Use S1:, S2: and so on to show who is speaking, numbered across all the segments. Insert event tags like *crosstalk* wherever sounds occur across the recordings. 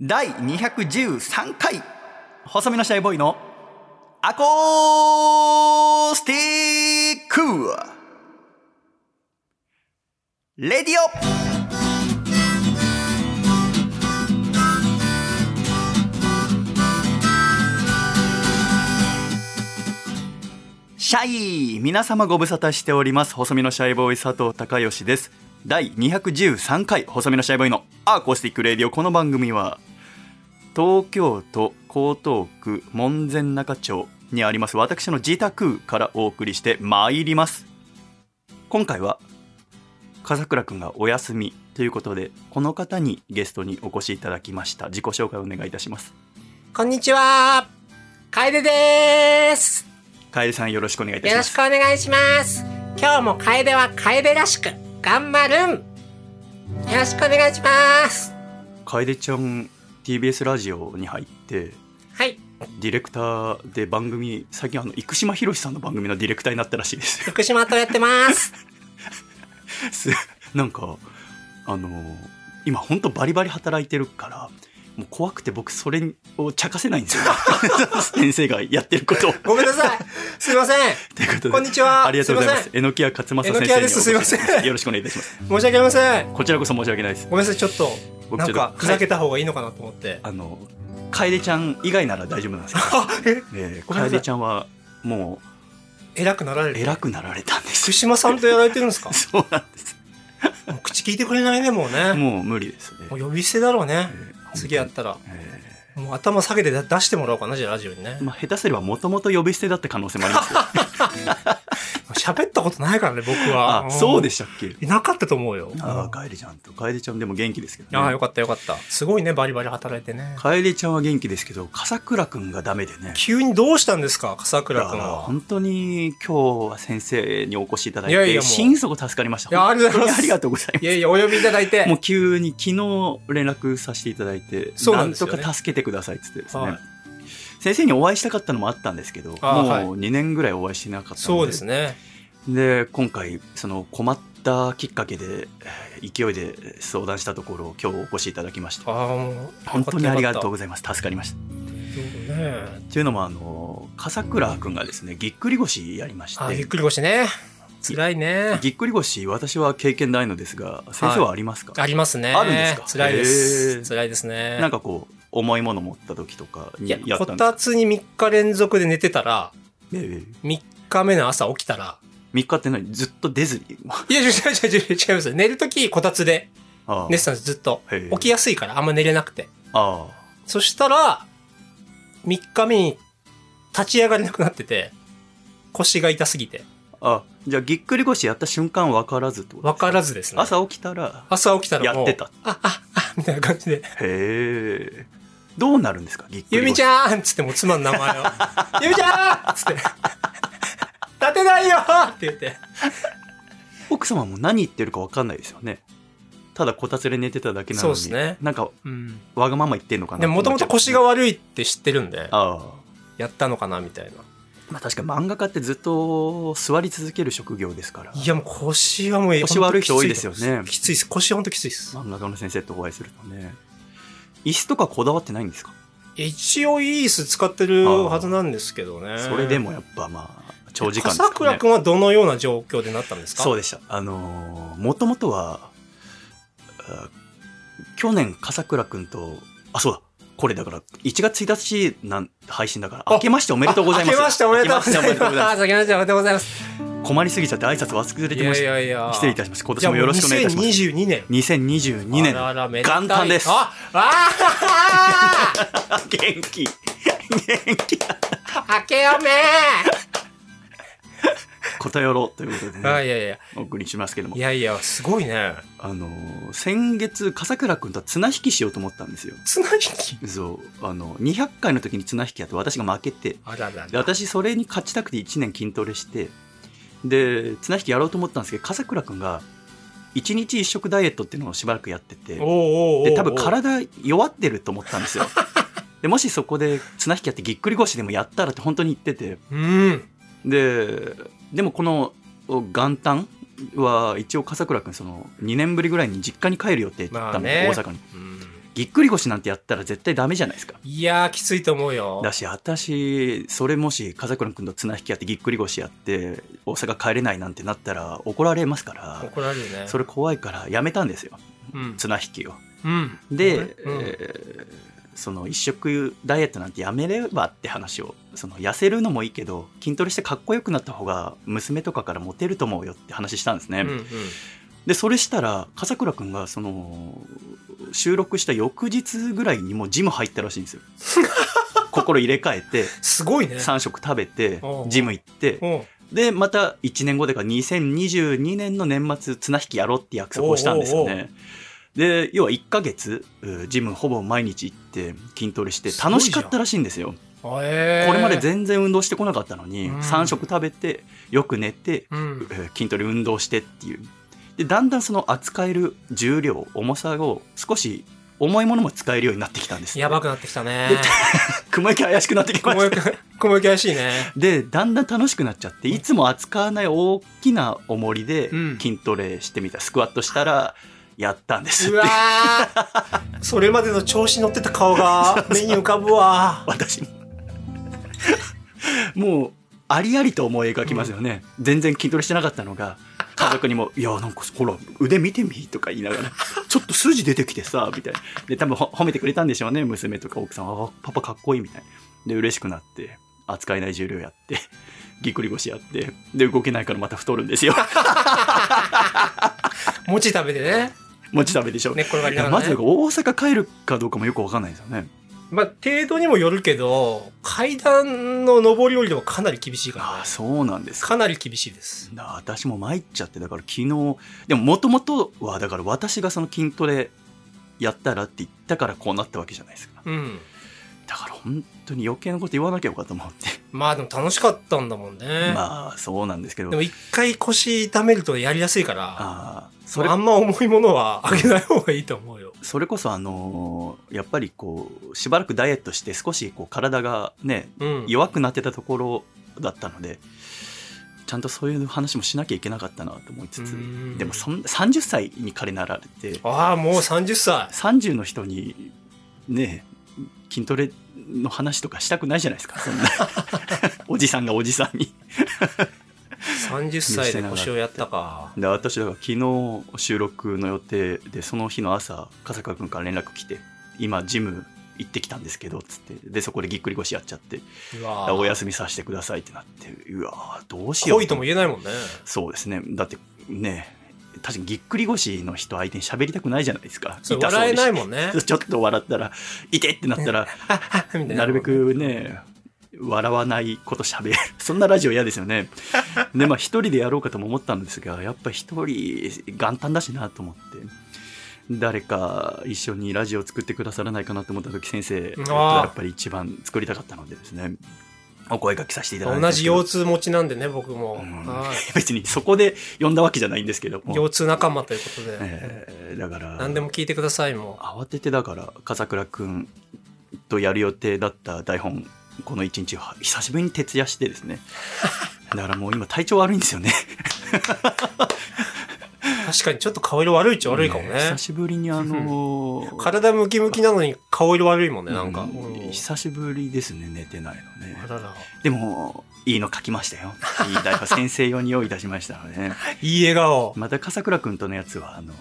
S1: 第213回細身のシャイボーイのアコースティックレディオシャイ皆様ご無沙汰しております細身のシャイボーイ佐藤孝義です第213回細身のシャイボーイのアコースティックレディオこの番組は東京都江東区門前仲町にあります私の自宅からお送りしてまいります今回は笠倉くんがお休みということでこの方にゲストにお越しいただきました自己紹介をお願いいたします
S2: こんにちは楓です
S1: 楓さんよろしくお願いいたし
S2: よろ
S1: ま
S2: しく
S1: す
S2: お願いします今日も楓は楓らしく頑張るんよろしくお願いします
S1: 楓ちゃん TBS ラジオに入って
S2: はい
S1: ディレクターで番組最近あの生島ひろしさんの番組のディレクターになったらしいですよ
S2: 福島とやって
S1: *laughs*
S2: ます
S1: す *laughs* なんかあの今ほんとバリバリ働いてるからもう怖くて僕それを茶化せないん
S2: *laughs*
S1: ですよ先生がやってることを
S2: ごめんなさいすいません
S1: ということで
S2: こんにちは
S1: ありがとうございます
S2: すいま
S1: えのきや勝正先生
S2: 榎谷です
S1: にお越し
S2: すいません
S1: よろしくお願いいたします
S2: 申し訳ありません
S1: こちらこそ申し訳ないです
S2: ごめんなさいちょっと
S1: 僕
S2: なん
S1: ちょっ
S2: か
S1: と
S2: ふざけた方がいいのかなと思って
S1: あの楓ちゃん以外なら大丈夫なん
S2: *laughs*
S1: ですけ
S2: あえ
S1: ど、えー
S2: ごめんなさい
S1: 楓ちゃんはも
S2: 偉くなられ
S1: う
S2: る
S1: 偉くなられたんです
S2: 福島さんとやられてるんです
S1: *laughs*
S2: か
S1: そうなんです
S2: もう口聞いてくれないねもうね
S1: もう無理ですね
S2: もう呼び捨てだろうね
S1: えー
S2: 次やったら
S1: えー
S2: もう頭下げて出してもらおうかなじゃあラジオにね
S1: まあ、下手すればもともと呼び捨てだった可能性もありますけ
S2: *laughs*
S1: ど
S2: 喋ったことないからね僕は
S1: あそうで
S2: し
S1: したっけ
S2: いなかったと思うよ
S1: ああ楓ちゃんと楓ちゃんでも元気ですけど、ね、
S2: ああ、よかったよかった。すごいね、バリバリ働いてね。
S1: 楓ちゃんは元気ですけど笠倉くんがダメでね
S2: 急にどうしたんですか、笠
S1: だ
S2: 倉
S1: か
S2: 君
S1: ら
S2: は。
S1: 本当に今日は先生にお越しいただいて
S2: いやいやもう
S1: 心底助かりました
S2: いやありがとうござい
S1: 本当
S2: ます
S1: にありがとうございます
S2: いやいや、お呼びいただいて。
S1: もう急に昨日連絡させていただいて
S2: そうなんです
S1: と
S2: よね
S1: か助けてくださいっつってですね、
S2: はい
S1: 先生にお会いしたかったのもあったんですけどもう
S2: あーはい
S1: 2年ぐらいお会いしてなかったので
S2: そうですね。
S1: で今回その困ったきっかけでえー勢いで相談したところ今日お越しいただきまして
S2: ああ、もう。
S1: 本当にありがとう
S2: う。
S1: ございます助かりました
S2: ね、
S1: というのもあの笠倉君がですねぎっくり腰やりまし
S2: ああ、ゆってくり腰ね。辛いね。
S1: ぎっくり腰私は経験ないのですが先生はありますか、
S2: ありますね。
S1: あるんですか
S2: 辛いで
S1: へえ
S2: す。辛いですね。
S1: なんかこう重いもの持った時とかに
S2: い
S1: や
S2: や
S1: っ
S2: こ
S1: たんです
S2: たつに3日連続で寝てたら、
S1: ええ
S2: 3日目の朝起きたら、
S1: 3日って何ずっと出ずに
S2: いや、違う違う違う違う違います。寝るとき、こたつで
S1: ああ
S2: 寝てたんです、ずっと。
S1: へえ
S2: 起きやすいから、あんま寝れなくて。
S1: あ
S2: そしたら、3日目に立ち上がれなくなってて、腰が痛すぎて、
S1: ああじゃあぎっくり腰やった瞬間分からずってこと
S2: 分からずですね。
S1: 朝起きたら
S2: 朝起きたらもう、
S1: やってた
S2: あ、あ、あ、みたいな感じ
S1: へ
S2: で、
S1: え。どうなるんですか、ぎっくり腰。
S2: ゆみち
S1: ゃん。
S2: ゃんっつってもう妻の名
S1: *laughs*
S2: 前を、ゆみちゃんっつって、立てないよって言って、
S1: 奥様も何言ってるかわかんないですよね。ただこたつで寝てただけなのに。
S2: そうですね
S1: なんか、
S2: うん。
S1: わがまま言ってんのかな
S2: でももともと腰が
S1: あ
S2: 悪いって知ってるんで、
S1: あ。
S2: やったのかなみたいな。
S1: まあ確か漫画家ってずっと座り続ける職業ですから。
S2: いやもう腰はもう、
S1: 腰悪い人多いですよね
S2: きついです。腰ほんときついです。
S1: 漫画家の先生とお会いするとね。椅子とかこだわってないんですか、
S2: いや一応いい椅子使ってるはずなんですけどね。
S1: それでもやっぱまあ、長時間ですか
S2: 笠倉君はどのような状況でなったんですか
S1: そう
S2: う
S1: でした。あのもともとは、あ去年、笠倉くんと、あ、そうだ。これだから、1月1日なん配信だから、
S2: あ
S1: 明けましておめでとうございます。
S2: 明けましておめでとうございます。
S1: 明けましておめでとうございます
S2: 明けましておめでとうございます。
S1: 困りすぎちゃって挨拶忘れ
S2: い
S1: てま
S2: や
S1: し
S2: い
S1: た。
S2: やいや。
S1: 失礼いたしました。今年もよろしくお願いいたします。
S2: じゃあもう2022年。
S1: 2022年
S2: あららめでたい
S1: 元旦です。
S2: ああ
S1: *laughs* 元気。元気。
S2: ー明けおめ
S1: ことよろということでね、
S2: あいやいや。
S1: お送りしますけども
S2: い。やいや、すごいね。
S1: あのー先月、笠倉くんとは綱引きしようと思ったんですよ。
S2: 綱引き。
S1: そう。あの、200回の時に綱引きやって私が負けて、
S2: あらら
S1: で
S2: ら。
S1: 私それに勝ちたくて1年筋トレしてで綱引きやろうと思ったんですけど笠倉君が1日1食ダイエットっていうのをしばらくやってて
S2: おうおうおうおう
S1: で多分。体弱ってると思ったんですよ *laughs* でもしそこで綱引きやってぎっくり腰でもやったらって本当に言ってて
S2: うん。
S1: ででもこの元旦は一応笠倉君その2年ぶりぐらいに実家に帰る予定だったの、
S2: まあね
S1: 大阪にぎっくり腰なんてやったら絶対ダメじゃないですか
S2: いやー、きついと思うよ。
S1: だし私それもし風倉君と綱引きやってぎっくり腰やって大阪帰れないなんてなったら怒られますから
S2: 怒られるね。
S1: それ怖いからやめたんですよ
S2: うん。
S1: 綱引きを
S2: うん。
S1: で、
S2: うん
S1: えーその一食ダイエットなんてやめればって話をその痩せるのもいいけど筋トレしてかっこよくなった方が娘とかからモテると思うよって話したんですね、
S2: うん。うん
S1: でそれしたら笠倉君がその収録した翌日ぐらいにもうジム入ったらしいんです
S2: *laughs*
S1: よ心入れ替えて
S2: すごいね。
S1: 3食食べて
S2: おうおう
S1: ジム行って
S2: おう
S1: でまた1年後でか2022年の年末綱引きやろうって約束をしたんですよ
S2: おうおう
S1: ねで要は1ヶ月うジムほぼ毎日行って筋トレして
S2: すごいじゃん
S1: 楽しかったらしいんですよ
S2: あえー
S1: これまで全然運動してこなかったのに
S2: うん
S1: 3食食べてよく寝て
S2: うん
S1: え。ー筋トレ運動してっていうでだんだんその扱える重量重さを少し重いものも使えるようになってきたんです
S2: やばくなってき
S1: *laughs*
S2: たね。
S1: 雲行き怪しくなってきま
S2: 雲
S1: し
S2: 行
S1: た
S2: き、雲行き怪しいね。
S1: *laughs* でだんだん楽しくなっちゃっていつも扱わない大きな重りで
S2: うん
S1: 筋トレしてみた、スクワットしたらやったんですっ
S2: う
S1: て
S2: わーそれまでの調子乗ってた顔が目に浮かぶわ。
S1: 私 *laughs* ももうありありと思い描きますよね、全然筋トレしてなかったのが家族にも「いやなんかほら腕見てみ」とか言いながら「ちょっと筋出てきてさ」みたいなで多分ほ褒めてくれたんでしょうね娘とか奥さんは「あパパかっこいい」みたいなで嬉しくなって扱えない重量やってぎっくり腰やってで動けないからまた太るんですよ
S2: 餅食べてね。
S1: 餅食べでしょ、
S2: 寝っ転がり
S1: い
S2: な
S1: や
S2: が
S1: ま
S2: ら
S1: ず大
S2: ね。
S1: 阪帰るかどうかもよくわかんないですよね
S2: まあ、程度にもよるけど、階段の上り下りでもかなり厳しいからね
S1: ああそうなんですか
S2: かなり厳しいです。
S1: だ私も参っちゃってだから昨日でももともとはだから私がその筋トレやったらって言ったからこうなったわけじゃないですか
S2: うん。
S1: だから本当に余計なこと言わなきゃよかったと思って、
S2: まあでも楽しかったんだもんね。
S1: まあそうなんですけど
S2: でも一回腰痛めるとやりやすいから、
S1: あーそ
S2: そ
S1: れ
S2: れあんま重いものはあげない方がいいと思うよ。
S1: それこそあのーやっぱりこうしばらくダイエットして少しこう体がね
S2: うん。
S1: 弱くなってたところだったのでちゃんとそういう話もしなきゃいけなかったなと思いつつ
S2: うん
S1: でもそん30歳に彼なられて
S2: ああ、もう30歳。
S1: 30の人にね筋トレの話とかしたくないじゃないですか
S2: *laughs*
S1: そんなおじさんがおじさんに
S2: 30歳で腰をやったか。
S1: で私だから昨日収録の予定でその日の朝笠川君から連絡来て「今ジム行ってきたんですけど」っつってでそこでぎっくり腰やっちゃって「
S2: うわー
S1: お休みさせてください」ってなってうわーどうしよう
S2: 恋とも言えないもんね。
S1: そうですねだってね確かにぎっくり腰の人相手に喋りたくないじゃないですか
S2: それ
S1: 痛そう
S2: 笑え
S1: にし
S2: ないもんね。
S1: ちょっと笑ったら「痛て!」ってなった
S2: *laughs*
S1: ら
S2: みたいな。
S1: なるべ。くね、笑わないこと喋る。 *laughs* そんなラジオ嫌ですよ
S2: *laughs*
S1: ね。で、まあ一人でやろうかとも思ったんですが、やっぱ一人元旦だしなと思って。誰か一緒にラジオ作ってくださらないかなと思った時先生
S2: うわ
S1: がやっぱり一番作りたかったのでですねお声掛けさせていただいて
S2: 同じ腰痛持ちなんでね、僕も。
S1: うん
S2: はい
S1: *laughs* 別にそこで呼んだわけじゃないんですけども、
S2: 腰痛仲間ということで。
S1: えーだから
S2: 何でも聞いてくださいも
S1: 慌ててだから笠倉くんとやる予定だった台本この一日は久しぶりに徹夜してです
S2: *laughs*
S1: ねだからもう今体調悪いんですよね
S2: う。確かにちょっと顔色悪いっちゃ悪いかもね
S1: 久。しぶりにあの
S2: *laughs*
S1: ー
S2: 体ムキムキなのに顔色悪いもんね、なんか。
S1: う
S2: うん
S1: 久しぶりですね寝てないのね
S2: あらら。
S1: でもいいの書きましたよいい台本先生用に用意いたしましたのでね
S2: いい笑顔。
S1: また笠倉くんとのやつはあの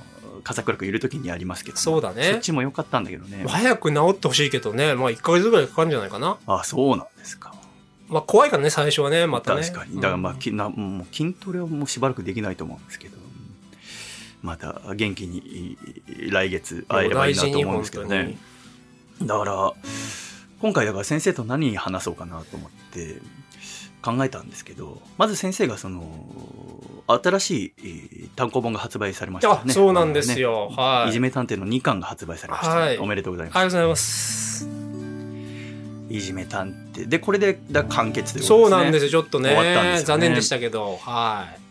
S1: 笠倉くんいる時にやりますけど、
S2: そうだね
S1: そっちも良かったんだけどね
S2: 早く治ってほしいけどね、まあ1ヶ月ぐらいかかるんじゃないかな。
S1: あそうなんですか
S2: まあ怖いからね、最初はね、またね。
S1: 確かにだからまあ、
S2: うん
S1: きなもう筋トレはもうしばらくできないと思うんですけどまた元気にいい来月会えればいいなと思うんですけど
S2: 大事に
S1: ねだから今回だから先生と何話そうかなと思って考えたんですけどまず先生がその新しいえー単行本が発売されましたよ
S2: あ、
S1: ね
S2: そうなんですよ。
S1: あの
S2: はい。
S1: ねいじめ探偵の2巻が発売されましたね、
S2: はい
S1: おめでとうござい
S2: あり
S1: ま
S2: がとうございます。
S1: すいじめ探偵でこれでだ完結ということ
S2: そ
S1: です
S2: う
S1: ね
S2: なんですよ、ちょっとね
S1: 終わったんですよね
S2: 残念でしたけど、はい。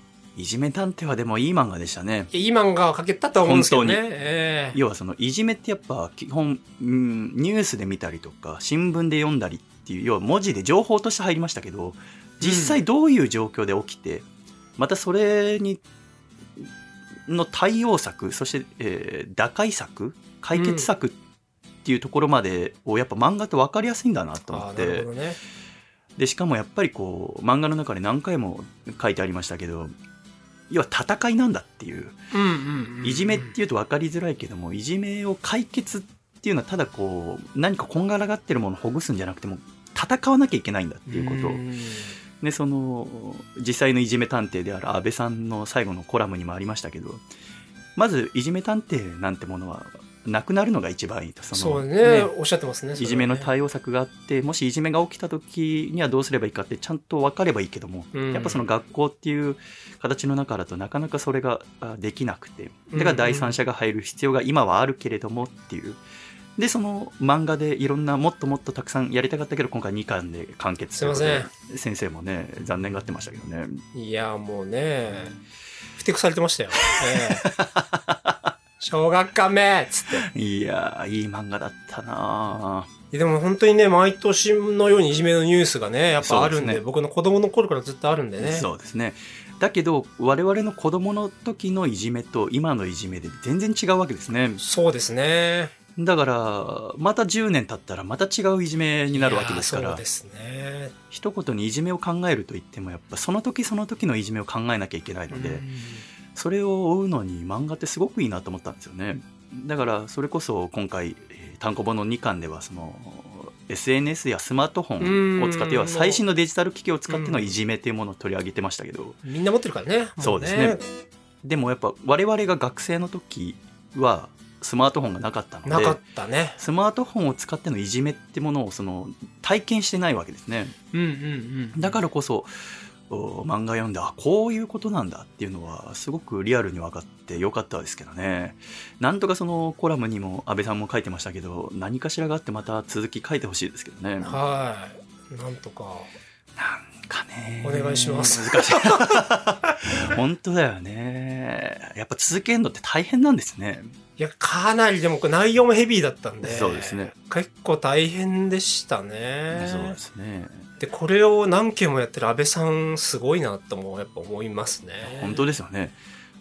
S1: いじめ探偵はでもいい漫画でしたね
S2: いい漫画をかけたとは思うんですけどね。
S1: 本
S2: ええ
S1: *laughs* 要はそのいじめってやっぱ基本、うん、ニュースで見たりとか新聞で読んだりっていう要は文字で情報として入りましたけど実際どういう状況で起きて、またそれにの対応策そして、えー打開策解決策っっていうところまでをやっぱ漫画って分かりやすいんだなと思
S2: あ
S1: っ
S2: ーなる
S1: て
S2: ほどね
S1: でしかもやっぱりこう漫画の中で何回も書いてありましたけど要は戦いなんだっていう
S2: うんうんうん
S1: いじめっていうと分かりづらいけどもいじめを解決っていうのはただこう何かこんがらがってるものをほぐすんじゃなくても戦わなきゃいけないんだっていうことを
S2: ん
S1: でその実際のいじめ探偵である安倍さんの最後のコラムにもありましたけどまずいじめ探偵なんてものはなくなるのが一番いいとその
S2: そうねおっしゃってますねそれはね
S1: いじめの対応策があってもしいじめが起きた時にはどうすればいいかってちゃんと分かればいいけども、
S2: うん
S1: やっぱその学校っていう形の中だとなかなかそれがあできなくてだか
S2: うんう
S1: ら
S2: ん
S1: 第三者が入る必要が今はあるけれどもっていう。でその漫画でいろんなもっともっとたくさんやりたかったけど今回2巻で完結ということです
S2: いま
S1: 先生もね残念がってましたけどね
S2: いやもうねふてくされてましたよ、 *laughs* ええ小学館目っつって
S1: いやーいい漫画だったなぁ
S2: でも本当にね毎年のようにいじめのニュースがねやっぱあるん
S1: そう
S2: で
S1: ですね
S2: 僕の子供の頃からずっとあるんでね
S1: そうですねだけど我々の子供の時のいじめと今のいじめで全然違うわけですね
S2: そうですね
S1: だからまた10年経ったらまた違ういじめになるわけですか
S2: いや
S1: ら
S2: そうですね
S1: 一言にいじめを考えると言ってもやっぱその時その時のいじめを考えなきゃいけないので、
S2: うん
S1: それを追うのに漫画ってすごくいいなと思ったんですよねだからそれこそ今回えー単行本の2巻ではその SNS やスマートフォンを使って
S2: うん
S1: 要は最新のデジタル機器を使ってのいじめというものを取り上げてましたけど
S2: みんな持ってるからねも
S1: そうですねでもやっぱ我々が学生の時はスマートフォンがなかったの
S2: な
S1: で
S2: かったね
S1: スマートフォンを使ってのいじめってものをその体験してないわけですね
S2: うんうん
S1: だからこそお漫画読んであこういうことなんだっていうのはすごくリアルに分かってよかったですけどねなんとかそのコラムにも安倍さんも書いてましたけど何かしらがあってまた続き書いてほしいですけどねなん
S2: はいなんとか
S1: かね
S2: お願いします
S1: 難しい本当だよねやっぱ続けるのって大変なんですね
S2: *laughs* いやかなりでもこれ内容もヘビーだったんで
S1: そうですね
S2: 結構大変でしたね
S1: そうですね
S2: でこれを何件もやってる安倍さんすごいなともやっぱ思いますね
S1: 本当ですよね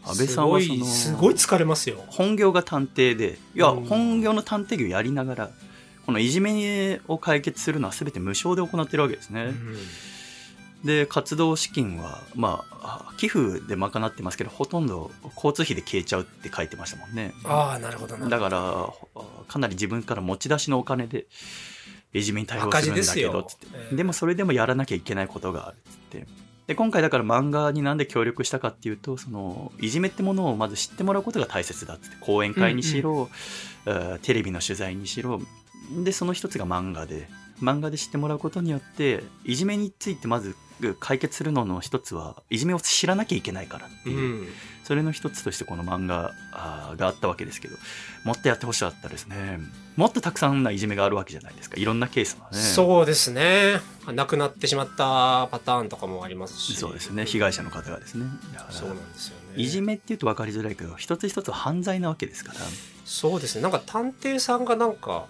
S1: 安倍さんはその
S2: すごいすごい疲れますよ
S1: 本業が探偵でいや
S2: うん
S1: 本業の探偵業やりながらこのいじめを解決するのは全て無償で行ってるわけです
S2: う
S1: ね、
S2: ん
S1: で活動資金はまああ寄付で賄ってますけどほとんど交通費で消えちゃうって書いてましたもんね
S2: ああなるほどな
S1: だからあかなり自分から持ち出しのお金でいじめに対応するんだけど
S2: 赤
S1: つ
S2: 字
S1: っ
S2: です
S1: て
S2: よ
S1: で,、
S2: ええ
S1: もそれでもやらなきゃいけないことがあるっつってで今回だから漫画になんで協力したかっていうとそのいじめってものをまず知ってもらうことが大切だっつって講演会にしろ、あーテレビの取材にしろでその一つが漫画で漫画で知ってもらうことによっていじめについてまず解決するのの一つはいじめを知らなきゃいけないからって
S2: う
S1: いう、
S2: ん
S1: それの一つとしてこの漫画あーがあったわけですけどもっとやってほしかったですねもっとたくさんないじめがあるわけじゃないですかいろんなケースはね
S2: そうですね亡くなってしまったパターンとかもありますし
S1: そうですね被害者の方がですねだから
S2: そうなんですよね
S1: いじめっていうと分かりづらいけど一つ一つは犯罪なわけですから
S2: そうですねなんか探偵さんがなんか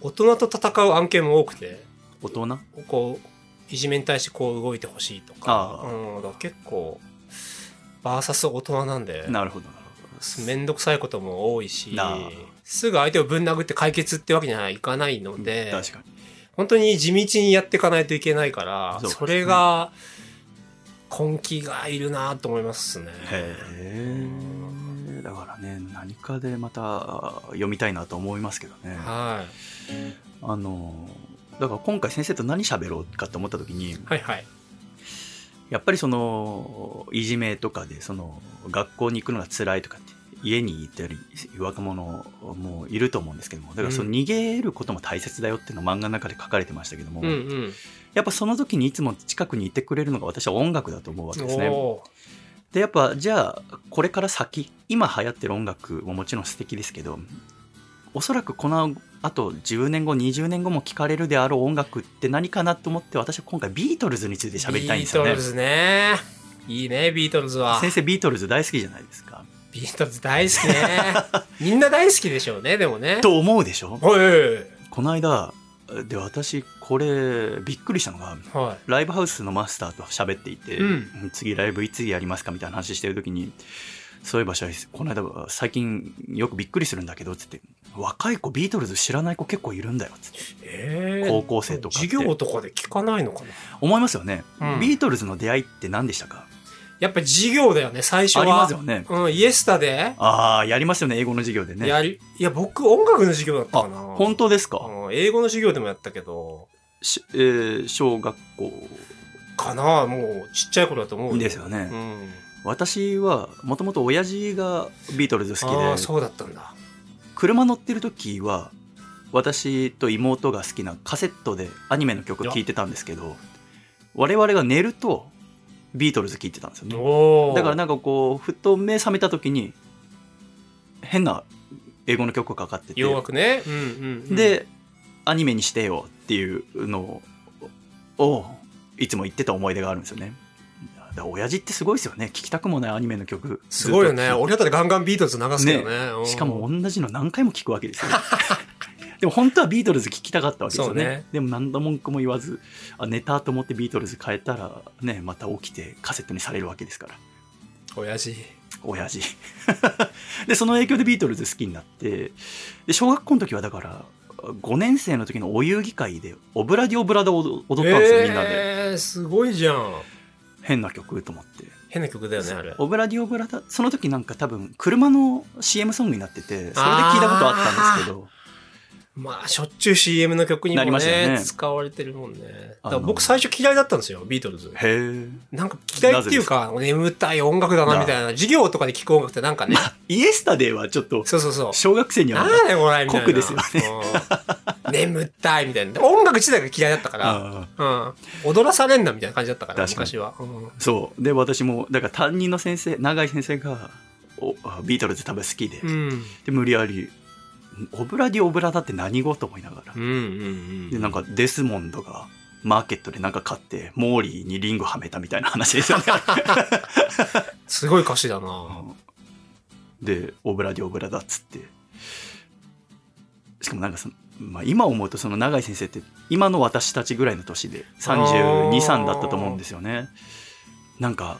S2: 大人と戦う案件も多くて
S1: 大人
S2: こういじめに対してこう動いてほしいと
S1: あ
S2: か
S1: あ
S2: うん、だから結構バーサス大人なんで
S1: なるほどなる
S2: めんどくさいことも多いし
S1: なあ
S2: すぐ相手をぶん殴って解決ってわけにはいかないの
S1: ほど、
S2: で
S1: 確かに
S2: 本当に地道にやっていかないといけないから
S1: そうで
S2: そ,、
S1: すね
S2: れが根気がいるなと思いますね。
S1: へえだからね何かでまた読みたいなと思いますけどね
S2: はい
S1: あのだから今回先生と何喋ろうかと思った時に、
S2: はいはい。
S1: やっぱりそのいじめとかでその学校に行くのが辛いとかって家にいたり若者もいると思うんですけどもだからその
S2: うん
S1: 逃げることも大切だよっていうのを漫画の中で書かれてましたけども、
S2: うんうん。
S1: やっぱその時にいつも近くにいてくれるのが私は音楽だと思うわけですね。
S2: お
S1: でやっぱじゃあこれから先今流行ってる音楽ももちろん素敵ですけどおそらくこのあと10年後20年後も聴かれるであろう音楽って何かなと思って私は今回ビートルズについて
S2: ー
S1: 喋りたいんですよ
S2: ビー
S1: ね
S2: トル。ズね。いいね、ビートルズは。
S1: 先生ビートルズ大好きじゃないですか。
S2: ビートルズ大好きね。
S1: *laughs*
S2: みんな大好きでしょうね、でもね。
S1: と思うでしょ
S2: はいはいはい
S1: この間で私これびっくりしたのが
S2: はい。はい。
S1: ライブハウスのマスターと喋っていて、
S2: うん
S1: 次ライブいつやりますかみたいな話してる時にそういえばシャイこの間は最近よくびっくりするんだけどつって若い子ビートルズ知らない子結構いるんだよつって
S2: えー
S1: 高校生とかって
S2: 授業とかで聞かないのかな
S1: 思いますよね、
S2: うん
S1: ビートルズの出会いって何でしたか
S2: やっぱ授業だよね最初
S1: あ
S2: は
S1: りますよね
S2: うん、イエスタで、
S1: ああやりますよね英語の授業でね
S2: やりいや僕音楽の授業だった
S1: あ
S2: かな
S1: 本当ですか、
S2: うん英語の授業でもやったけど
S1: しえー小学校
S2: かなもうちっちゃい頃だと思う
S1: ですよね
S2: うん、
S1: 私はもともと親父がビートルズ好き
S2: あ
S1: で
S2: あそうだったんだ
S1: 車乗ってる時は私と妹が好きなカセットでアニメの曲聴いてたんですけど我々が寝るとビートルズ聴いてたんですよね
S2: おお
S1: だからな
S2: な
S1: んかこうふと目覚めた時に変な英語の曲がかかってて
S2: 洋楽ね、うんうんうん、
S1: でアニメにしてよっていうのをいつも言ってた思い出があるんですよねだから親父ってすごいですよね聴きたくもないアニメの曲
S2: すごいよね
S1: ずっと聴て
S2: 俺だったらガンガンビートルズ流すけどねうん
S1: しかも同じの何回も聞くわけですよ。 *laughs* でも本当はビートルズ聞きたかったわけですよね。
S2: そうね
S1: でも何の文句も言わず、あ寝たと思ってビートルズ変えたら、ね、また起きてカセットにされるわけですから、
S2: 親父
S1: 親父。 *laughs* で、その影響でビートルズ好きになって、で、小学校の時はだから、5年生の時のお遊戯会で、オブラディオブラダを踊ったんですよ、みんなで。
S2: えー、すごいじゃん
S1: 変な曲と思って。
S2: 変な曲だよねあれ
S1: オブラディオブラダ、その時なんか多分、車の CM ソングになってて、それで聞いたことあったんですけど、
S2: まあしょっちゅう CM の曲にも
S1: なりました
S2: ね
S1: よね
S2: 使われてるもんねだ
S1: あの
S2: から僕最初嫌いだったんですよビートルズ
S1: へえ。
S2: なんか嫌いっていうか眠たい音楽だなみたいな授業とかで聴く音楽ってなんかね
S1: イエスタデーはちょっと
S2: そうそうそう
S1: 小学生には
S2: なんだよこれみたいな
S1: 酷ですよ
S2: うん眠たいみたいな音楽自体が嫌いだったから、
S1: ああ
S2: うん、踊らされんなみたいな感じだったから
S1: 確かに
S2: 昔は、うん
S1: そうで私もだから担任の先生永井先生がおあビートルズ多分好きで,、
S2: うん、
S1: で無理やり「オブラディオブラだって何語?」と思いながら、
S2: うんうん
S1: でなんかデスモンドがマーケットでなんか買ってモーリーにリングはめたみたいな話ですよね
S2: すごい歌詞だな
S1: で「オブラディオブラだ」っつってしかもなんかその、まあ、今思うとその永井先生って今の私たちぐらいの年で
S2: あー
S1: 323だったと思うんですよねなんか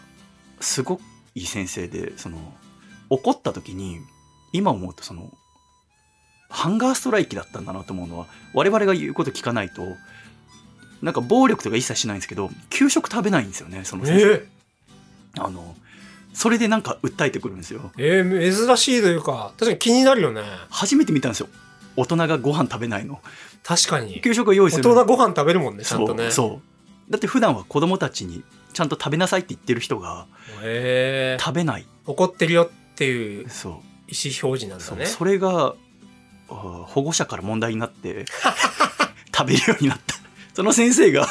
S1: すごくいい先生でその怒った時に今思うとそのハンガーストライキだったんだなと思うのは我々が言うこと聞かないとなんか暴力とか一切しないんですけど給食食べないんですよねその
S2: え
S1: 先生、
S2: ー
S1: あのそれでなんか訴えてくるんですよ
S2: えー珍しいというか確かに気になるよね
S1: 初めて見たんですよ大人がご飯食べないの
S2: 確かに
S1: 給食を用
S2: 大
S1: 意する
S2: 人ご飯食べるもんねちゃんと
S1: そ
S2: ね
S1: うそうだって普段は子供たちにちゃんと食べなさいって言ってる人が
S2: へえ
S1: 食べない
S2: 怒ってるよっていう
S1: そう
S2: 意思表示なん
S1: そ
S2: だ
S1: う
S2: ね
S1: それがあー保護者から問題になって
S2: *laughs*
S1: 食べるようになったその先生が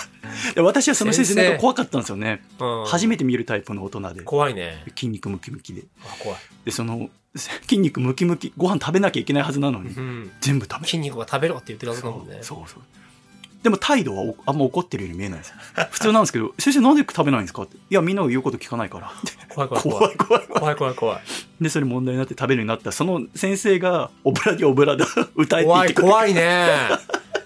S1: で私はその先生
S2: 先
S1: な
S2: 生
S1: んか怖かったんですよね
S2: うん
S1: 初めて見るタイプの大人で
S2: 怖いね
S1: 筋肉ムキムキで
S2: あ怖い、
S1: でその筋肉ムキムキご飯食べなきゃいけないはずなのに
S2: うん、
S1: 全部食べる
S2: 筋肉は食べろって言ってるはずだ
S1: そう
S2: もんね
S1: そうそうでも態度はおあんま怒ってるように見え
S2: *laughs*
S1: ないです普通なんですけど「先生なんで食べないんですか?」って「いやみんなが言うこと聞かないから」
S2: 怖い怖い *laughs* 怖
S1: 怖
S2: い
S1: い怖い怖い
S2: 怖い怖い怖い
S1: でそれ問題になって食べるようになったその先生が「オブラディオブラだ」歌えって言
S2: 怖
S1: って
S2: い
S1: くる
S2: 怖いね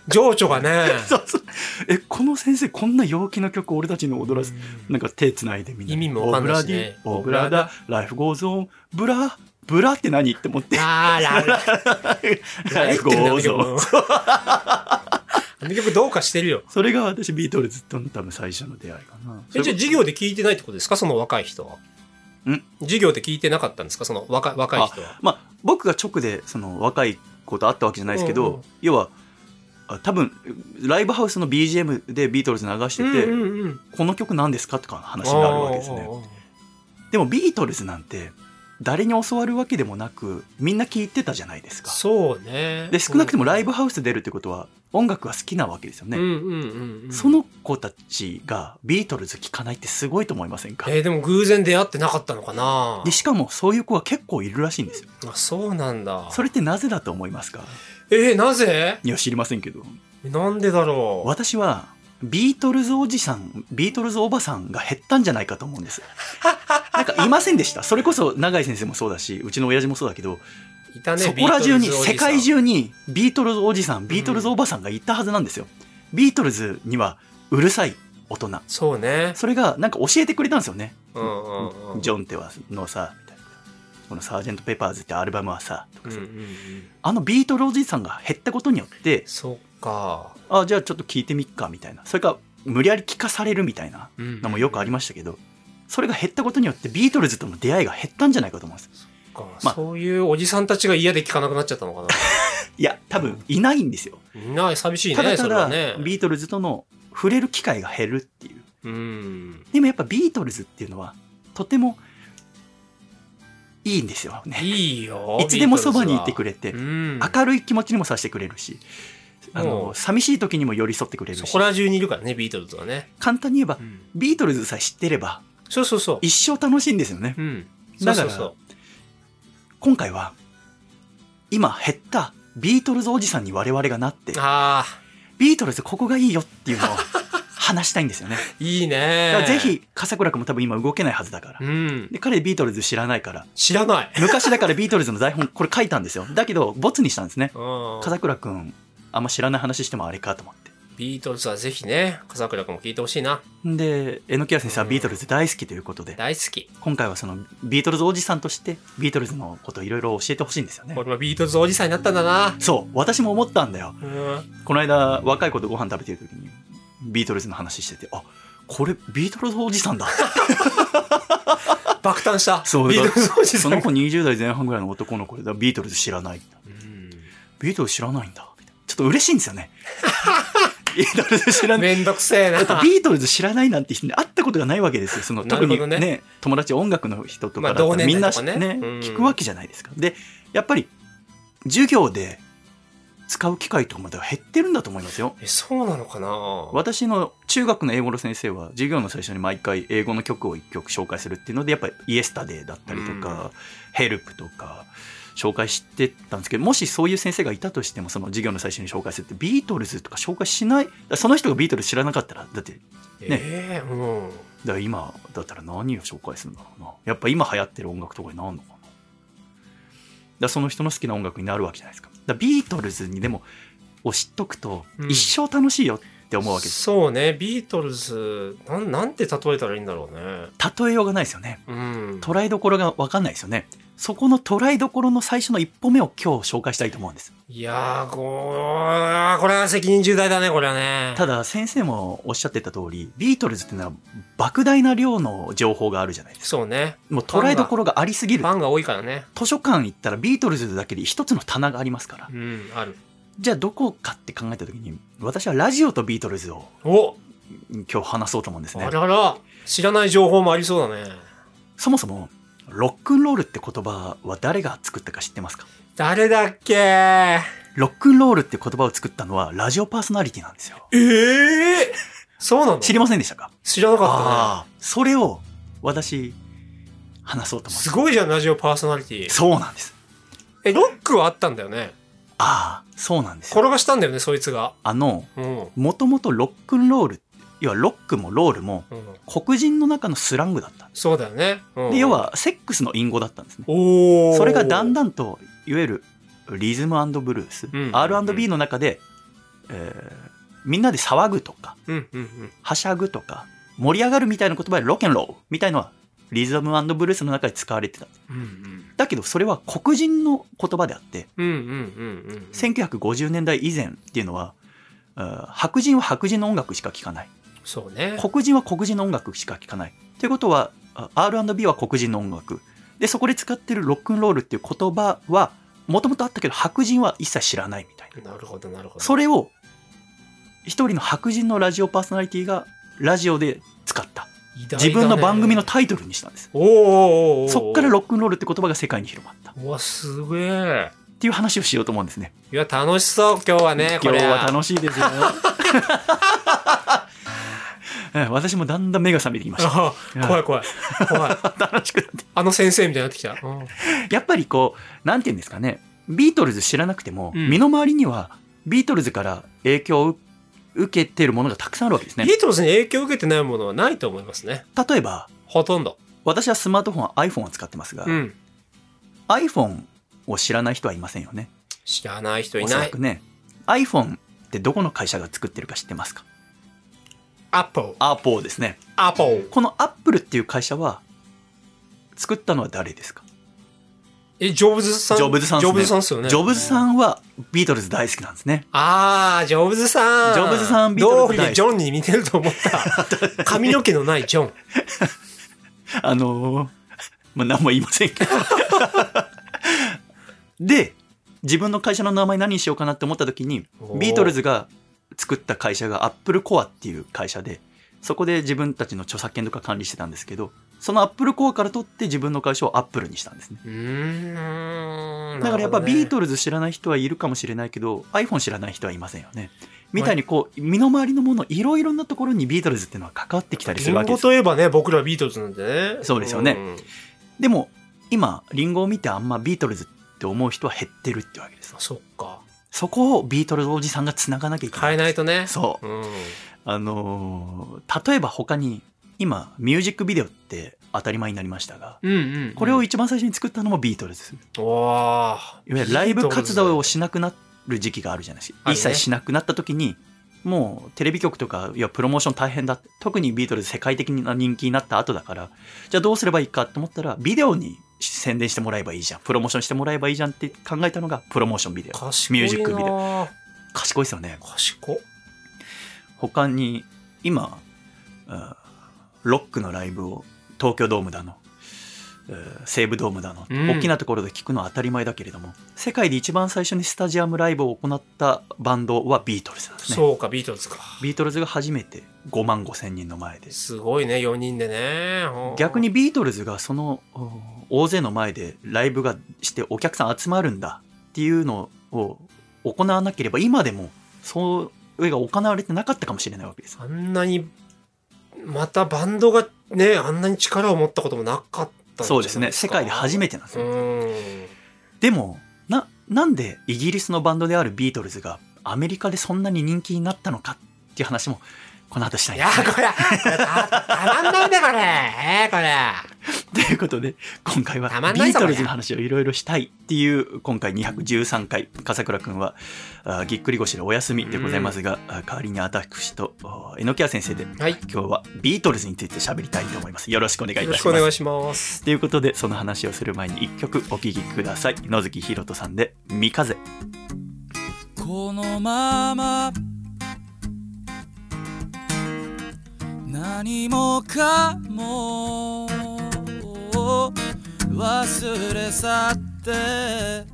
S2: 情緒がね
S1: *laughs* そうそうえこの先生こんな陽気な曲俺たちに踊らせ
S2: うん
S1: なんか手つないでみんな
S2: 意味もわかんないしね
S1: オブラディオブラだライフゴーズオンブラブラって何って思って
S2: ラーラーラ
S1: *laughs*
S2: ー
S1: ライフゴ
S2: 何言
S1: ー
S2: って
S1: ズオ
S2: んだあ
S1: ン
S2: の曲あの曲どうかしてるよ
S1: それが私ビートルズとの多分最初の出会いかな
S2: えじゃあ授業で聞いてないってことですかその若い人は
S1: ん
S2: 授業で聞いてなかったんですかその若若い人は
S1: まあ、僕が直でその若い子と会ったわけじゃないですけど、
S2: うんうん
S1: 要はあ多分ライブハウスの BGM でビートルズ流してて、
S2: うんうんうん
S1: この曲何ですかとかの話になるわけです
S2: あ
S1: ね
S2: ー
S1: でもビートルズなんて誰に教わるわけでもなくみんな聞いてたじゃないですか
S2: そうね
S1: で少なくともライブハウス出るってことは音楽が好きなわけですよね、
S2: うんうんうんうん
S1: その子たちがビートルズ聴かないってすごいと思いませんか
S2: えーでも偶然出会ってなかったのかな
S1: でしかもそういう子は結構いるらしいんですよ
S2: あそうなんだ
S1: それってなぜだと思いますか
S2: えーなぜ
S1: いや知りませんけど
S2: なんでだろう
S1: 私はビートルズおじさんビートルズおばさんが減ったんじゃないかと思うんです *laughs* なんかいませんでしたそれこそ永井先生もそうだしうちの親父もそうだけど、
S2: いたね
S1: そこら中に世界
S2: ビートルズおじさ
S1: 中
S2: ん
S1: にビートルズおじさんビートルズおばさんがいたはずなんですよ、ビートルズにはうるさい大人
S2: そうね、
S1: それがなんか教えてくれたんですよね
S2: うんうんうん、
S1: ジョンテはのさみたいなこの「サージェント・ペパーズ」ってアルバムはさとか
S2: うんう
S1: さ
S2: んうん
S1: あのビートルおじいさんが減ったことによって
S2: そっか
S1: あじゃあちょっと聞いてみっかみたいなそれか無理やり聞かされるみたいなのもよくありましたけどそれが減ったことによってビートルズとの出会いが減ったんじゃないかと思うんです
S2: か、
S1: まあ
S2: そういうおじさんたちが嫌で聞かなくなっちゃったのか
S1: いや多分いないんですよ
S2: ないない寂しいね
S1: ただた
S2: それは
S1: だ
S2: ね
S1: ビートルズとの触れる機会が減るっていう
S2: うん
S1: でもやっぱビートルズっていうのはとてもいいんですよね
S2: いいよ
S1: *laughs* いつでもそばにいてく
S2: れ
S1: れて
S2: うん
S1: 明るい気持ちにもさせてくれるしあ
S2: も
S1: の
S2: う
S1: 寂しい時にも寄り添ってくれる
S2: そ
S1: し
S2: こら中にいるからねビートルズはね、
S1: 簡単に言えば
S2: うん
S1: ビートルズさえ知ってれば
S2: そうそうそう
S1: 一生楽しいんですよね
S2: うん
S1: だから
S2: そうそう
S1: 今回は今減ったビートルズおじさんに我々がなって
S2: そうあ
S1: ビートルズここがいいよっていうのを話したいんですよ
S2: *laughs*
S1: ね
S2: ーいい
S1: だか
S2: ね
S1: らぜひ笠倉君も多分今動けないはずだから
S2: うん
S1: で彼ビートルズ知らないから
S2: 知らない
S1: 昔だからビートルズの台本これ書いたんですよだけどボツにしたんですね
S2: うん
S1: 笠倉君あんま知らない話してもあれかと思って
S2: ビートルズはぜひね笠倉君も聞いてほしいな
S1: で榎谷先生は
S2: うん
S1: ビートルズ大好きということで
S2: 大好き
S1: 今回はそのビートルズおじさんとしてビートルズのこといろいろ教えてほしいんですよね
S2: 俺もビートルズおじさんになったんだな
S1: そう私も思ったんだよ
S2: うん
S1: この間若い子とご飯食べてる時にビートルズの話しててあこれビートルズおじさんだ
S2: 爆誕した
S1: そう
S2: ビートルズおじさ
S1: そ
S2: ん
S1: の子20代前半ぐらいの男の子でだからビートルズ知らないんだビートルズ知らないんだみたいなちょっと嬉しいんですよ
S2: *laughs*
S1: ねビートルズ知ら
S2: うん
S1: ない
S2: めんどくせえな
S1: だってビートルズ知らないなんて人に会ったことがないわけですよその
S2: な
S1: 特
S2: るほ
S1: に
S2: ど
S1: ね
S2: ね
S1: 友達音楽の人とかだ
S2: まあ
S1: と
S2: 同年
S1: みんな
S2: 代
S1: ね
S2: とかねうん
S1: 聞くわけじゃないですかでやっぱり授業で使う機会とかまでは減ってるんだと思いますよ
S2: えそうなのかなわ
S1: 私の中学の英語の先生は授業の最初に毎回英語の曲を1曲紹介するっていうのでやっぱり「イエスタデー」だったりとか「ヘルプ」とか紹介してたんですけどもしそういう先生がいたとしてもその授業の最初に紹介するってビートルズとか紹介しないだからその人がビートルズ知らなかったらだって
S2: ええうん
S1: だから今だったら何を紹介するんだろうなやっぱ今流行ってる音楽とかになるのかなだからその人の好きな音楽になるわけじゃないですかだからビートルズにでもを知っとくと
S2: うん
S1: 一生楽しいよって思うわけです、
S2: そうねビートルズなんなんて例えたらいいんだろうね
S1: 例えようがないですよね
S2: うん
S1: 捉えどころが分かんないですよねそこの捉えどころの最初の一歩目を今日紹介したいと思うんです
S2: いやーこーこれは責任重大だねこれはね
S1: ただ先生もおっしゃってた通りビートルズってのは莫大な量の情報があるじゃないですか
S2: そうね
S1: もう捉えどころがありすぎ
S2: フ
S1: る
S2: ァンが多いからね
S1: 図書館行ったらビートルズだけで一つの棚がありますから
S2: うんある
S1: じゃあどこかって考えた時に私はラジオとビートルズを
S2: お
S1: 今日話そうと思うんですね
S2: あらら知らない情報もありそうだね
S1: そもそもロックンロールって言葉は誰が作ったか知ってますか
S2: 誰だっけえ
S1: ロックンロールって言葉を作ったのはラジオパーソナリティなんですよ
S2: えそうなの
S1: 知りませんでしたか
S2: 知らなかっ
S1: ああそれを私話そうと
S2: たね
S1: 思っ
S2: す
S1: て
S2: ごいじゃんラジオパーソナリティ
S1: そうなんです
S2: えロックはあったんだよね
S1: ああそうなんですよ
S2: 転がしたんだよねそいつが
S1: あの
S2: うん、うん、
S1: もともとロックンロール要はロックもロールも黒人の中のスラングだったんで
S2: そうだよね、うん
S1: すで要はセックスの隠語だったんですね
S2: おー
S1: それがだんだんといわゆるリズムブルース、
S2: んうんうん
S1: R&B の中で、えーみんなで騒ぐとか
S2: うんうんうん
S1: はしゃぐとか盛り上がるみたいな言葉でロケンローみたいのはリズムブルースの中で使われてた
S2: うんうん
S1: だけどそれは黒人の言葉であって
S2: うんうんうんうん
S1: 1950年代以前っていうのはあー白人は白人の音楽しか聴かない
S2: そうね
S1: 黒人は黒人の音楽しか聴かないということはあ R&B は黒人の音楽でそこで使ってるロックンロールっていう言葉はもともとあったけど白人は一切知らないみたいな
S2: なるほどなるほど
S1: それを一人の白人のラジオパーソナリティがラジオで使った
S2: 偉大だね
S1: 自分の番組のタイトルにしたんです
S2: おーおーおーおー
S1: そっからロックンロールって言葉が世界に広まったっ
S2: うわすげえ
S1: ていう話をしようと思うんですね
S2: いや楽しそう今日はねこ
S1: 今
S2: れ
S1: 日は楽しいです
S2: *laughs*
S1: よええ私もだんだん目が覚めてきまし
S2: あ *laughs* 怖い怖い怖い
S1: た楽しくなって
S2: あの先生みたいになってきた、うん
S1: やっぱりこうなんて言うんですかねビートルズ知らなくても、
S2: うん
S1: 身の回りにはビートルズから影響を受けてるものがたくさんあるわけですね
S2: ビートルズに影響を受けてないものはないと思いますね
S1: 例えば
S2: ほとんど
S1: 私はスマートフォン iPhone を使ってますが、
S2: うん
S1: iPhone を知らない人はいませんよね
S2: 知らない人い
S1: おそ
S2: な
S1: ら
S2: い
S1: くね iPhone ってどこの会社が作ってるか知ってますか
S2: アポ
S1: アポーですね
S2: アポ
S1: このアップルっていう会社は作ったのは誰ですか
S2: え、ジョブズさん
S1: ジョブズさんっ
S2: ジ
S1: す
S2: ョブ
S1: ね
S2: ズさんっすよね。
S1: ジョブズさんはビートルズ大好きなんですね
S2: ああ、ジョブズさん。
S1: ジョブズさんビートルズ
S2: どうり
S1: 大好
S2: で
S1: き
S2: ジョンに似てると
S1: *laughs*
S2: 思った。髪の毛のないジョン。
S1: あのー、まあ、何も言いませんけ
S2: *laughs*
S1: ど。で、自分の会社の名前何にしようかなって思った時に
S2: お、
S1: *laughs*
S2: ー
S1: ビートルズが作った会社がアップルコアっていう会社で、そこで自分たちの著作権とか管理してたんですけど、そのアップルコアから取って自分の会社をアップルにしたんですね。
S2: うーん。
S1: だからやっぱビー
S2: ル
S1: トルズ知らない人はいるかもしれないけど、iPhone 知らない人はいませんよね。みたいにこう、身の回りのもの、いろいろなところにビートルズっていうのは関わってきたりす
S2: リ
S1: るわ
S2: ン
S1: けで
S2: ゴ
S1: すよ。
S2: といえばね、僕らビートルズなんでね。
S1: そうですよね
S2: ん
S1: でも、今、リンゴを見てあんまビートルズって思う人は減ってるってわけです
S2: あ。そっか。
S1: そこをビートルズおじさんが繋がなきゃいけない。
S2: 変えないとね。
S1: そう。
S2: うん。
S1: あのー例えば他に、今、ミュージックビデオって当たり前になりましたが、
S2: うんうんうん。
S1: これを一番最初に作ったのもビートルズ。
S2: お
S1: いわゆるライブ活動を
S2: し
S1: しなくなる時期があるじゃないです
S2: あ
S1: か。
S2: る
S1: 一
S2: ね
S1: 切しなくなった時に、もうテレビ局とか、いや、プロモーション大変だって。特にビートルズ世界的な人気になった後だから、じゃあどうすればいいかと思ったら、ビデオに宣伝してもらえばいいじゃん。プロモーションしてもらえばいいじゃんって考えたのが、プロモーションビデオ。
S2: 賢い
S1: ミュージックビデオ。
S2: オ。
S1: 賢いですよね。
S2: 賢っ。
S1: 他に今、うんロックのライブを東京ドームだの、うん西武ドームだの、
S2: うん
S1: 大きなところで聞くのは当たり前だけれども世界で一番最初にスタジアムライブを行ったバンドはビートルズなんですね
S2: そうか、ビートルズか。
S1: ビートルズが初めて5万5千人の前です
S2: ごいね、4人でね。ほう
S1: 逆に、ビートルズがそのお大勢の前でライブがしてお客さん集まるんだっていうのを行わなければ今でもそれが行われてなかったかもしれないわけです
S2: あんなに、またバンドがね、あんなに力を持ったこともなかったんじゃないか
S1: そうですね世界で初めてなんです
S2: う
S1: ね、
S2: ん。
S1: でもななんでイギリスのバンドであるビートルズがアメリカでそんなに人気になったのかっていう話もこの後したい
S2: い
S1: で
S2: や、
S1: すね
S2: これ、これたたまんないね、これ。えー、これ。
S1: ということで今回は
S2: たまん
S1: ビ
S2: ない
S1: ー
S2: ぞ
S1: トルズの話をいろいろしたいっていう今回213回笠倉くんはあぎっくり腰でお休みでございますが、あ代わりに私とお榎谷先生で
S2: はい。よ
S1: 今日はビートルズについて喋りたいと思いますよろしくお願いい
S2: ろ
S1: た
S2: し
S1: し
S2: くお
S1: ま
S2: 願い
S1: す
S2: します。
S1: ということでその話をする前に1曲お聴きください野月ひろとさんで「三風」
S3: このまま何もかも忘れ去って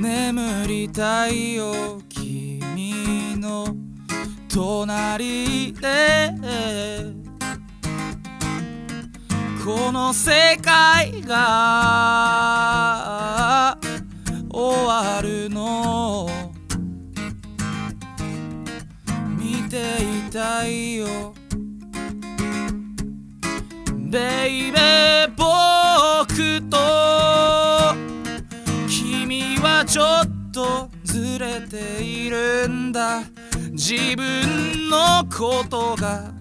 S3: 眠りたいよ君の隣でこの世界が終わるのを見ていたいよベイベー僕と君はちょっとずれているんだ自分のことが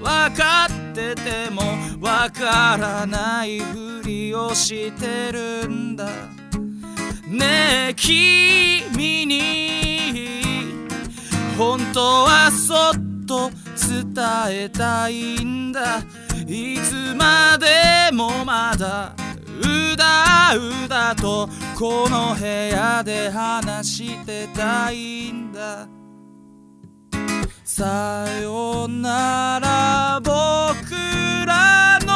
S3: 分かってても分からないふりをしてるんだねえ君に本当はそっと伝えたいんだいつまでもまだうだうだとこの部屋で話してたいんださよなら僕らの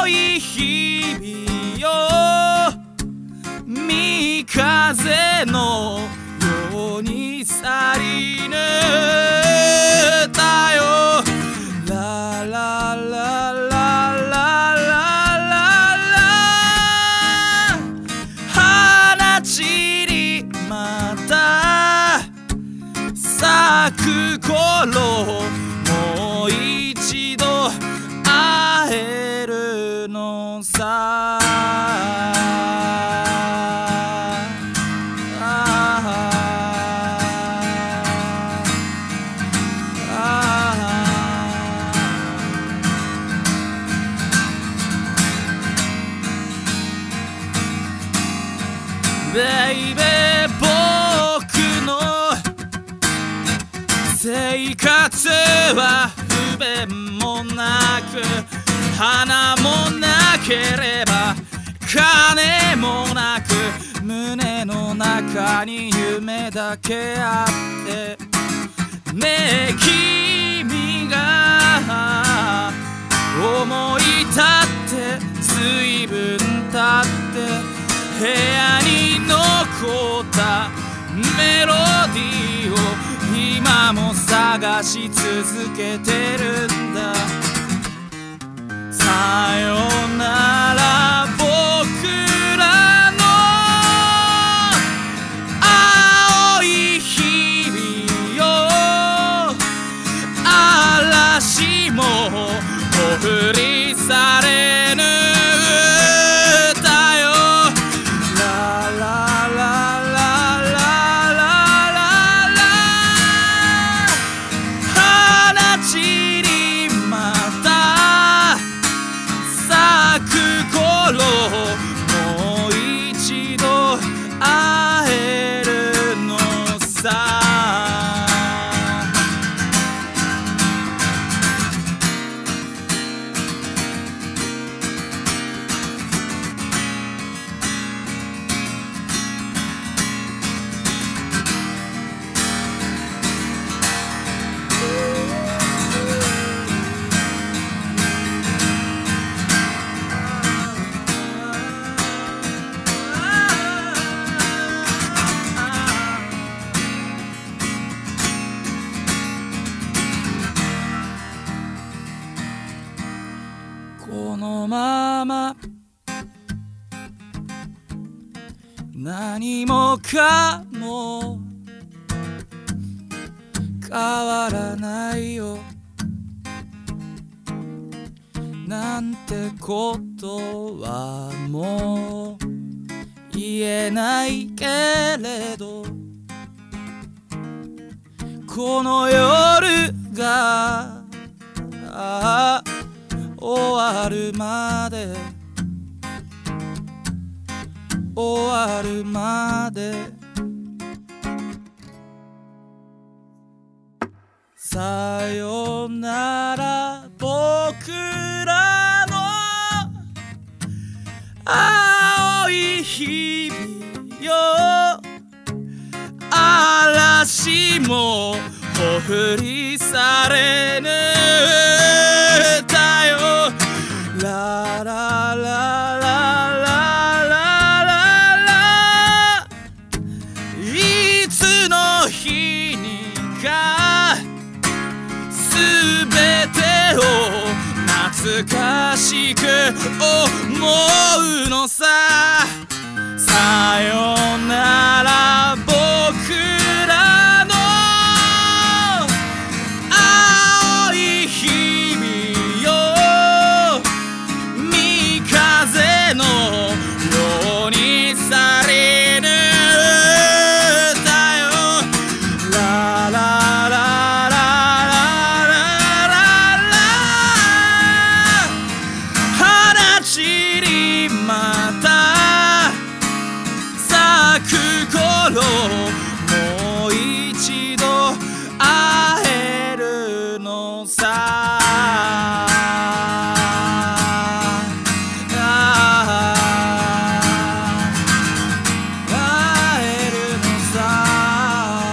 S3: 青い日々よ三風のように去りぬたよラララララララ花散りまた咲く頃もう一度会えるのさベイベー僕の生活は不便もなく花もなければ金もなく胸の中に夢だけあってねえ君が思い立って随分経って部屋に残ったメロディーを今も探し続けてるんださよなら僕らの青い日々よ嵐もお振りされぬ歌よララララララララ花散りまた咲く頃もう一度会えるのさこのまま何もかも変わらないよなんてことはもう言えないけれどこの夜がああ終わるまで終わるまでさよなら僕らの青い日々よ嵐もお振りされぬ歌よララララララララいつの日にかすべてを懐かしく思うのささよなら僕らの青い日々よ三風のようにされる歌よララララララララ花散りまた咲く頃もう一度会えるのさああ会えるのさ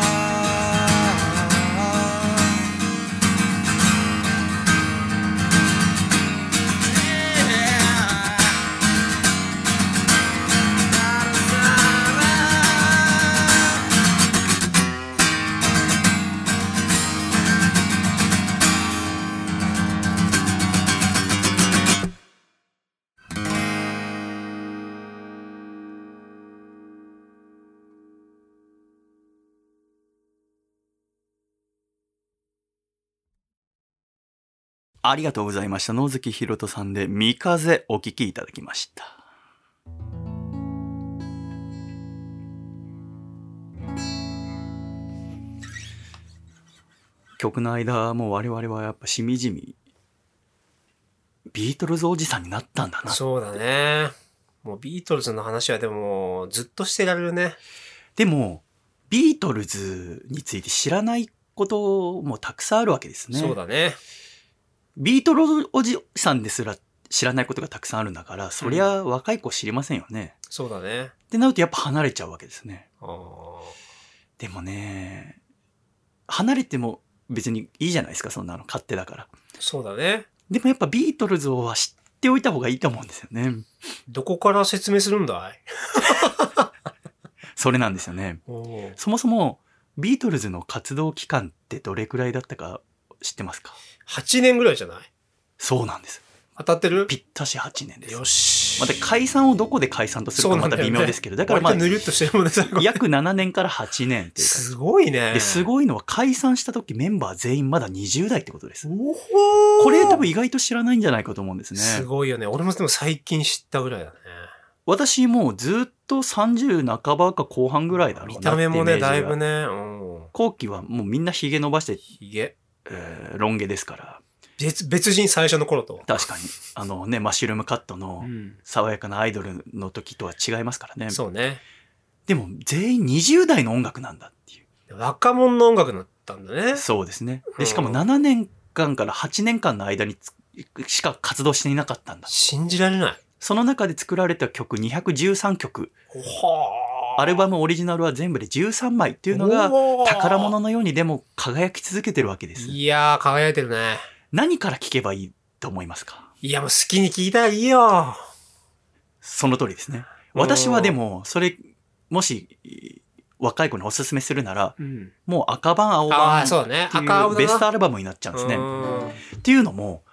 S1: ありがとうございました野月ひろとさんで「三風」お聞きいただきました曲の間もう我々はやっぱしみじみビートルズおじさんになったんだな
S2: そうだね。もうビートルズの話はでもずっとしてられるね。
S1: でもビートルズについて知らないこともたくさんあるわけですね
S2: そうだね。
S1: ビートルズおじさんですら知らないことがたくさんあるんだから、そりゃ若い子知りませんよね。
S2: そうだね。
S1: ってなるとやっぱ離れちゃうわけですね。
S2: あー
S1: でもね、離れても別にいいじゃないですか、そんなの勝手だから。
S2: そうだね。
S1: でもやっぱビートルズは知っておいた方がいいと思うんですよね。
S2: どこから説明するんだい
S1: それなんですよね。
S2: おー
S1: そもそもビートルズの活動期間ってどれくらいだったか知ってますか
S2: ?8 年ぐらいじゃない
S1: そうなんです。
S2: 当たってる
S1: ぴったし8年です
S2: よ。し。
S1: また解散をどこで解散とする
S2: そ
S1: か
S2: うな
S1: ま
S2: ん
S1: た
S2: だよね
S1: 微妙ですけど、だからま
S2: 割と
S1: あ
S2: ぬるっとしてるもんね、最後。
S1: 約7年から8年っていうか。
S2: すごいね。
S1: ですごいのは解散した時メンバー全員まだ20代ってことです。
S2: おほー
S1: これ多分意外と知らないんじゃないかと思うんですね。
S2: すごいよね。俺もでも最近知ったぐらいだね。
S1: 私もうずっと30半ばか後半ぐらいだろうな
S2: 見た目もね、だいぶ
S1: ね。
S2: ね。うん。
S1: 後期はもうみんなヒゲ伸ばして、
S2: ひげ。
S1: えーロン毛ですから。
S2: 別、別人最初の頃と。
S1: 確
S2: *laughs*
S1: かに。あのね、マッシュルームカットの
S2: うん。
S1: 爽やかなアイドルの時とは違いますからね。
S2: そうね。
S1: でも全員20代の音楽なんだっていう。
S2: 若者の音楽になったんだね。
S1: そうですね。
S2: う
S1: で、
S2: ん
S1: しかも7年間から8年間の間につしか活動していなかったんだ。
S2: 信じられない。
S1: その中で作られた曲213曲、
S2: は
S1: アルバムオリジナルは全部で13枚っていうのが
S2: おー
S1: 宝物のようにでも輝き続けてるわけです。
S2: いやー、輝いてるね。
S1: 何から聴けばいいと思いますか
S2: いや、もう好きに聞いたらいいよ。
S1: その通りですね。
S2: うん
S1: 私はでも、それ、もし、若い子におすすめするなら、
S2: うん。
S1: もう赤版、青
S2: あ
S1: 版
S2: あ、
S1: ってい
S2: そうだね。赤青
S1: う
S2: だな。
S1: ベストアルバムになっちゃうんですね。
S2: うん
S1: っていうのも、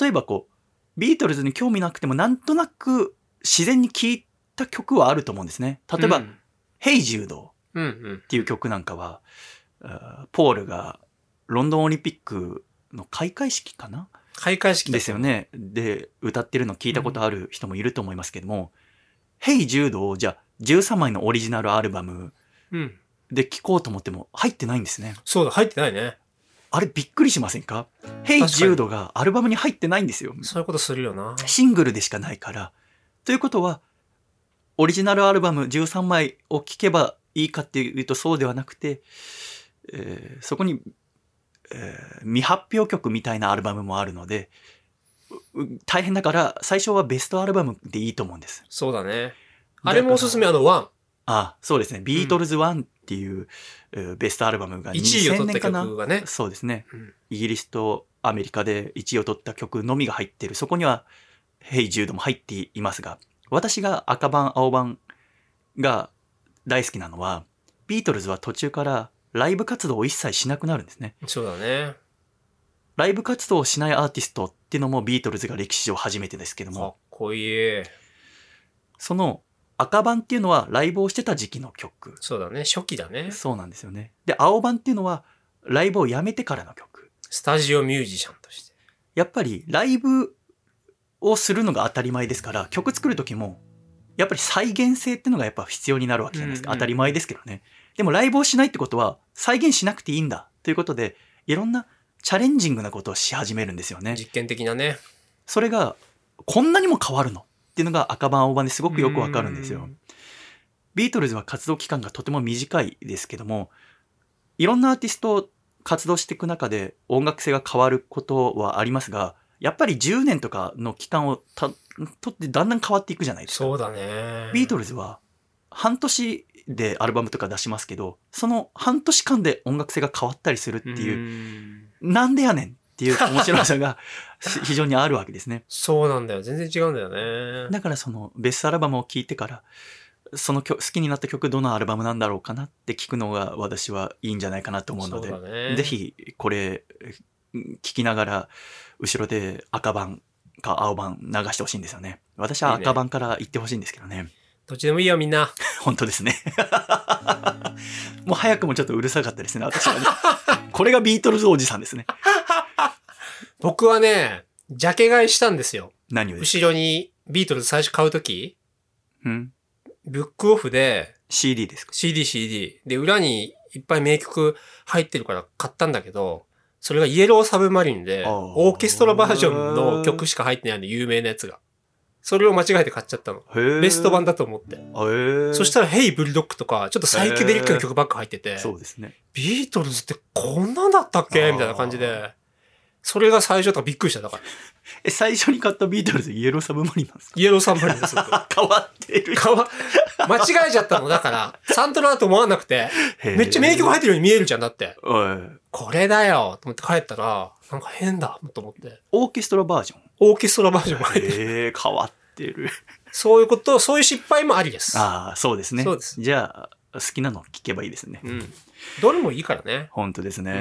S1: 例えばこう、ビートルズに興味なくても、なんとなく自然に聴いた曲はあると思うんですね。例えば、
S2: うん
S1: ヘイジュード。
S2: うんうん
S1: っ。ていう曲なんかは、あーポールがロンドンオリンピックの開会式かな
S2: 開会式だ
S1: ですよね。で、歌ってるの聞いたことある人もいると思いますけども、ヘイジュードをじゃあ13枚のオリジナルアルバム
S2: うん。
S1: で聴こうと思っても入ってないんですね。
S2: そうだ、入ってないね。
S1: あれびっくりしませんかヘイジュードがアルバムに入ってないんですよ。
S2: そういうことするよな。
S1: シングルでしかないから。ということは、オリジナルアルバム13枚を聴けばいいかっていうとそうではなくて、えーそこに、えー未発表曲みたいなアルバムもあるので、うう大変だから最初はベストアルバムでいいと思うんです。
S2: そうだね。
S1: ら
S2: あれもおすすめ、あの、ワン。
S1: あそうですね。ビートルズ1っていう、えーベストアルバムが
S2: 1位を
S1: 2000
S2: 取っ
S1: 年
S2: た
S1: かな
S2: 曲。がね。
S1: そうですね
S2: うん。
S1: イギリスとアメリカで1位を取った曲のみが入ってる。そこには、ヘイジュードも入っていますが、私が赤版、青版が大好きなのは、ビートルズは途中からライブ活動を一切しなくなるんですね。
S2: そうだね。
S1: ライブ活動をしないアーティストっていうのもビートルズが歴史上初めてですけど
S2: かっ
S1: も、
S2: こいい。
S1: その赤版っていうのはライブをしてた時期の曲。
S2: そうだね。初期だね。
S1: そうなんですよね。で、青版っていうのはライブをやめてからの曲。
S2: スタジオミュージシャンとして。
S1: やっぱりライブをするのが当たり前ですから曲作る時もやっぱり再現性ってのがやっぱ必要になるわけじゃないですか、
S2: うんうん
S1: 当たり前ですけどねでもライブをしないってことは再現しなくていいんだということでいろんなチャレンジングなことをし始めるんですよね
S2: 実験的なね。
S1: それがこんなにも変わるのっていうのが赤版青版ですごくよくわかるんですよ、
S2: う
S1: ビートルズは活動期間がとても短いですけども、いろんなアーティストを活動していく中で音楽性が変わることはありますが、やっぱり10年とかの期間をた取ってだんだん変わっていくじゃないですか。
S2: そうだね。
S1: ビートルズは半年でアルバムとか出しますけど、その半年間で音楽性が変わったりするっていう、
S2: いう。
S1: なんでやねんっていう面白さが
S2: *laughs*
S1: し非常にあるわけですね。
S2: そうなんだよ。全然違うんだよね。
S1: だからそのベストアルバムを聴いてからその曲好きになった曲どのアルバムなんだろうかなって聞くのが私はいいんじゃないかなと思うので
S2: そうだね
S1: ぜひこれ聴きながら後ろで赤版か青版流してほしいんですよね私はい
S2: いね
S1: 赤版から言ってほしいんですけどね *laughs*
S2: どっちでもいいよ、みんな。
S1: 本当
S2: *laughs*
S1: ですねもう早くもちょっとうるさかったですね私はねこれがビートルズおじさんですね
S2: 僕はね、ジャケ買いしたんですよ。
S1: 何をです、
S2: 後ろにビートルズ最初買うとき、
S1: うん、
S2: ブックオフで
S1: CD ですか
S2: CD、CD。で、裏にいっぱい名曲入ってるから買ったんだけど、それがイエローサブマリンで、
S1: あー
S2: オーケストラバージョンの曲しか入ってないの、有名なやつが。それを間違えて買っちゃったの。ベスト版
S1: だ
S2: だと思って。そ
S1: そ
S2: したら、ヘイブルドッグとか、ちょっとサイケデリックな曲ばっか入ってて、
S1: そうですね
S2: ビートルズってこんなんだったっけみたいな感じで、それが最初だからびっくりした。だから、
S1: え、最初に買ったビートルズ、イエローサブマリンなんですか
S2: イエローサンバリンですよ。 *laughs*
S1: 変わってる。
S2: かわ間違えちゃったの。だから、サントラだと思わなくて、
S1: へー
S2: めっちゃ名曲入ってるように見えるじゃん、だって。
S1: おい
S2: これだよと思って帰ったら、なんか変だと思って。
S1: オーケストラバージョン。
S2: オーケストラバージョンも入ってる。
S1: ええ変わってる。
S2: *laughs* そういうこと、そういう失敗もありです。
S1: ああ、そうですね。
S2: そうです
S1: じゃあ、好きなの聞けばいいですね。
S2: うん。どれもいいからね。
S1: 本当ですね、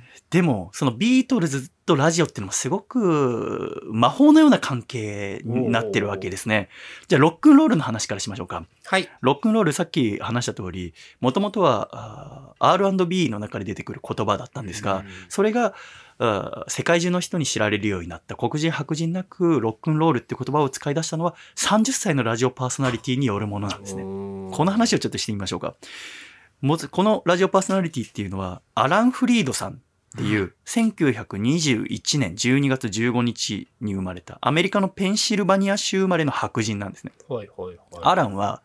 S2: う
S1: でも、そのビートルズとラジオっていうのもすごく魔法のような関係になってるわけですね。じゃあ、ロックンロールの話からしましょうか。
S2: はい。
S1: ロックンロールさっき話した通り、もともとはあー R&B の中で出てくる言葉だったんですが、
S2: うん
S1: それがあー世界中の人に知られるようになった黒人白人なくロックンロールって言葉を使い出したのは30歳のラジオパーソナリティによるものなんですね。こ
S2: こ
S1: の話をちょっとしてみましょうか。もずこのラジオパーソナリティっていうのは、アラン・フリードさんっていう、1921年12月15日に生まれた、アメリカのペンシルバニア州生まれの白人なんですね。
S2: はいはいはい。
S1: アランは、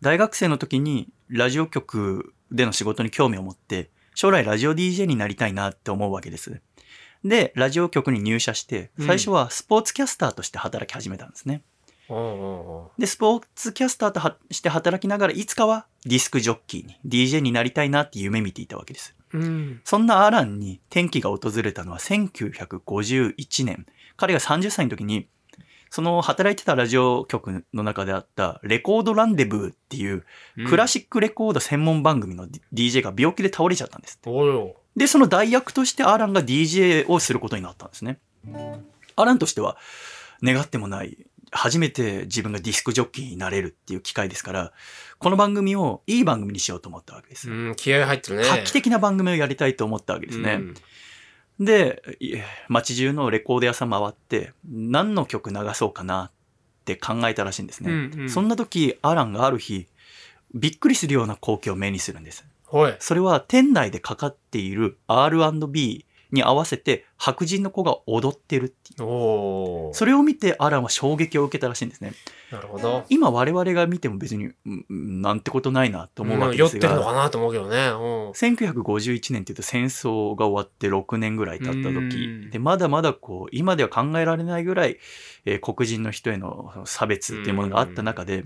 S1: 大学生の時にラジオ局での仕事に興味を持って、将来ラジオ DJ になりたいなって思うわけです。で、ラジオ局に入社して、最初はスポーツキャスターとして働き始めたんですね。
S2: うんうんうん。
S1: で、スポーツキャスターとはして働きながら、いつかはディスクジョッキーに、DJ になりたいなって夢見ていたわけです。
S2: うん。
S1: そんなアランに転機が訪れたのは1951年。彼が30歳の時に、その働いてたラジオ局の中であった、レコードランデブーっていう、クラ
S2: シ
S1: シックレコード専門番組の DJ が病気で倒れちゃったんです。
S2: およ。
S1: で、その代役としてアランが DJ をすることになったんですね。アランとしては、願ってもない、初めて自分がディスクジョッキーになれるっていう機会ですから、この番組をいい番組にしようと思ったわけです。
S2: うん、気合入ってるね。
S1: 画期的な番組をやりたいと思ったわけですね。
S2: うん
S1: で、い街中のレコード屋さん回って、何の曲流そうかなって考えたらしいんですね。
S2: うんうん
S1: そんな時、アランがある日、びっくりするような光景を目にするんです。
S2: ほい。
S1: それは店内でかかっている R&B に合わせて白人の子が踊ってるっていう。
S2: おー
S1: それを見てアランは衝撃を受けたらしいんですね。
S2: なるほど。
S1: 今我々が見ても別に、うんうんなんてことないなと思うわ
S2: ん
S1: け
S2: 酔
S1: で
S2: っ
S1: す
S2: てるの
S1: が、
S2: かなと思うけどね。うん。
S1: 1951年っていうと戦争が終わって6年ぐらい経った
S2: うん
S1: 時、でまだまだこう、今では考えられないぐらい、えー黒人の人へのその差別っていうものがあった中で、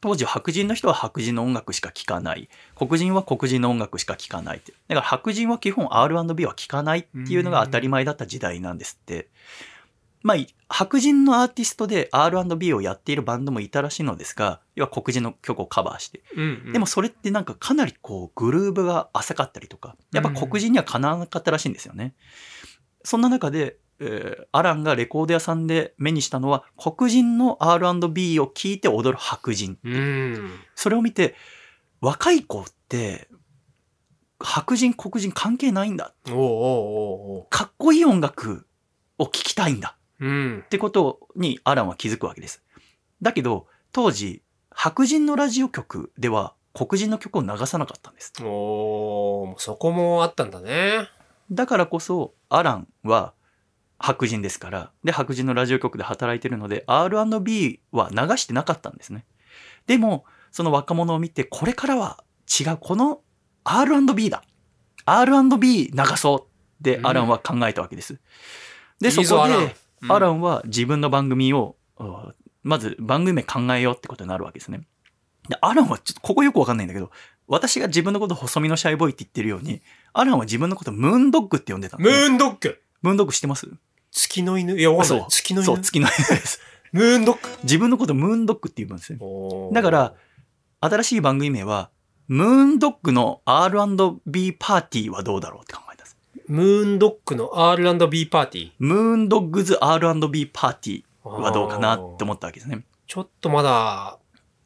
S1: 当時白人の人は白人の音楽しか聴かない黒人は黒人の音楽しか聴かないってだから白人は基本 R&B は聴かないっていうのが当たり前だった時代なんですって、まあい白人のアーティストで R&B をやっているバンドもいたらしいのですが要は黒人の曲をカバーして
S2: うんうん
S1: でも、それってなんかかなりこうグルーブが浅かったりとかやっぱ黒人にはかなわなかったらしいんですよね、そんな中で、えーアランがレコード屋さんで目にしたのは黒人の R&B を聴いて踊る白人
S2: うん。
S1: それを見て、若い子って、白人、黒人関係ないんだ。
S2: おーおーおーお
S1: かっこいい音楽を聴きたいんだ。
S2: ーうん
S1: っ。てことにアランは気づくわけです。だけど、当時、白人のラジオ局では黒人の曲を流さなかったんです。
S2: おーもうそこもあったんだね。
S1: だからこそ、アランは白人ですから、で、白人のラジオ局で働いてるので、R&B は流してなかったんですね。でも、その若者を見て、これからは違う、この R&B だ。R&B 流そうって
S2: うん
S1: アランは考えたわけです。で、
S2: い
S1: そ
S2: いぞ
S1: こで、
S2: ア
S1: ア
S2: ラ
S1: ラ
S2: ン
S1: ン,、
S2: うん
S1: は自分の番組を、うんまず番組名考えようってことになるわけですね。で、アランはちょっとここよくわかんないんだけど、私が自分のこと細身のシャイボーイって言ってるように、アランは自分のことムーンドッグって呼んでたん
S2: ム
S1: ですね
S2: ーンドッグ
S1: ムーンドッグ知ってます
S2: 月の犬いや、わかんない。月の
S1: そ
S2: 犬
S1: う、月の犬です。
S2: ムーンドッグ
S1: 自分のことムーンドッグって言うんですよ。
S2: おー
S1: だから、新しい番組名は、ムーンドッグの R&B パーティーはどうだろうって考えたんです。
S2: ムーンドッグの R&B パーティー
S1: ムーンドッグズ R&B パーティーはどうかなって思ったわけですね。
S2: ちょっとまだ、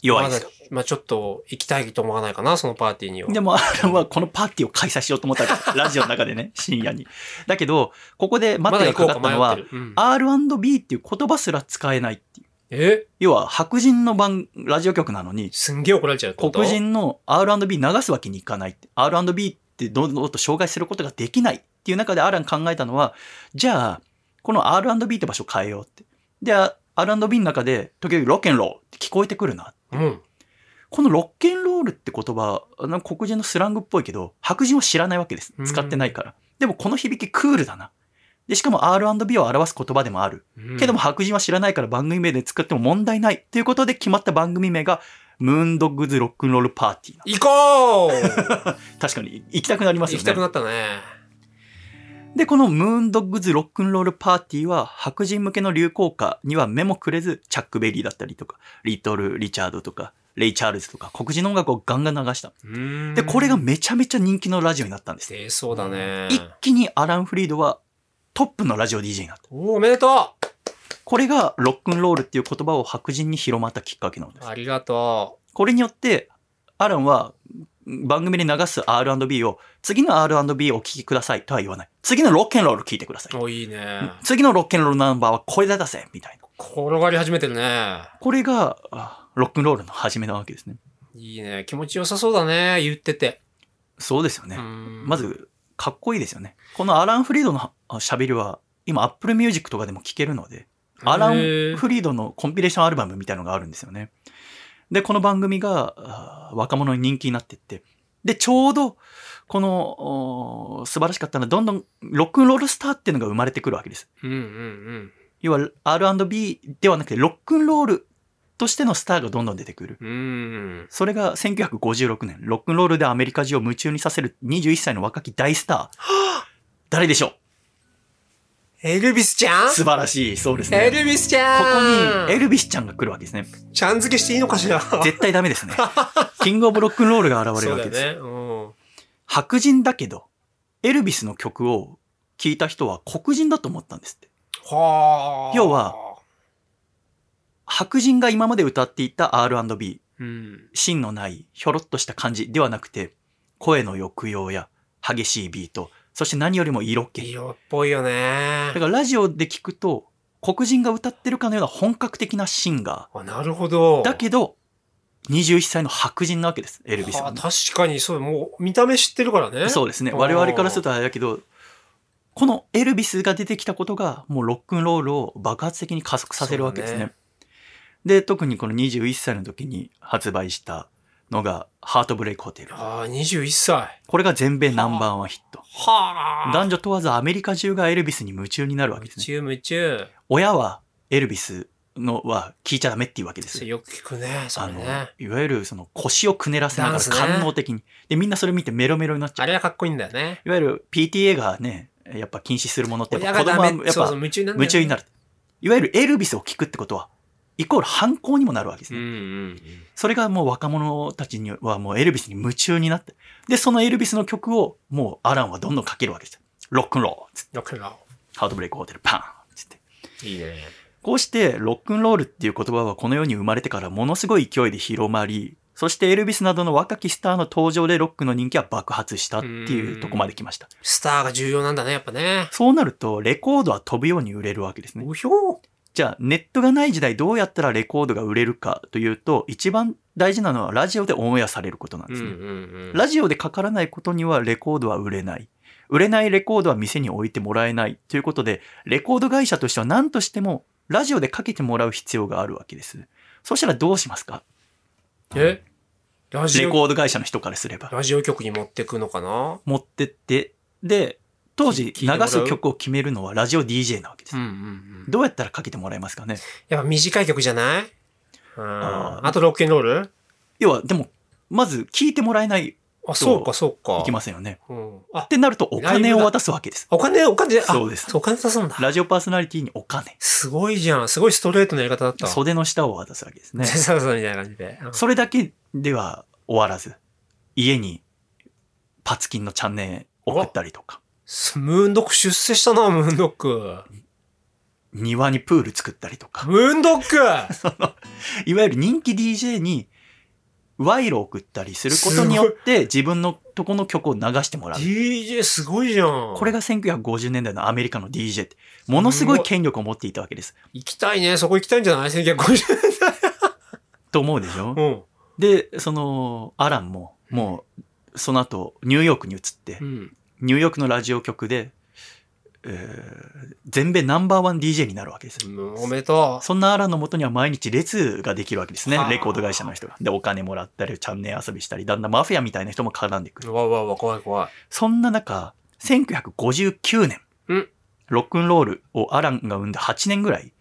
S1: 弱い
S2: ま
S1: で
S2: だ
S1: す。、
S2: まあちょっと行きたいと思わないかな、そのパーティーには。
S1: でも、あれはこのパーティーを開催しようと思ったわけです
S2: *laughs*
S1: ラジオの中でね、深夜に。だけど、ここで
S2: ま
S1: 待っ
S2: だ
S1: て
S2: 行
S1: が
S2: こ
S1: か
S2: う
S1: か
S2: か
S1: った
S2: 迷
S1: の
S2: っ
S1: は
S2: て、る。うん
S1: R&B っていう言葉すら使えないっていう。
S2: え
S1: 要は、白人の番、ラジオ局なのに、
S2: すんげえ怒られちゃうってこと
S1: 黒人の R&B 流すわけにいかないって。R&B ってどんどんと障害することができないっていう中でアラン考えたのは、じゃあ、この R&B って場所変えようって。で、あ R&B の中で時々ロケンローって聞こえてくるな。
S2: うん。
S1: このロッケンロールって言葉、なんか黒人のスラングっぽいけど、白人は知らないわけです
S2: う。ん
S1: 使ってないから。でもこの響きクールだな。で、しかも R&B を表す言葉でもある。
S2: うん
S1: けども白人は知らないから番組名で使っても問題ない。ということで決まった番組名が、ムーンドッグズロックンロールパーティーな。
S2: 行
S1: *laughs*
S2: こう
S1: 確かに行きたくなります
S2: 行
S1: よ
S2: きたく
S1: ね。
S2: なっ
S1: *laughs*
S2: たね。
S1: で、このムーンドッグズロックンロールパーティーは白人向けの流行歌には目もくれず、チャックベリーだったりとか、リトル・リチャードとか、レイ・チャールズとか、黒人の音楽をガンガン流した。
S2: うん
S1: で、これがめちゃめちゃ人気のラジオになったんです。
S2: 出そうだね。
S1: 一気にアラン・フリードはトップのラジオ DJ になった。
S2: おおめでと
S1: これがロックンロールっていう言葉を白人に広まったきっかけなので
S2: う
S1: す。
S2: ありがと
S1: これによって、アランは番組で流す R&B を次の R&B をお聴きくださいとは言わない。次のロックンロール聴いてくださ
S2: う。
S1: い。
S2: おいいね。
S1: 次のロックンロールナンバーはこれだだぜみたいな。
S2: 転がり始めてるね。
S1: これがあロックンロールの始めなわけですね。
S2: いいね。気持ちよさそうだね。言ってて。
S1: そうですよね。ま
S2: まず、
S1: ず、かっこいいですよね。このアラン・フリードのあ喋りは、今 Apple Music とかでも聴けるので、アラン・
S2: へー
S1: フリードのコンピレーションアルバムみたいのがあるんですよね。で、この番組があー若者に人気になってって、で、ちょうど、このおー素晴らしかったのは、どんどんロックンロールスターっていうのが生まれてくるわけです。
S2: うんうんうん。
S1: 要は R&B ではなくて、ロックンロールとしてのスターがどんどん出てくる。
S2: うん。
S1: それが1956年、ロックンロールでアメリカ人を夢中にさせる21歳の若き大スター。誰でしょ
S2: エルビスちゃん
S1: う素晴らしい。そうです
S2: エ
S1: ね。
S2: ルビスちゃ
S1: こ
S2: ん
S1: こにエルビスちゃんが来るわけですね。
S2: ちゃん付けしていいのかしら
S1: 絶対ダメですね。キングオブロックンロールが現れ
S2: そ
S1: るわ
S2: うだ
S1: け
S2: よ
S1: です。
S2: ね。うん。
S1: 白人だけど、エルビスの曲を聴いた人は黒人だと思ったんですって。
S2: はあ。
S1: 要は、白人が今まで歌っていた R&B、
S2: うん。
S1: 芯のないひょろっとした感じではなくて、声の抑揚や激しいビート、そして何よりも色気。
S2: 色っぽいよね
S1: だか。らラジオで聞くと、黒人が歌ってるかのような本格的なシンガ
S2: あ、なるほど。
S1: ー。だけど、21歳の白人なわけです、エルビス
S2: はあ
S1: は。
S2: 確かに、そう、もう見た目知ってるからね。
S1: そうですね。
S2: あー
S1: 我々からするとあれだけど、このエルビスが出てきたことが、もうロックンロールを爆発的に加速させるわけですね。
S2: そうだね
S1: で、特にこの21歳の時に発売したのが、ハートブレイクホテル。
S2: ああ、21歳。
S1: これが全米ナンバーワンヒット。
S2: はあ。
S1: 男女問わずアメリカ中がエルビスに夢中になるわけ
S2: 夢
S1: ですね。
S2: 中夢中。
S1: 親はエルビスのは聞いちゃダメっていうわけですよ
S2: そうよく聞くね、そ
S1: あ
S2: れ
S1: の
S2: ね。、
S1: いわゆるその腰をくねらせなが
S2: ダ
S1: ら
S2: ンスね
S1: 官能的に。で、みんなそれ見てメロメロになっちゃ
S2: あ
S1: う。
S2: れはかっこいいんだよね。
S1: いわゆる PTA がね、やっぱ禁止するものって、や
S2: 親
S1: っぱ子
S2: がダ
S1: 供は
S2: メ
S1: やっぱ
S2: そうそう、夢中になるんだよね
S1: 夢中になる。いわゆるエルビスを聞くってことは、イコール反抗にもなるわけです
S2: う
S1: ね。
S2: んうん。
S1: それがもう若者たちにはもうエルビスに夢中になって、で、そのエルビスの曲をもうアランはどんどんかけるわけですよ。ロックンローっつって
S2: ロックンロー
S1: ハートブレイクホテルパンっつって。
S2: ルいいね。
S1: こうしてロックンロールっていう言葉はこの世に生まれてからものすごい勢いで広まり、そしてエルビスなどの若きスターの登場でロックの人気は爆発したっていうとこまで来ました。
S2: スターが重要なんだね、やっぱね。
S1: そうなるとレコードは飛ぶように売れるわけですね。
S2: うひょ
S1: じゃあネットがない時代どうやったらレコードが売れるかというと一番大事なのはラジオでオンエアされることなんで
S2: うんう
S1: すね。
S2: んうん。
S1: ラジオでかからないことにはレコードは売れない。売れないレコードは店に置いてもらえないということで、レコード会社としては何としてもラジオでかけてもらう必要があるわけです。そしたらどうしますか
S2: えラジ
S1: レ
S2: オ、
S1: コード会社の人からすれば。
S2: ラジオ局に持ってくのかな
S1: 持ってって、で、当時
S2: 聞いてもら
S1: 流
S2: う
S1: す曲を決めるのはラジオ DJ なわけです
S2: うんう。んうん。
S1: どうやったらかけてもらえますかね
S2: やっぱ短い曲じゃないうん
S1: あー
S2: あとロックンロール
S1: 要は、でも、まず聞いてもらえない、
S2: あ、そうか、そうか。
S1: いきませんよね。
S2: うんあ
S1: っ、てなるとお金を渡すわけです。
S2: お金、お金、あ、
S1: そうです
S2: お金出すんだ。
S1: ラジオパーソナリティにお金、
S2: すごいじゃん。すごいストレートなやり方だった。
S1: 袖の下を渡すわけです *laughs* ね。
S2: そうそうみたいな感じで。うん
S1: それだけでは終わらず、家にパツキンのチャンネル送ったりとか、
S2: すムーンドック出世したな、ムーンドック。
S1: 庭にプール作ったりとか、
S2: ムーンドック
S1: いわゆる人気 DJ に賄賂を送ったりすることによって自分のとこの曲を流してもらう。
S2: !DJ すごいじゃん。
S1: これが1950年代のアメリカの DJ って、ものすごい権力を持っていたわけです。
S2: 行きたいね。そこ行きたいんじゃない ?1950
S1: と思うでしょ
S2: 年。
S1: で、その、アランも、もう、その後、ニューヨークに移って
S2: う、ん。
S1: ニューヨークのラジオ局で、えー全米ナンバーワン DJ になるわけです。
S2: うん。おめでと
S1: そんなアランのもとには毎日列ができるわけですね
S2: は。あ
S1: レコード会社の人が。で、お金もらったり、チャンネル遊びしたり、だんだんマフィアみたいな人も絡んでくる。
S2: う。わわわ、怖い怖い。
S1: そんな中、1959年
S2: うん、
S1: ロックンロールをアランが生んだ8年ぐらい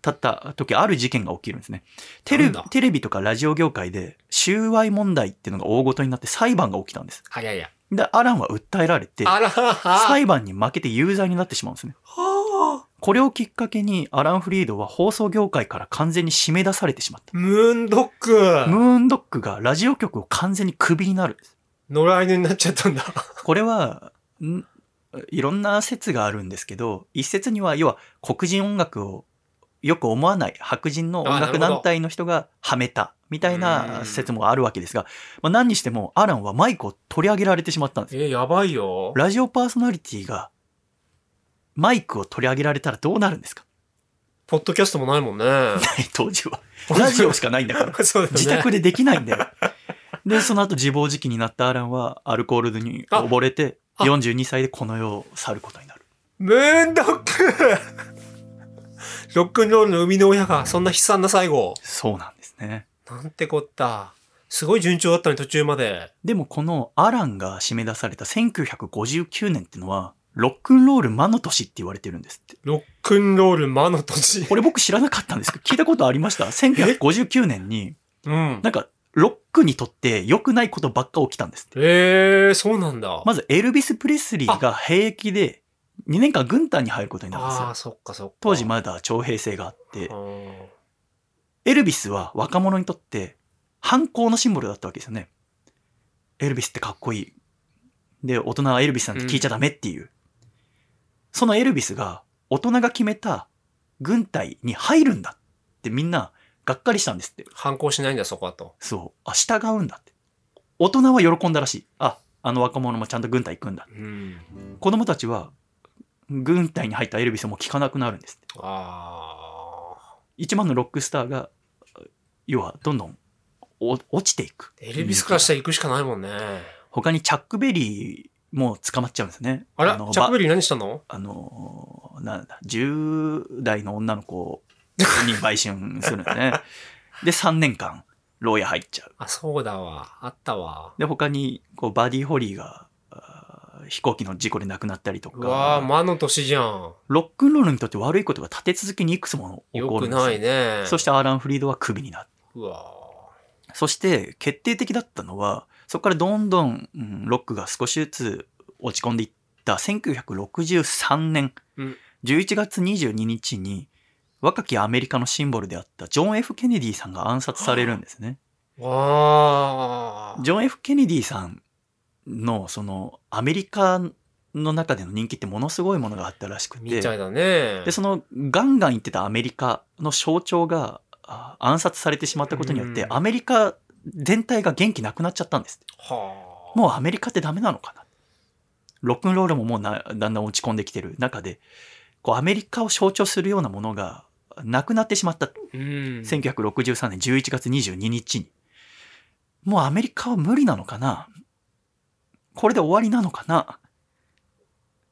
S1: 経った時、ある事件が起きるんですね。テレ
S2: なん
S1: ビ
S2: だ
S1: テレビとかラジオ業界で、収賄問題っていうのが大ごとになって裁判が起きたんです。
S2: あいやいや。
S1: で、アランは訴えられて、
S2: あらはは。
S1: 裁判に負けて有罪になってしまうんですね。これをきっかけに、アラン・フリードは放送業界から完全に締め出されてしまった。
S2: ムーンドッグ。
S1: ムーンドックがラジオ局を完全にクビになるんです。
S2: 野良犬になっちゃったんだ。
S1: これは、んいろんな説があるんですけど、一説には、要は黒人音楽をよく思わない白人の音
S2: あなる
S1: 楽
S2: ほど
S1: 団体の人がはめたみたいうなん説もあるわけですが、まあ、何にしてもアランはマイクを取り上げられてしまったんです。
S2: え、やばいよ。
S1: ラジオパーソナリティがマイクを取り上げられたらどうなるんですか
S2: ポッドキャストもないもんね。
S1: 当時は。ラジオしかないんだから。
S2: *laughs* そうだよね。
S1: 自宅でできないんだよ。で、その後自暴自棄になったアランはアルコールに溺れて、
S2: ああ
S1: 42歳でこの世を去ることになる。
S2: ムーンドッグロックンロールの生みの親がそんな悲惨な最後。
S1: そうなんですね。
S2: なんてこった。すごい順調だったね、途中まで。
S1: でもこのアランが締め出された1959年ってのは、ロックンロール魔の年って言われてるんですって。
S2: ロックンロール魔の年。
S1: これ僕知らなかったんですけど、聞いたことありました ?1959 年に、
S2: うん。
S1: なんか、ロックにとって良くないことばっか起きたんですって。
S2: えー、そうなんだ。
S1: まず、エルビス・プレスリーが兵役で2年間軍隊に入ることになるんです
S2: ああ
S1: よ
S2: ー、。そっかそっか。
S1: 当時まだ徴兵制があって
S2: う、ん
S1: エルビスは若者にとって反抗のシンボルだったわけですよね。エルビスってかっこいい。で、大人はエルビスなんて聞いちゃダメっていう。そのエルビスが大人が決めた軍隊に入るんだってみんながっかりしたんですって。
S2: 反抗しないんだ、そこはと。
S1: そう。あ、従うんだって。大人は喜んだらしい。あ、あの若者もちゃんと軍隊行くんだ。
S2: うん。
S1: 子供たちは軍隊に入ったエルビスも聞かなくなるんですって。
S2: ああ。
S1: 一番のロックスターが、要はどんどんお落ちていく。
S2: エルビスからしたら行くしかないもんね。
S1: 他にチャックベリーも捕まっちゃうんですね。
S2: あら
S1: の
S2: チャックベ
S1: リー
S2: リー何したの
S1: あのー、なんだ、10代の女の子に売春するんです
S2: *laughs*
S1: ね。で、3年間、牢屋入っちゃう。
S2: あ、そうだわ。あったわ。
S1: で、他に、こう、バディ・ホリーが、あー飛行機の事故で亡くなったりと
S2: うわー
S1: か、
S2: 魔の年じゃん。
S1: ロックンロールにとって悪いことが立て続けにいくつも起
S2: よ
S1: こる
S2: く
S1: んですよ
S2: ないね。
S1: そしてアーラン・フリードはクビになる。
S2: うわ
S1: そして、決定的だったのは、そこからどんどん、うんロックが少しずつ落ち込んでいった1963年
S2: うん
S1: 11月22日に、若きアメリカのシンボルであったジョン・ F ・ケネディさんが暗殺されるんですね。
S2: ーわー
S1: ジョン・ F ・ケネディさんの、その、アメリカの中での人気ってものすごいものがあったらしくて、
S2: みたいだね。
S1: で、その、ガンガン行ってたアメリカの象徴があ暗殺されてしまったことによって、
S2: うん
S1: アメリカ全体が元気なくなっちゃったんですって。
S2: はあ。
S1: もうアメリカってダメなのかなロックンロールももうなだんだん落ち込んできてる中でこうアメリカを象徴するようなものがなくなってしまった、
S2: うん。
S1: 1963年11月22日にもうアメリカは無理なのかなこれで終わりなのかな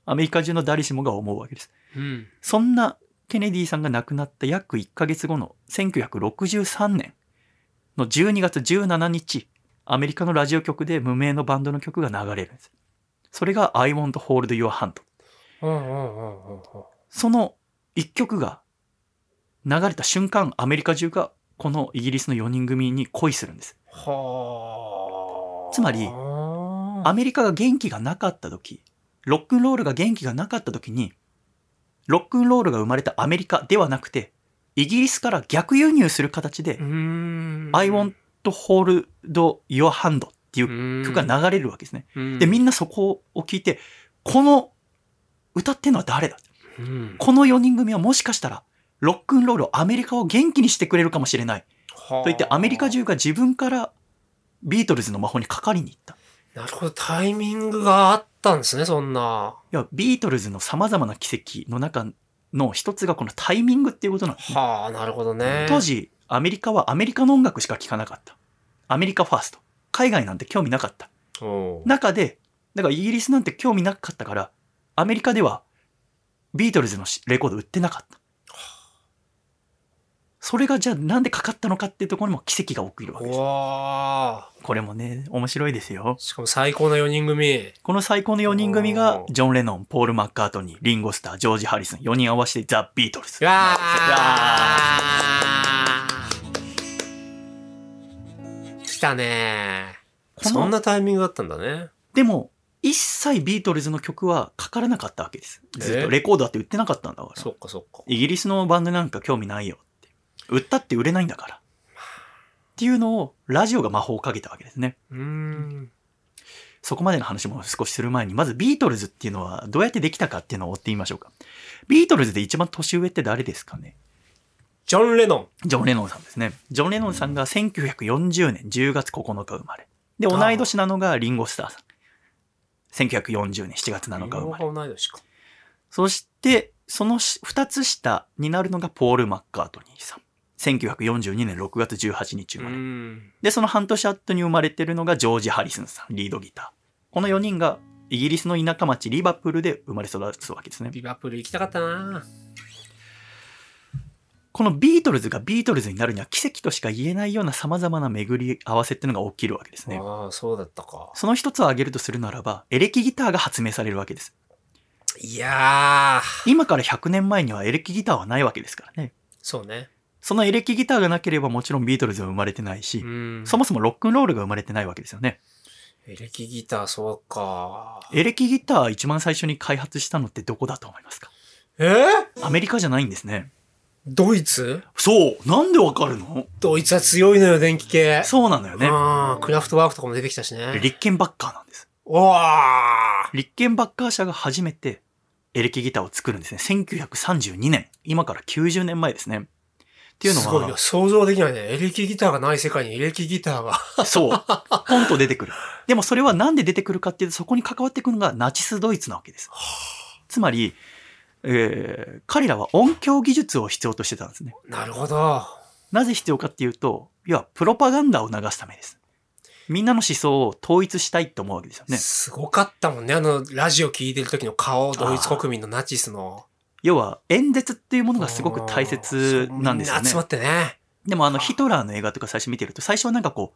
S1: アメリカ中の誰しもが思うわけです
S2: うん。
S1: そんなケネディさんが亡くなった約1ヶ月後の1963年の12月17日、アメリカのラジオ局で無名のバンドの曲が流れるんです。それが I Want Hold Your Hand。
S2: うんうんうんうんうん。
S1: その一曲が流れた瞬間、アメリカ中がこのイギリスの4人組に恋するんです。
S2: はあ。
S1: つまりア
S2: あ
S1: メリカが元気がなかった時、ロックンロールが元気がなかった時に、ロックンロールが生まれたアメリカではなくて、イギリスから逆輸入する形で
S2: う、ん。
S1: I want hold your hand っていう曲が流れるわけですね。
S2: うん
S1: で、みんなそこを聞いて、この歌ってんのは誰だ
S2: うん
S1: この4人組はもしかしたら、ロックンロールをアメリカを元気にしてくれるかもしれない。
S2: はあ
S1: と言って、アメリカ中が自分からビートルズの魔法にかかりに行った。い
S2: なるほど、タイミングがあったんですね、そんな。
S1: や、ビートルズの様々な奇跡の中の一つがこのタイミングっていうことなんですね。
S2: はあ、なるほどね。
S1: 当。時、アメリカはアメリカの音楽しか聴かなかった。アメリカファースト。海外なんて興味なかった。
S2: うん。
S1: 中で、だからイギリスなんて興味なかったから、アメリカではビートルズのしレコード売ってなかった。それがじゃあなんでかかったのかっていうところにも奇跡が起きるわけです。
S2: わ
S1: これもね、面白いですよ
S2: ー。しかも最高な4人組。
S1: この最高の4人組が
S2: お、ー
S1: ジョン・レノン、ポール・マッカートニー、リンゴ・スター、ジョージ・ハリスン、4人合わせてザ・ビートルズ。
S2: うわ
S4: ー
S2: ー来たねー。
S1: この
S2: そんなタイミングだったんだね。
S1: でも、一切ビートルズの曲はかからなかったわけです。ずっ
S2: え
S1: とレコードだって売ってなかったんだから。
S2: そっかそっか。
S1: イギリスのバンドなんか興味ないよって。売ったって売れないんだから。っていうのを、ラジオが魔法をかけたわけですね。
S2: うーん。
S1: そこまでの話も少しする前に、まずビートルズっていうのはどうやってできたかっていうのを追ってみましょうか。ビートルズで一番年上って誰ですかね
S2: ジョン・レノン。
S1: ジョン・レノンさんですね。ジョン・レノンさんが1940年10月9日生まれ。で、同い年なのがリンゴ・スターさん。1940年7月7日生まれ。
S2: 同い年か。
S1: そして、その2つ下になるのがポール・マッカートニーさん。1942年6月18日
S2: う
S1: 生まれ。
S2: ん。
S1: で、その半年後に生まれてるのがジョージ・ハリスンさん、リードギター。この4人がイギリスの田舎町リバプールで生まれ育つわけですね。
S2: ビバプール行きたかったな
S1: このビートルズがビートルズになるには奇跡としか言えないような様々な巡り合わせっていうのが起きるわけですね。
S2: ああ、そうだったか。
S1: その一つを挙げるとするならば、エレキギターが発明されるわけです。
S2: いやー。
S1: 今から100年前にはエレキギターはないわけですからね。
S2: そうね。
S1: そのエレキギターがなければもちろんビートルズは生まれてないし、
S2: うん。
S1: そもそもロックンロールが生まれてないわけですよね。
S2: エレキギター、そうか。
S1: エレキギター一番最初に開発したのってどこだと思いますか
S2: えー、
S1: アメリカじゃないんですね。
S2: ドイツ
S1: そうなんでわかるの
S2: ドイツは強いのよ、電気系。
S1: そうなのよね。
S2: うんクラフトワークとかも出てきたしね。
S1: リッケンバッカーなんです。
S2: おー
S1: リッケンバッカー社が初めてエレキギターを作るんですね。1932年。今から90年前ですね。っていうの
S2: すごいよ。
S1: は、
S2: 想像できないね。エレキギターがない世界にエレキギター
S1: *laughs*
S2: が。
S1: そう。ポンと出てくる。でもそれはなんで出てくるかっていうと、そこに関わってくるのがナチスドイツなわけです。つまり、えー彼らは音響技術を必要としてたんですね。
S2: なるほど。
S1: なぜ必要かっていうと、要はプロパガンダを流すためです。みんなの思想を統一したいって思うわけですよね。
S2: すごかったもんね。あの、ラジオ聞いてる時の顔、ドイツ国民のナチスの。
S1: 要は演説っていうものがすごく大切なんですよ
S2: み
S1: ね
S2: 集ま。ってね。
S1: でもあのヒトラーの映画とか最初見てると、最初はなんかこ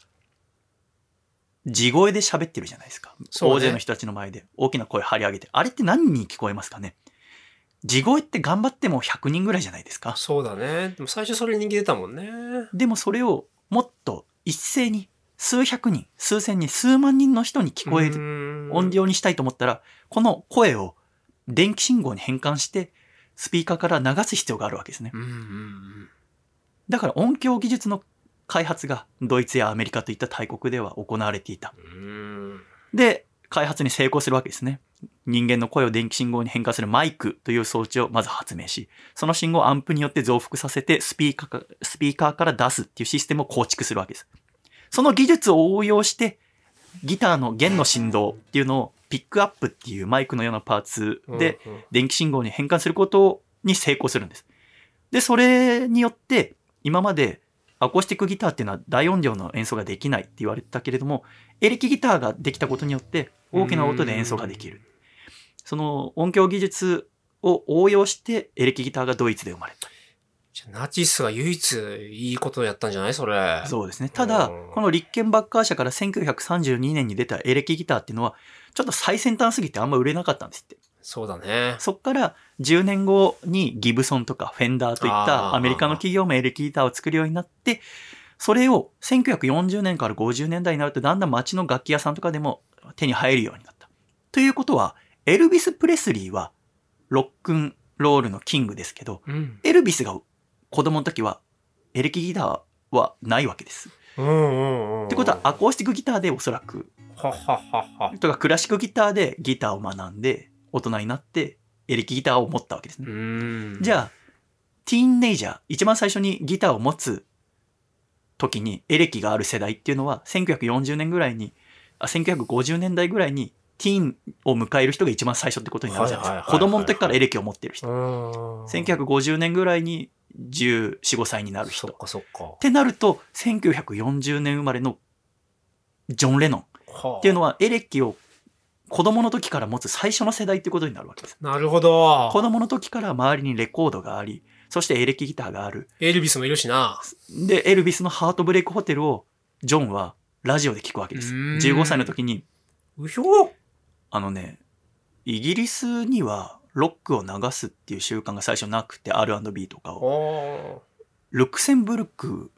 S1: う、地声で喋ってるじゃないですか。
S2: そうね
S1: 大勢の人たちの前で大きな声張り上げて。あれって何人聞こえますかね地声って頑張っても100人ぐらいじゃないですか。
S2: そうだね。でも最初それ人気出たもんね。
S1: でもそれをもっと一斉に数百人、数千人、数万人の人に聞こえる
S2: る
S1: 音。量にしたいと思ったら、この声を電気信号に変換して、スピーカーから流す必要があるわけですね。
S2: うんうんうん。
S1: だから音響技術の開発がドイツやアメリカといった大国では行われていた。
S2: うん
S1: で、開発に成功するわけですね。人間の声を電気信号に変化するマイクという装置をまず発明し、その信号をアンプによって増幅させてスピーカーかスピーカーから出すっていうシステムを構築するわけです。その技術を応用して、ギターの弦の振動っていうのをピックアップっていうマイクのようなパーツで、
S2: うんうん
S1: 電気信号に変換することに成功するんです。で、それによって、今までアコースティックギターっていうのは大音量の演奏ができないって言われてたけれども、エレキギターができたことによって、大きな音で演奏ができる。その音響技術を応用して、エレキギターがドイツで生まれ
S2: じゃあナチスが唯一いいことをやったんじゃないそれ。
S1: た。そうですね。ただ
S2: うん、
S1: このリッケンバッカー社から1932年に出たエレキギターっていうのは、ちょっと最先端すぎてあんま売れなかったんですって。
S2: そうだね。
S1: そっから10年後にギブソンとかフェンダーといっ
S2: あ
S1: た
S2: ー
S1: アメリカの企業もエレキギターを作るようになって、それを1940年から50年代になるとだんだん街の楽器屋さんとかでも手に入るようになった。ということは、エルビス・プレスリーはロックンロールのキングですけど、
S2: うん。
S1: エルビスが子供の時はエレキギターはないわけです。
S2: うんうんうん。
S1: ってことはアコースティックギターでおそらく、
S2: はっはっはっは。
S1: とかクラシックギターでギターを学んで大人になってエレキギターを持ったわけですね。
S2: うん。
S1: じゃあ、ティーンネイジャー、一番最初にギターを持つ時にエレキがある世代っていうのは、1940年ぐらいに、あ、1950年代ぐらいに、ティーンを迎える人が一番最初ってことになるじゃない
S2: はい
S1: で
S2: は
S1: す
S2: い
S1: か。
S2: はいはい
S1: 子供の時からエレキを持ってる人。
S2: うん。
S1: 1950年ぐらいに14、15歳になる人。
S2: そっ
S1: っ
S2: かそっか。
S1: てなると、1940年生まれのジョン・レノンっ
S2: は
S1: ていうのは、エレキを子供の時から持つ最初の世代ってことになるわけです。
S2: なるほど。
S1: 子供の時から周りにレコードがあり、そしてエレキギターがある。
S2: エルビスもいるしな。
S1: で、エルビスのハートブレイクホテルを、ジョンはラジオで聞くわけです。
S2: うーん
S1: 15歳の時に、
S2: うひょ
S1: あのね、イギリスにはロックを流すっていう習慣が最初なくて、R&B とかを。
S2: お
S1: ルクセンブルク、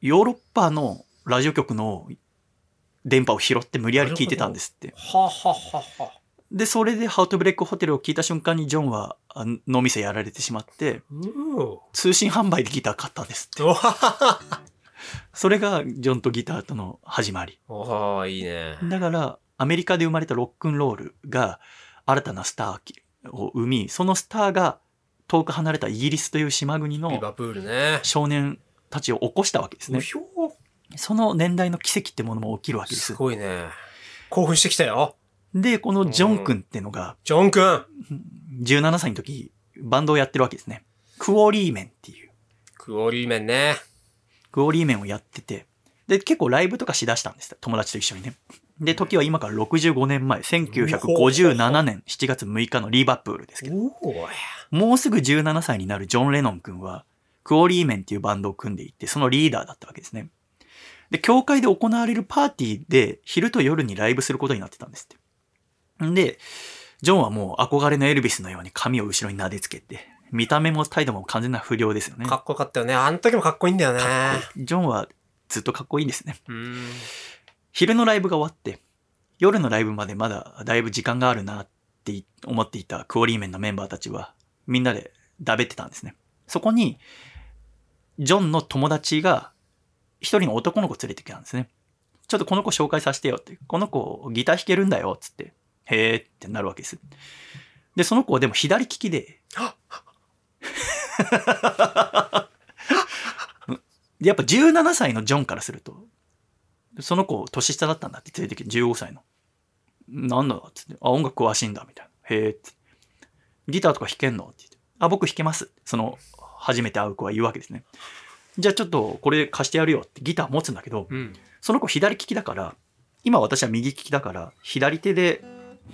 S1: ヨーロッパのラジオ局の電波を拾って無理やり聞いてたんですって。
S2: はははは。
S1: で、それでハートブレイクホテルを聞いた瞬間にジョンはあ脳みそやられてしまって、
S2: うお
S1: 通信販売でギター買ったんですって。
S2: おは
S1: それがジョンとギターとの始まり。
S2: はは。いいね。
S1: だから、アメリカで生まれたロックンロールが新たなスターを生み、そのスターが遠く離れたイギリスという島国
S2: リ
S1: の
S2: バプールね。
S1: 少年たちを起こしたわけです
S2: う
S1: ね。
S2: ひょ
S1: その年代の奇跡ってものも起きるわけですす。
S2: ごいね。興奮してきたよ。
S1: で、このジョン君ってのが、
S2: ジョン君。
S1: 17歳の時、バンドをやってるわけですね。クオリーメンっていう。
S2: クオリーメンね。
S1: クオリーメンをやってて、で、結構ライブとかしだしたんです。友達と一緒にね。で、時は今から65年前、1957年7月6日のリバプールですけど、
S2: おお。
S1: もうすぐ17歳になるジョン・レノン君は、クオリーメンっていうバンドを組んでいて、そのリーダーだったわけですね。で、教会で行われるパーティーで、昼と夜にライブすることになってたんですって。んで、ジョンはもう憧れのエルビスのように髪を後ろに撫でつけて、見た目も態度も完全な不良ですよね。
S2: かっこよかったよね。あの時もかっこいいんだよね。
S1: ジョンはずっとかっこいいんですね。
S2: うん。
S1: 昼のライブが終わって、夜のライブまでまだだいぶ時間があるなって思っていたクオリーメンのメンバーたちは、みんなでだべってたんですね。そこに、ジョンの友達が、一人の男の子連れてきたんですね。ちょっとこの子紹介させてよって。この子ギター弾けるんだよ、つって。へーってなるわけです。で、その子はでも左利きで、 *laughs* でやっぱ17歳のジョンからすると、その子年下だったんだって連れてきて、15歳の。なんだっつって、あ、音楽詳しいんだ、みたいな。へえって。ギターとか弾けんのって言って、あ、僕弾けます。その、初めて会う子は言うわけですね。じゃあちょっとこれ貸してやるよってギター持つんだけど、
S2: うん。
S1: その子左利きだから、今私は右利きだから、左手で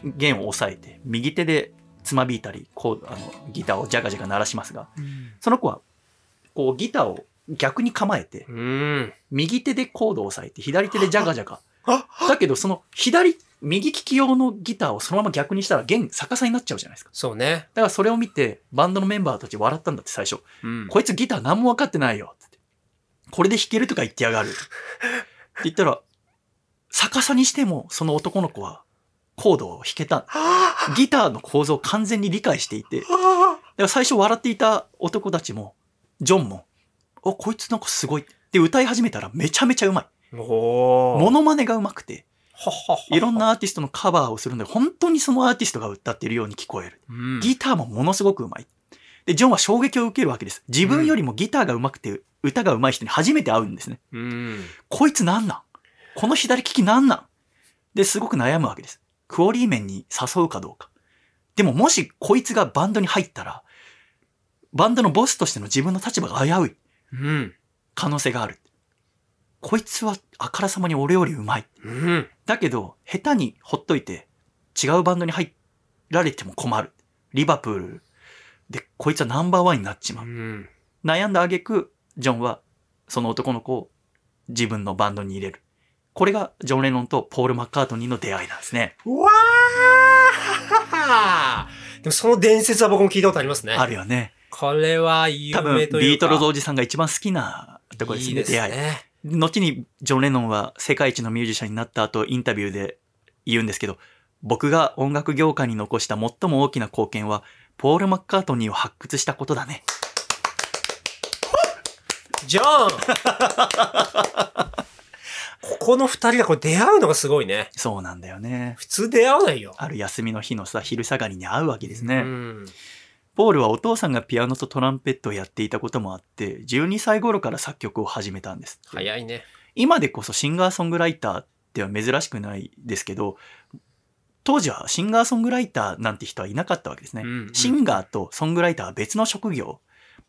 S1: 弦を押さえて、右手でつまびいたり、こう、あの、ギターをジャガジャガ鳴らしますが、その子は、こうギターを逆に構えて、
S2: うん。
S1: 右手でコードを押さえて、左手でジャガジャガ。だけど、その左、右利き用のギターをそのまま逆にしたら弦逆さになっちゃうじゃないですか。
S2: そうね。
S1: だからそれを見て、バンドのメンバーたち笑ったんだって最初。
S2: うん。
S1: こいつギター何も分かってないよ。つってこれで弾けるとか言ってや
S2: *laughs*
S1: がる。って言ったら、逆さにしても、その男の子はコードを弾けた。ギターの構造を完全に理解していて、だから最初笑っていた男たちも、ジョンも、お、こいつなんかすごい。で、歌い始めたらめちゃめちゃうまい。
S2: おお。
S1: モノマネがうまくて、
S2: はははい
S1: ろん。なアーティストのカバーをするので、本当にそのアーティストが歌っているように聞こえる。
S2: うん。
S1: ギターもものすごくうまい。で、ジョンは衝撃を受けるわけです。自分よりもギターがうまくて、歌がうまい人に初めて会うんですね。
S2: うん。
S1: こいつなんなんこの左利きなんなんで、すごく悩むわけです。クオリー面に誘うかどうか。でももしこいつがバンドに入ったら、バンドのボスとしての自分の立場が危うい
S2: うん。
S1: 可能性がある。こいつはあからさまに俺よりうまい。
S2: うん。
S1: だけど、下手にほっといて、違うバンドに入られても困る。リバプールで、こいつはナンバーワンになっちま
S2: う
S1: う。
S2: ん。
S1: 悩んだ挙句、ジョンは、その男の子を自分のバンドに入れる。これが、ジョン・レノンとポール・マッカートニーの出会いなんですね。
S2: うわあでもその伝説は僕も聞いたことありますね。
S1: あるよね。
S2: これは有
S1: 多
S2: 名
S1: 分、
S2: とい
S1: ビ
S2: う
S1: ー
S2: か。
S1: トルズおじさんが一番好きなところですね、
S2: いいです
S1: 出会い。
S2: ね。
S1: 後に、ジョン・レノンは世界一のミュージシャンになった後、インタビューで言うんですけど、僕が音楽業界に残した最も大きな貢献は、ポール・マッカートニーを発掘したことだね。
S2: ジョン *laughs* ここの二人がこれ出会うのがすごいね。
S1: そうなんだよね。
S2: 普通出会わないよ。
S1: ある休みの日のさ、昼下がりに会うわけですね。
S2: うん。
S1: ポールはお父さんがピアノとトランペットをやっていたこともあって、12歳頃から作曲を始めたんですって。
S2: 早いね。
S1: 今でこそシンガーソングライターっては珍しくないですけど、当時はシンガーソングライターなんて人はいなかったわけですね。
S2: うん
S1: シンガーとソングライターは別の職業。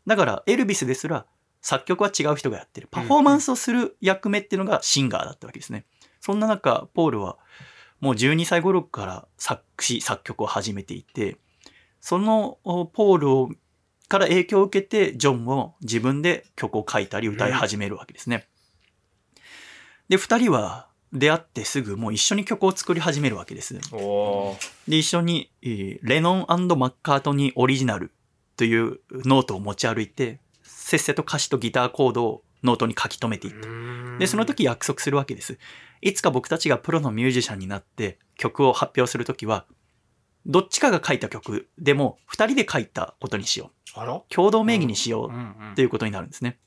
S1: だから、エルビスですら作曲は違う人がやってる。パフォーマンスをする役目っていうのがシンガーだったわけですね。そんな中、ポールはもう12歳頃から作詞、作曲を始めていて、そのおポールをから影響を受けて、ジョンも自分で曲を書いたり歌い始めるわけですね。で、二人は出会ってすぐもう一緒に曲を作り始めるわけです。
S2: おー
S1: で、一緒に、えーレノンマッカートニーオリジナルというノートを持ち歩いて、せっせと歌詞とギターコードをノートに書き留めていっで、その、時約束するわけです。いつか僕たちがプロのミュージシャンになって曲を発表するときは、どっちかが書いた曲でも二人で書いたことにしよう。
S2: あら
S1: 共同名義にしよう
S2: うん
S1: ということになるんですね。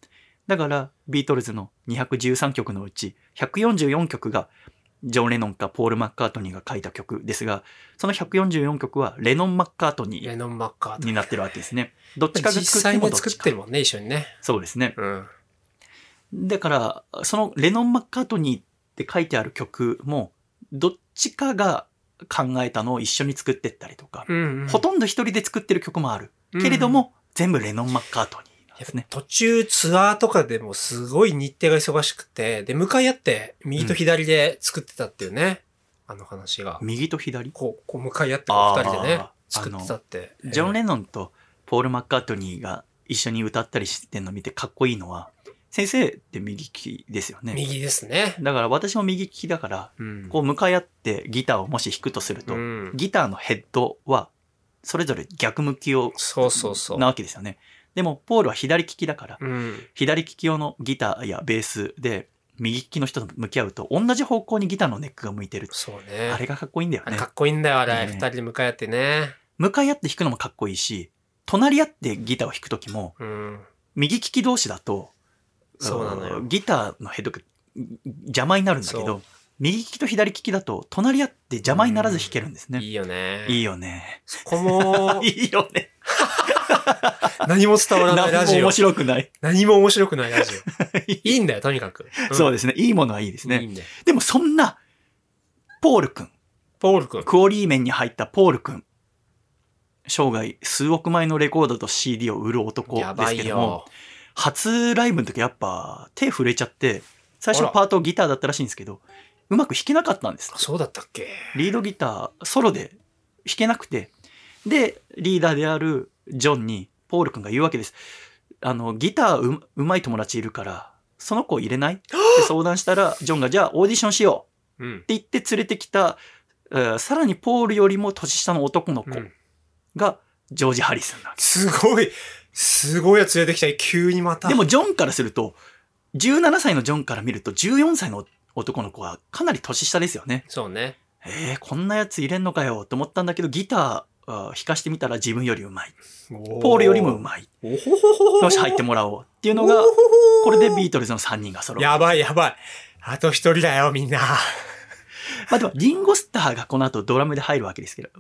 S1: だから、ビートルズの213曲のうち144曲がジョン・レノンかポール・マッカートニーが書いた曲ですが、その144曲はレノン・マッカートニ
S2: レ
S1: ー
S2: ノン・マッカート
S1: になってるわけですね。どっちかが
S2: 実
S1: 作って
S2: 際
S1: も
S2: に
S1: どっ
S2: 作っ
S1: ち
S2: て
S1: か。
S2: るもんね、一緒にね。
S1: そうですね。
S2: うん。
S1: だから、そのレノン・マッカートニーって書いてある曲も、どっちかが考えたのを一緒に作ってったりとか、
S2: うん
S1: ほとんど一人で作ってる曲もある。けれど、も、全部レノン・マッカートニーなん
S2: や
S1: で
S2: っ
S1: す
S2: ぱ
S1: ね。
S2: 途中ツアーとかでもすごい日程が忙しくて、で、向かい合って右と左で作ってたっていうね、あの話が。
S1: 右と左
S2: こう、こう向かい合ってこう二人でね
S1: あ、ー
S2: 作ってたって。
S1: ジョン・
S2: レ
S1: レノンとポール・マッカートニーが一緒に歌ったりしてんの見てかっこいいのは、先生って右利きですよね。
S2: 右ですね。
S1: だから私も右利きだから、
S2: うん
S1: こう向かい合ってギターをもし弾くとすると、
S2: うん
S1: ギターのヘッドはそれぞれ逆向きを
S2: そうそうそう
S1: な。わけですよね。でも、ポールは左利きだから、
S2: うん。
S1: 左利き用のギターやベースで、右利きの人と向き合うと、同じ方向にギターのネックが向いてる。
S2: そうね。
S1: あれがかっこいいんだよ
S2: あれ
S1: ね
S2: か。っこいいんだよ、あれ。
S1: ね
S2: 二人で向かい合ってね。
S1: 向かい合って弾くのもかっこいいし、隣り合ってギターを弾くときも、
S2: うん。
S1: 右利き同士だと、
S2: そうなの
S1: あ
S2: よ。
S1: ギターのヘッドが邪魔になるんだけ
S2: そ
S1: ど、右利きと左利きだと、隣り合って邪魔にならず弾けるんです
S2: い
S1: ね。
S2: いよね。
S1: いいよね。、
S2: そこも
S1: *laughs* いいよね。
S2: 何も伝わらないラ
S1: 何も
S2: ジオ
S1: 面。白くない。
S2: 何も面白くないラジオ。
S1: *laughs*
S2: いいんだよ、とにかく。うん
S1: そうですね。いいものはいいです
S2: いい
S1: ね。
S2: んだよ。
S1: でもそんな、ポール君、
S2: ポール君。
S1: クオリー面に入ったポール君。生涯数億枚のレコードと CD を売る男
S2: や
S1: で
S2: ば
S1: す
S2: い
S1: けども、
S2: よ。
S1: 初ライブの時やっぱ手震えちゃって、最
S2: あ
S1: 初
S2: ら
S1: パートギターだったらしいんですけど、うまく弾けなかったんです
S2: あ。そうだったっけ
S1: リードギター、ソロで弾けなくて、で、リーダーであるジョンに、ポール君が言うわけです。あの、ギターううまい友達いるから、その子入れないって相談した
S2: *gasps*
S1: ら、ジョンがじゃあオーディションしよう。
S2: うん
S1: っ。て言って連れてきた、えーさらにポールよりも年下の男の子
S2: うん
S1: がジョージ・ハリスンなんです。
S2: すごい、すごいやつ連れてきた。急にまた。
S1: でもジョンからすると、17歳のジョンから見ると14歳の男の子はかなり年下ですよね。
S2: そうね。
S1: えー、こんなやつ入れんのかよと思ったんだけど、ギターあー弾かしてみたら自分よりうまい。ポ
S2: ポ
S1: ールよりもうまい。
S2: い。おほほほほ。
S1: よし、入ってもらおうっていうのが
S2: おほ、ほほ
S1: これでビートルズの3人が揃う。
S2: やばいやばい。あと一人だよ、みんな。
S1: まあでも、リンゴスターがこの後ドラムで入るわけですけど、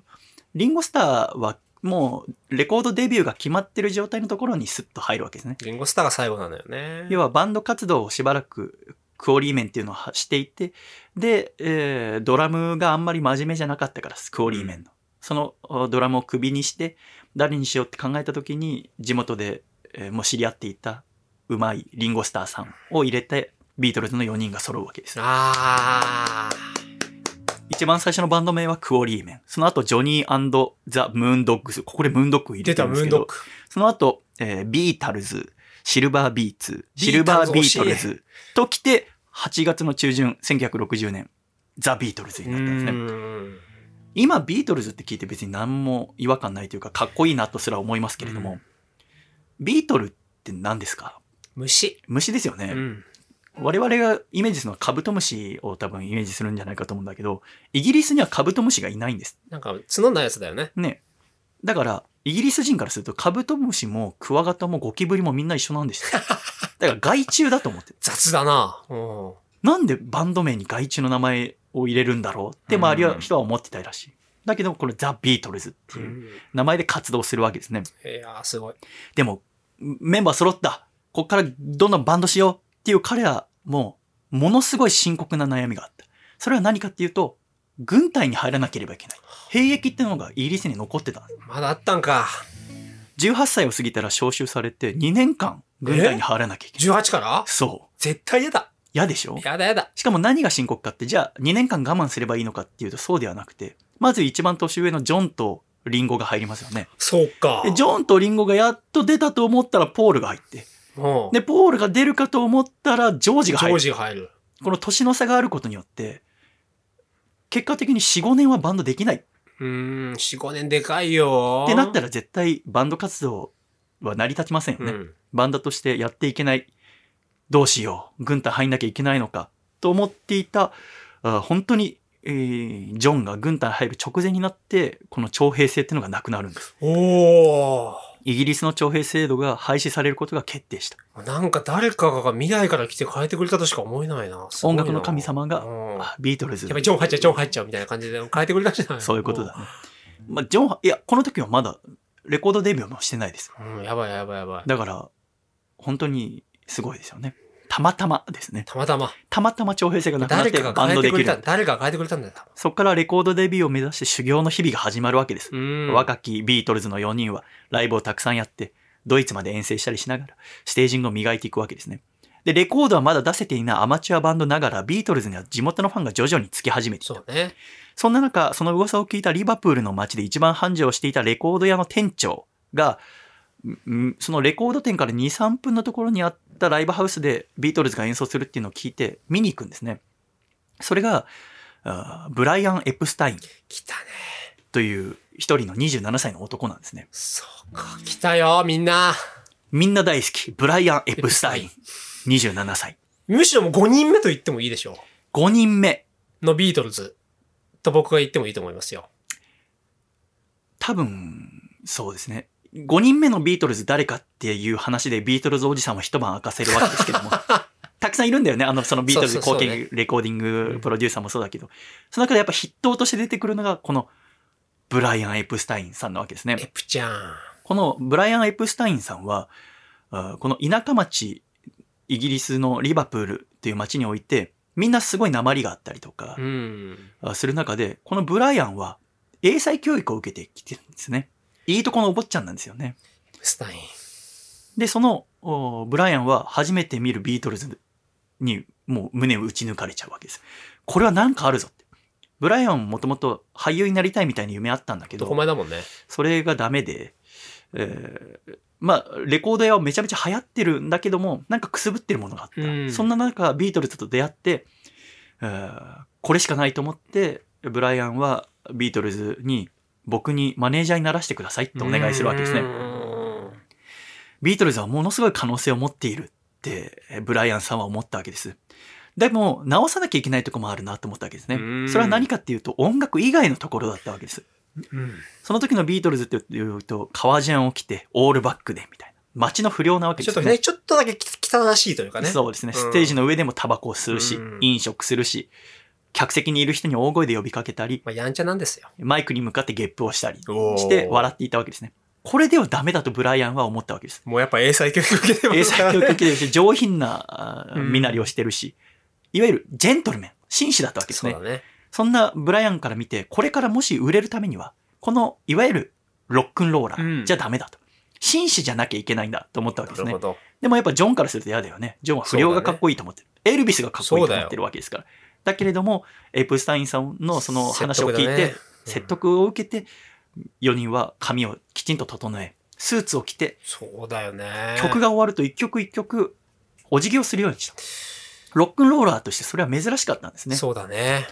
S1: リンゴスターはもうレコードデビューが決まってる状態のところにスッと入るわけですね。
S2: リンゴスターが最後なのよね。
S1: 要はバンド活動をしばらくクオリー面っていうのをしていて、で、えードラムがあんまり真面目じゃなかったからです、クオリー面の。そのおドラムをクビにして、誰にしようって考えた時に、地元で、えーもう知り合っていた、うまいリンゴスターさんを入れて、ビートルズの4人が揃うわけです。
S2: あ
S1: 一番最初のバンド名はクオリーメン。その後、ジョニーザ・ムーンドッグス。ここでムーンドッグ入
S2: ー。
S1: れ
S2: 出
S1: て
S2: た、
S1: るんで
S2: ム
S1: すけ
S2: ーンドッ
S1: ど、
S2: グ。
S1: その後、えービータルズ、シルバービーツ、シルバービートル
S2: ビータル
S1: ズと来て、8月の中旬、1960年、ザ・ビートルズになったんですね。
S2: うん
S1: 今、ビートルズって聞いて別に何も違和感ないというか、かっこいいなとすら思いますけれども、
S2: うん
S1: ビートルって何ですか
S2: 虫。
S1: 虫ですよね。
S2: うん。
S1: 我々がイメージするのはカブトムシを多分イメージするんじゃないかと思うんだけど、イギリスにはカブトムシがいないんです。
S2: なんか、角ないやつだよね。
S1: ね。だから、イギリス人からするとカブトムシもクワガタもゴキブリもみんな一緒なんです *laughs* よ。だから害虫だと思ってる。
S2: 雑だな。うん。
S1: なんでバンド名に害虫の名前を入れるんだろうって周りは人は思ってたらしい。だけど、これザ・ビートルズっていう名前で活動するわけですね。
S2: いやー、すごい。
S1: でも、メンバー揃ったこっからどんどんバンドしようっていう彼らも、ものすごい深刻な悩みがあった。それは何かっていうと、軍隊に入らなければいけない。兵役ってのがイギリスに残ってたんです
S2: まだあったんか。
S1: 18歳を過ぎたら召集されて2年間軍隊に入らなきゃいけない。
S2: 18から
S1: そう。
S2: 絶対嫌だ。
S1: 嫌でしょ
S2: やだやだ。
S1: しかも何が深刻かって、じゃあ2年間我慢すればいいのかっていうとそうではなくて、まず一番年上のジョンとリンゴが入りますよね。
S2: そうか。
S1: でジョンとリンゴがやっと出たと思ったらポールが入って。
S2: うん
S1: で、ポールが出るかと思ったらジョージ
S2: ジ
S1: が
S2: ョ
S1: 入
S2: ー
S1: る。
S2: ジが入る。
S1: この年の差があることによって、結果的に4、5年はバンドできないっ
S2: うーん、4、5年でかいよ。
S1: てなったら絶対バンド活動は成り立ちませんよ
S2: う
S1: ね。
S2: ん。
S1: バンドとしてやっていけない。どうしよう。軍隊入んなきゃいけないのか。と思っていた、あ本当に、えージョンが軍隊入る直前になって、この徴兵制っていうのがなくなるんです。
S2: おー。
S1: イギリスの徴兵制度が廃止されることが決定した。
S2: なんか誰かが未来から来て変えてくれたとしか思えないな。すごい
S1: 音
S2: な
S1: 楽の神様が
S2: うん
S1: あビートルズ
S2: やっぱ。りジョン入っちゃう、ジョン入っちゃうみたいな感じで変えてくれたんじゃない
S1: そういうことだね。まあ、ジョン、いや、この時はまだレコードデビューもしてないです。
S2: うん。うん、やばいやばいやばい。
S1: だから、本当にすごいですよね。たまたまですね。
S2: たまたま。
S1: たまたま徴兵制がなくなっ
S2: 誰
S1: て
S2: か
S1: バン
S2: が変
S1: ド
S2: え
S1: で
S2: て
S1: き
S2: く
S1: る
S2: れ
S1: よう
S2: た、
S1: に。
S2: 誰かが変えてくれたんだよ、多分
S1: そこからレコードデビューを目指して修行の日々が始まるわけです。
S2: うん。
S1: 若きビートルズの4人はライブをたくさんやって、ドイツまで遠征したりしながら、ステージングを磨いていくわけですね。で、レコードはまだ出せていないアマチュアバンドながら、ビートルズには地元のファンが徐々につき始めていた
S2: そうね。
S1: そんな中、その噂を聞いたリバプールの街で一番繁盛していたレコード屋の店長が、んそのレコード店から2、3分のところにあったライブハウスでビートルズが演奏するっていうのを聞いて見に行くんですね。それが、あーブライアン・エプスタイン
S2: 来たね。
S1: という一人の27歳の男なんですね。
S2: そうか。来たよ、みんな。
S1: みんな大好き、ブライアン・エプスタイン、27歳。
S2: むしろもう5人目と言ってもいいでしょ
S1: 5人目。
S2: う。のビートルズと僕が言ってもいいと思いますよ。
S1: 多分、そうですね。5人目のビートルズ誰かっていう話でビートルズおじさんは一晩明かせるわけですけ
S2: *laughs*
S1: ども。たくさんいるんだよね。あの、そのビートルズ
S2: そう
S1: 貢
S2: そうそうね
S1: 献、レコーディング、プロデューサーもそうだけど。その中でやっぱ筆頭として出てくるのが、この、ブライアン・エプスタインさんなわけですね。
S2: エプちゃん。
S1: このブライアン・エプスタインさんは、あーこの田舎町、イギリスのリバプールっていう町において、みんなすごい鉛があったりとか
S2: う、ん。
S1: あする中で、このブライアンは英才教育を受けてきてるんですね。いいとこのお坊ちゃんなんですよね。
S2: エプスタイン。
S1: で、そのおブライアンは初めて見るビートルズにもう胸を打ち抜かれちゃうわけです。これはなんかあるぞって。ブライアンもともと俳優になりたいみたいな夢あったんだけ
S2: どこ
S1: ど、
S2: 前だもんね。
S1: それがダメで、えーまあ、レコード屋はめちゃめちゃ流行ってるんだけども、なんかくすぶってるものがあった。
S2: うん
S1: そんな中、ビートルズと出会って、えーこれしかないと思って、ブライアンはビートルズに、僕にマネージャーにならしてくださいってお願いするわけですね。
S2: うん
S1: ビートルズはものすごい可能性を持っているって、えーブライアンさんは思ったわけです。でも、直さなきゃいけないとこもあるなと思ったわけですね
S2: う。ん
S1: それは何かっていうと、音楽以外のところだったわけです。
S2: うん。
S1: その時のビートルズって言うと、革ジャンを着て、オールバックで、みたいな。街の不良なわけ
S2: ち
S1: で
S2: ょっ
S1: す
S2: と
S1: よ
S2: ね、
S1: ね。
S2: ちょっとだけ汚らしいというかね。
S1: そうですね。
S2: うん
S1: ステージの上でもタバコを吸うし、
S2: うん
S1: 飲食するし、客席にいる人に大声で呼びかけたり、
S2: まあ、やんちゃなんですよ。
S1: マイクに向かってゲップをしたりし
S2: して
S1: 笑っていたわけですね。これではダメだとブライアンは思ったわ
S2: *laughs*
S1: けです。
S2: もうやっぱ英才教育受けてます
S1: 英才教育受けてるし、上品なあー
S2: うん
S1: 身なりをしてるし、いわゆるジェントルメン、紳士だったわけです
S2: そう
S1: ね。
S2: だね。
S1: そんなブライアンから見て、これからもし売れるためには、この、いわゆるロックンローラ
S2: う
S1: ー
S2: ん
S1: じゃダメだと。紳士じゃなきゃいけないんだと思ったわけです
S2: なる
S1: ね
S2: ほ。ど。
S1: でもやっぱジョンからすると嫌だよね。ジョンは不良がかっこいいと思ってる。エルビスがかっこいいと思ってるわけですから。だけれども、エプスタインさんのその話を聞い
S2: 説得だ
S1: て
S2: ね、
S1: 説得を受けて、4人は髪をきちんと整え、スーツを着て、
S2: そうだよね。
S1: 曲が終わると一曲一曲お辞儀をするようにした。ロックンローラーとしてそれは珍しかったんですね。
S2: そうだね。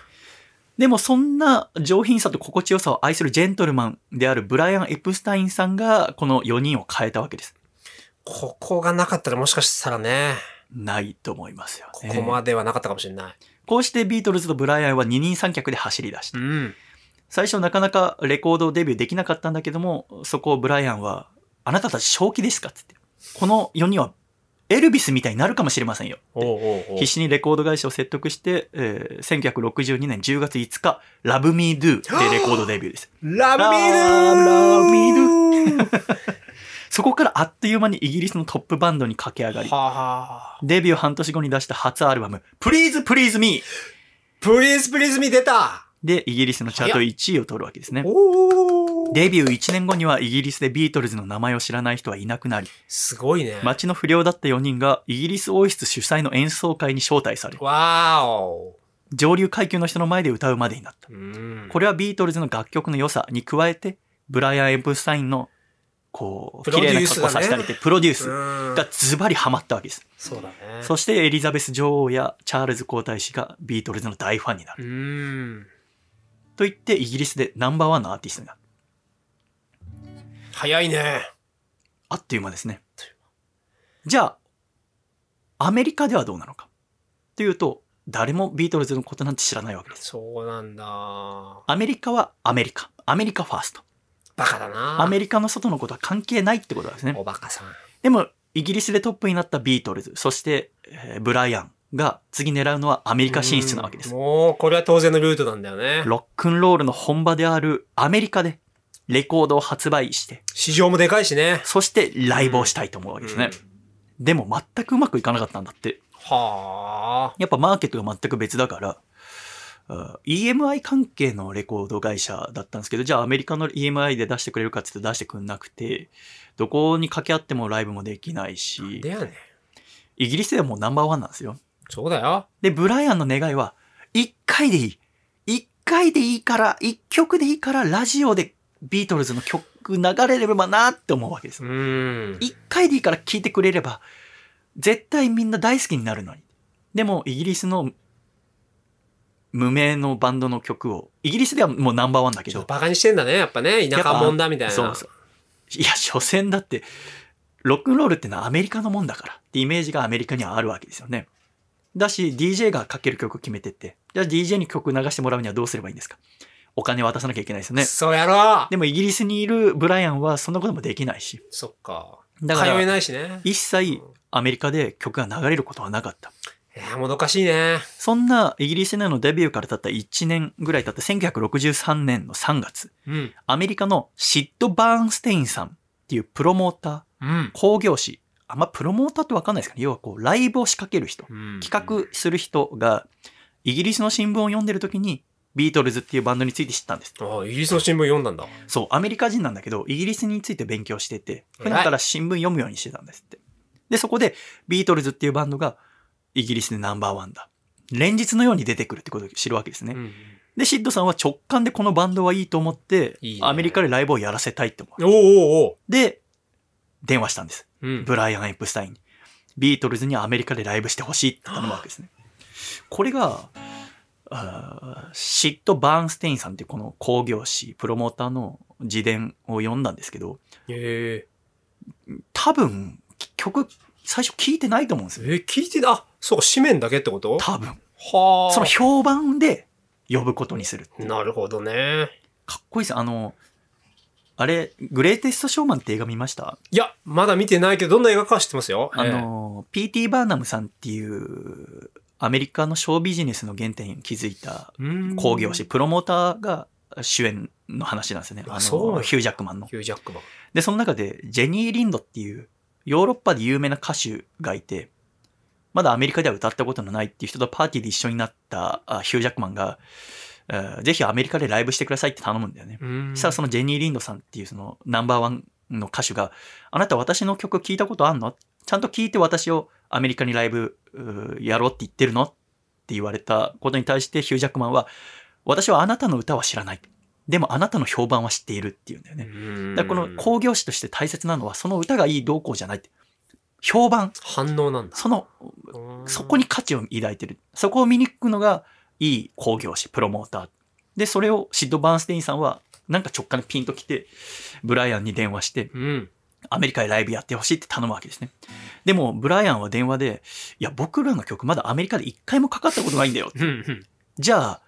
S1: でもそんな上品さと心地よさを愛するジェントルマンであるブライアン・エプスタインさんがこの4人を変えたわけです。
S2: ここがなかったらもしかしたらね、
S1: ないと思いますよ、
S2: こ
S1: ね。
S2: こまではなかったかもしれない。
S1: こうしてビートルズとブライアンは二人三脚で走り出した。
S2: ん。
S1: 最初なかなかレコードデビューできなかったんだけども、そこをブライアンは、あなたたち正気ですかって言って。この4人はエルビスみたいになるかもしれませんよ。
S2: おうおうおう
S1: 必死にレコード会社を説得して、えー1962年10月5日、ラブミードゥでレコードデビューです。
S2: ラ
S1: ラ
S2: ミル
S1: ラミ
S2: ール
S1: そこからあっという間にイギリスのトップバンドに駆け上がり、
S2: はは
S1: デビュー半年後に出した初アルバム、Please Please Me
S2: プリーズプリーズミ出た
S1: でイギリスのチャート1位を取るわけですね。
S2: おお
S1: デビュー1年後にはイギリスでビートルズの名前を知らない人はいなくなり、
S2: すごいね。
S1: 街の不良だった4人がイギリス王室主催の演奏会に招待され、
S2: わーお
S1: 上流階級の人の前で歌うまでになった。
S2: うん
S1: これはビートルズの楽曲の良さに加えて、ブライアン・エプスタインの、こう、
S2: プ
S1: 綺
S2: ロデ
S1: 麗
S2: ュ
S1: な
S2: ー
S1: 格
S2: ス
S1: 好
S2: がね
S1: させたりって、プロデュース
S2: うん
S1: がズバリハマったわけです。
S2: そうだね。
S1: そしてエリザベス女王やチャールズ皇太子がビートルズの大ファンになる。
S2: うーん。
S1: と言って、イギリスでナンバーワンのアーティストになる。
S2: 早いね。
S1: あっという間ですね。じゃあ、アメリカではどうなのか。というと、誰もビートルズのことなんて知らないわけです。
S2: そうなんだ。バ
S1: アメリカはアメリカ。アメリカファースト。
S2: カだな。
S1: アメリカの外のことは関係ないってことなんですね。
S2: おバカさん。
S1: でも、イギリスでトップになったビートルズ、そして、えーブライアンが次狙うのはアメリカ進出なわけです
S2: うん。もう、これは当然のルートなんだよね。
S1: ロックンロールの本場であるアメリカでレコードを発売して、
S2: 市場もでかいしね。
S1: そしてライブをしたいと思うわけですね。でも全くうまくいかなかったんだって。
S2: はあ。
S1: やっぱマーケットが全く別だから、あ EMI 関係のレコード会社だったんですけど、じゃあアメリカの EMI で出してくれるかって言って出してくんなくて、どこに掛け合ってもライブもできないし
S2: で、やねん。
S1: イギリスではもうナンバーワンなんですよ。
S2: そうだよ。
S1: で、ブライアンの願いは、一回でいい。一回でいいから、一曲でいいから、ラジオでビートルズの曲流れればなって思うわけです
S2: う。ん。
S1: 一回でいいから聴いてくれれば、絶対みんな大好きになるのに。でも、イギリスの無名のバンドの曲を、イギリスではもうナンバーワンだけ
S2: ちょっ
S1: ど
S2: と、バカにしてんだね。やっぱね。田
S1: やっ
S2: 舎
S1: ぱ
S2: もんだみたいな。
S1: そうそう。いや、所詮だって、ロックンロールってのはアメリカのもんだからってイメージがアメリカにはあるわけですよね。だし、DJ がかける曲を決めてって、じゃあ DJ に曲流してもらうにはどうすればいいんですかお金渡さなきゃいけないですよね。
S2: そうやろう。
S1: でもイギリスにいるブライアンはそんなこともできないし、
S2: そっか。
S1: だから
S2: 通えないしね。
S1: 一切アメリカで曲が流れることはなかった。
S2: いや、もどかしいね。
S1: そんなイギリスでのデビューからたった1年ぐらい経った1963年の3月、
S2: うん。
S1: アメリカのシッド・バーンステインさんっていうプロモーター、
S2: うん。
S1: 興行師、あんまプロモーターってわかんないですかね。要はこう、ライブを仕掛ける人、企
S2: 画。
S1: 画する人が、イギリスの新聞を読んでる時に、ビートルズっていうバンドについて知ったんです。
S2: ああ、イギリスの新聞読んだんだ。
S1: そう、アメリカ人なんだけど、イギリスについて勉強してて、
S2: 偉い
S1: 普段から新聞読むようにしてたんですって。で、そこで、ビートルズっていうバンドが、イギリスでナンバーワンだ。連日のように出てくるってことを知るわけですね。
S2: うん
S1: で、シッドさんは直感でこのバンドはいいと思って、
S2: いいね
S1: アメリカでライブをやらせたいって思う。
S2: おうおうおう。
S1: で、電話したんです。
S2: うん。
S1: ブライアン・エプスタインにビートルズにアメリカでライブしてほしいって頼むわけですね。これが、あーシット・バーンステインさんっていうこの興行師、プロモーターの自伝を読んだんですけど、
S2: え
S1: 多分、曲、最初聞いてないと思うんです
S2: え
S1: よ。
S2: え、聞いてた。あ、そうか、紙面だけってこと
S1: 多分。
S2: はあ。
S1: その評判で呼ぶことにする。
S2: なるほどね。
S1: かっこいいです。あの、あれ、グレイテスト・ショーマンって映画見ました
S2: いや、まだ見てないけど、どんな映画かは知ってますよ。
S1: あの、P.T. バーナムさんっていう、アメリカのショービジネスの原点に気づいた
S2: ええ、うん
S1: 興行師、。プロモーターが主演の話なんですよね。あ
S2: あそうなん
S1: の、
S2: だ
S1: ヒュージャックマンの。
S2: ヒュージャックマン。
S1: で、その中で、ジェニー・リンドっていう、ヨーロッパで有名な歌手がいて、まだアメリカでは歌ったことのないっていう人とパーティーで一緒になったあヒュージャックマンが、えーぜひアメリカでライブしてくださいって頼むんだよね。
S2: うん
S1: そしたらそのジェニー・リンドさんっていうそのナンバーワンの歌手が、あなた私の曲聞いたことあんのちゃんと聞いて私をアメリカにライブうーやろうって言ってるのって言われたことに対してヒュージャックマンは、私はあなたの歌は知らない。でもあなたの評判は知っているっていうんだよね。
S2: うん
S1: だからこの興行師として大切なのはその歌がいいどうこうじゃないって。評判、
S2: 反応なんだ。
S1: その、そこに価値を抱いてる。そこを見に行くのがいい興行師、プロモーター。で、それをシッド・バーンステインさんは、なんか直感でピンときて、ブライアンに電話して、
S2: うん。
S1: アメリカでライブやってほしいって頼むわけですね。でも、ブライアンは電話で、いや、僕らの曲まだアメリカで一回もかかったことないんだよ。
S2: うん。うん。
S1: じゃあ、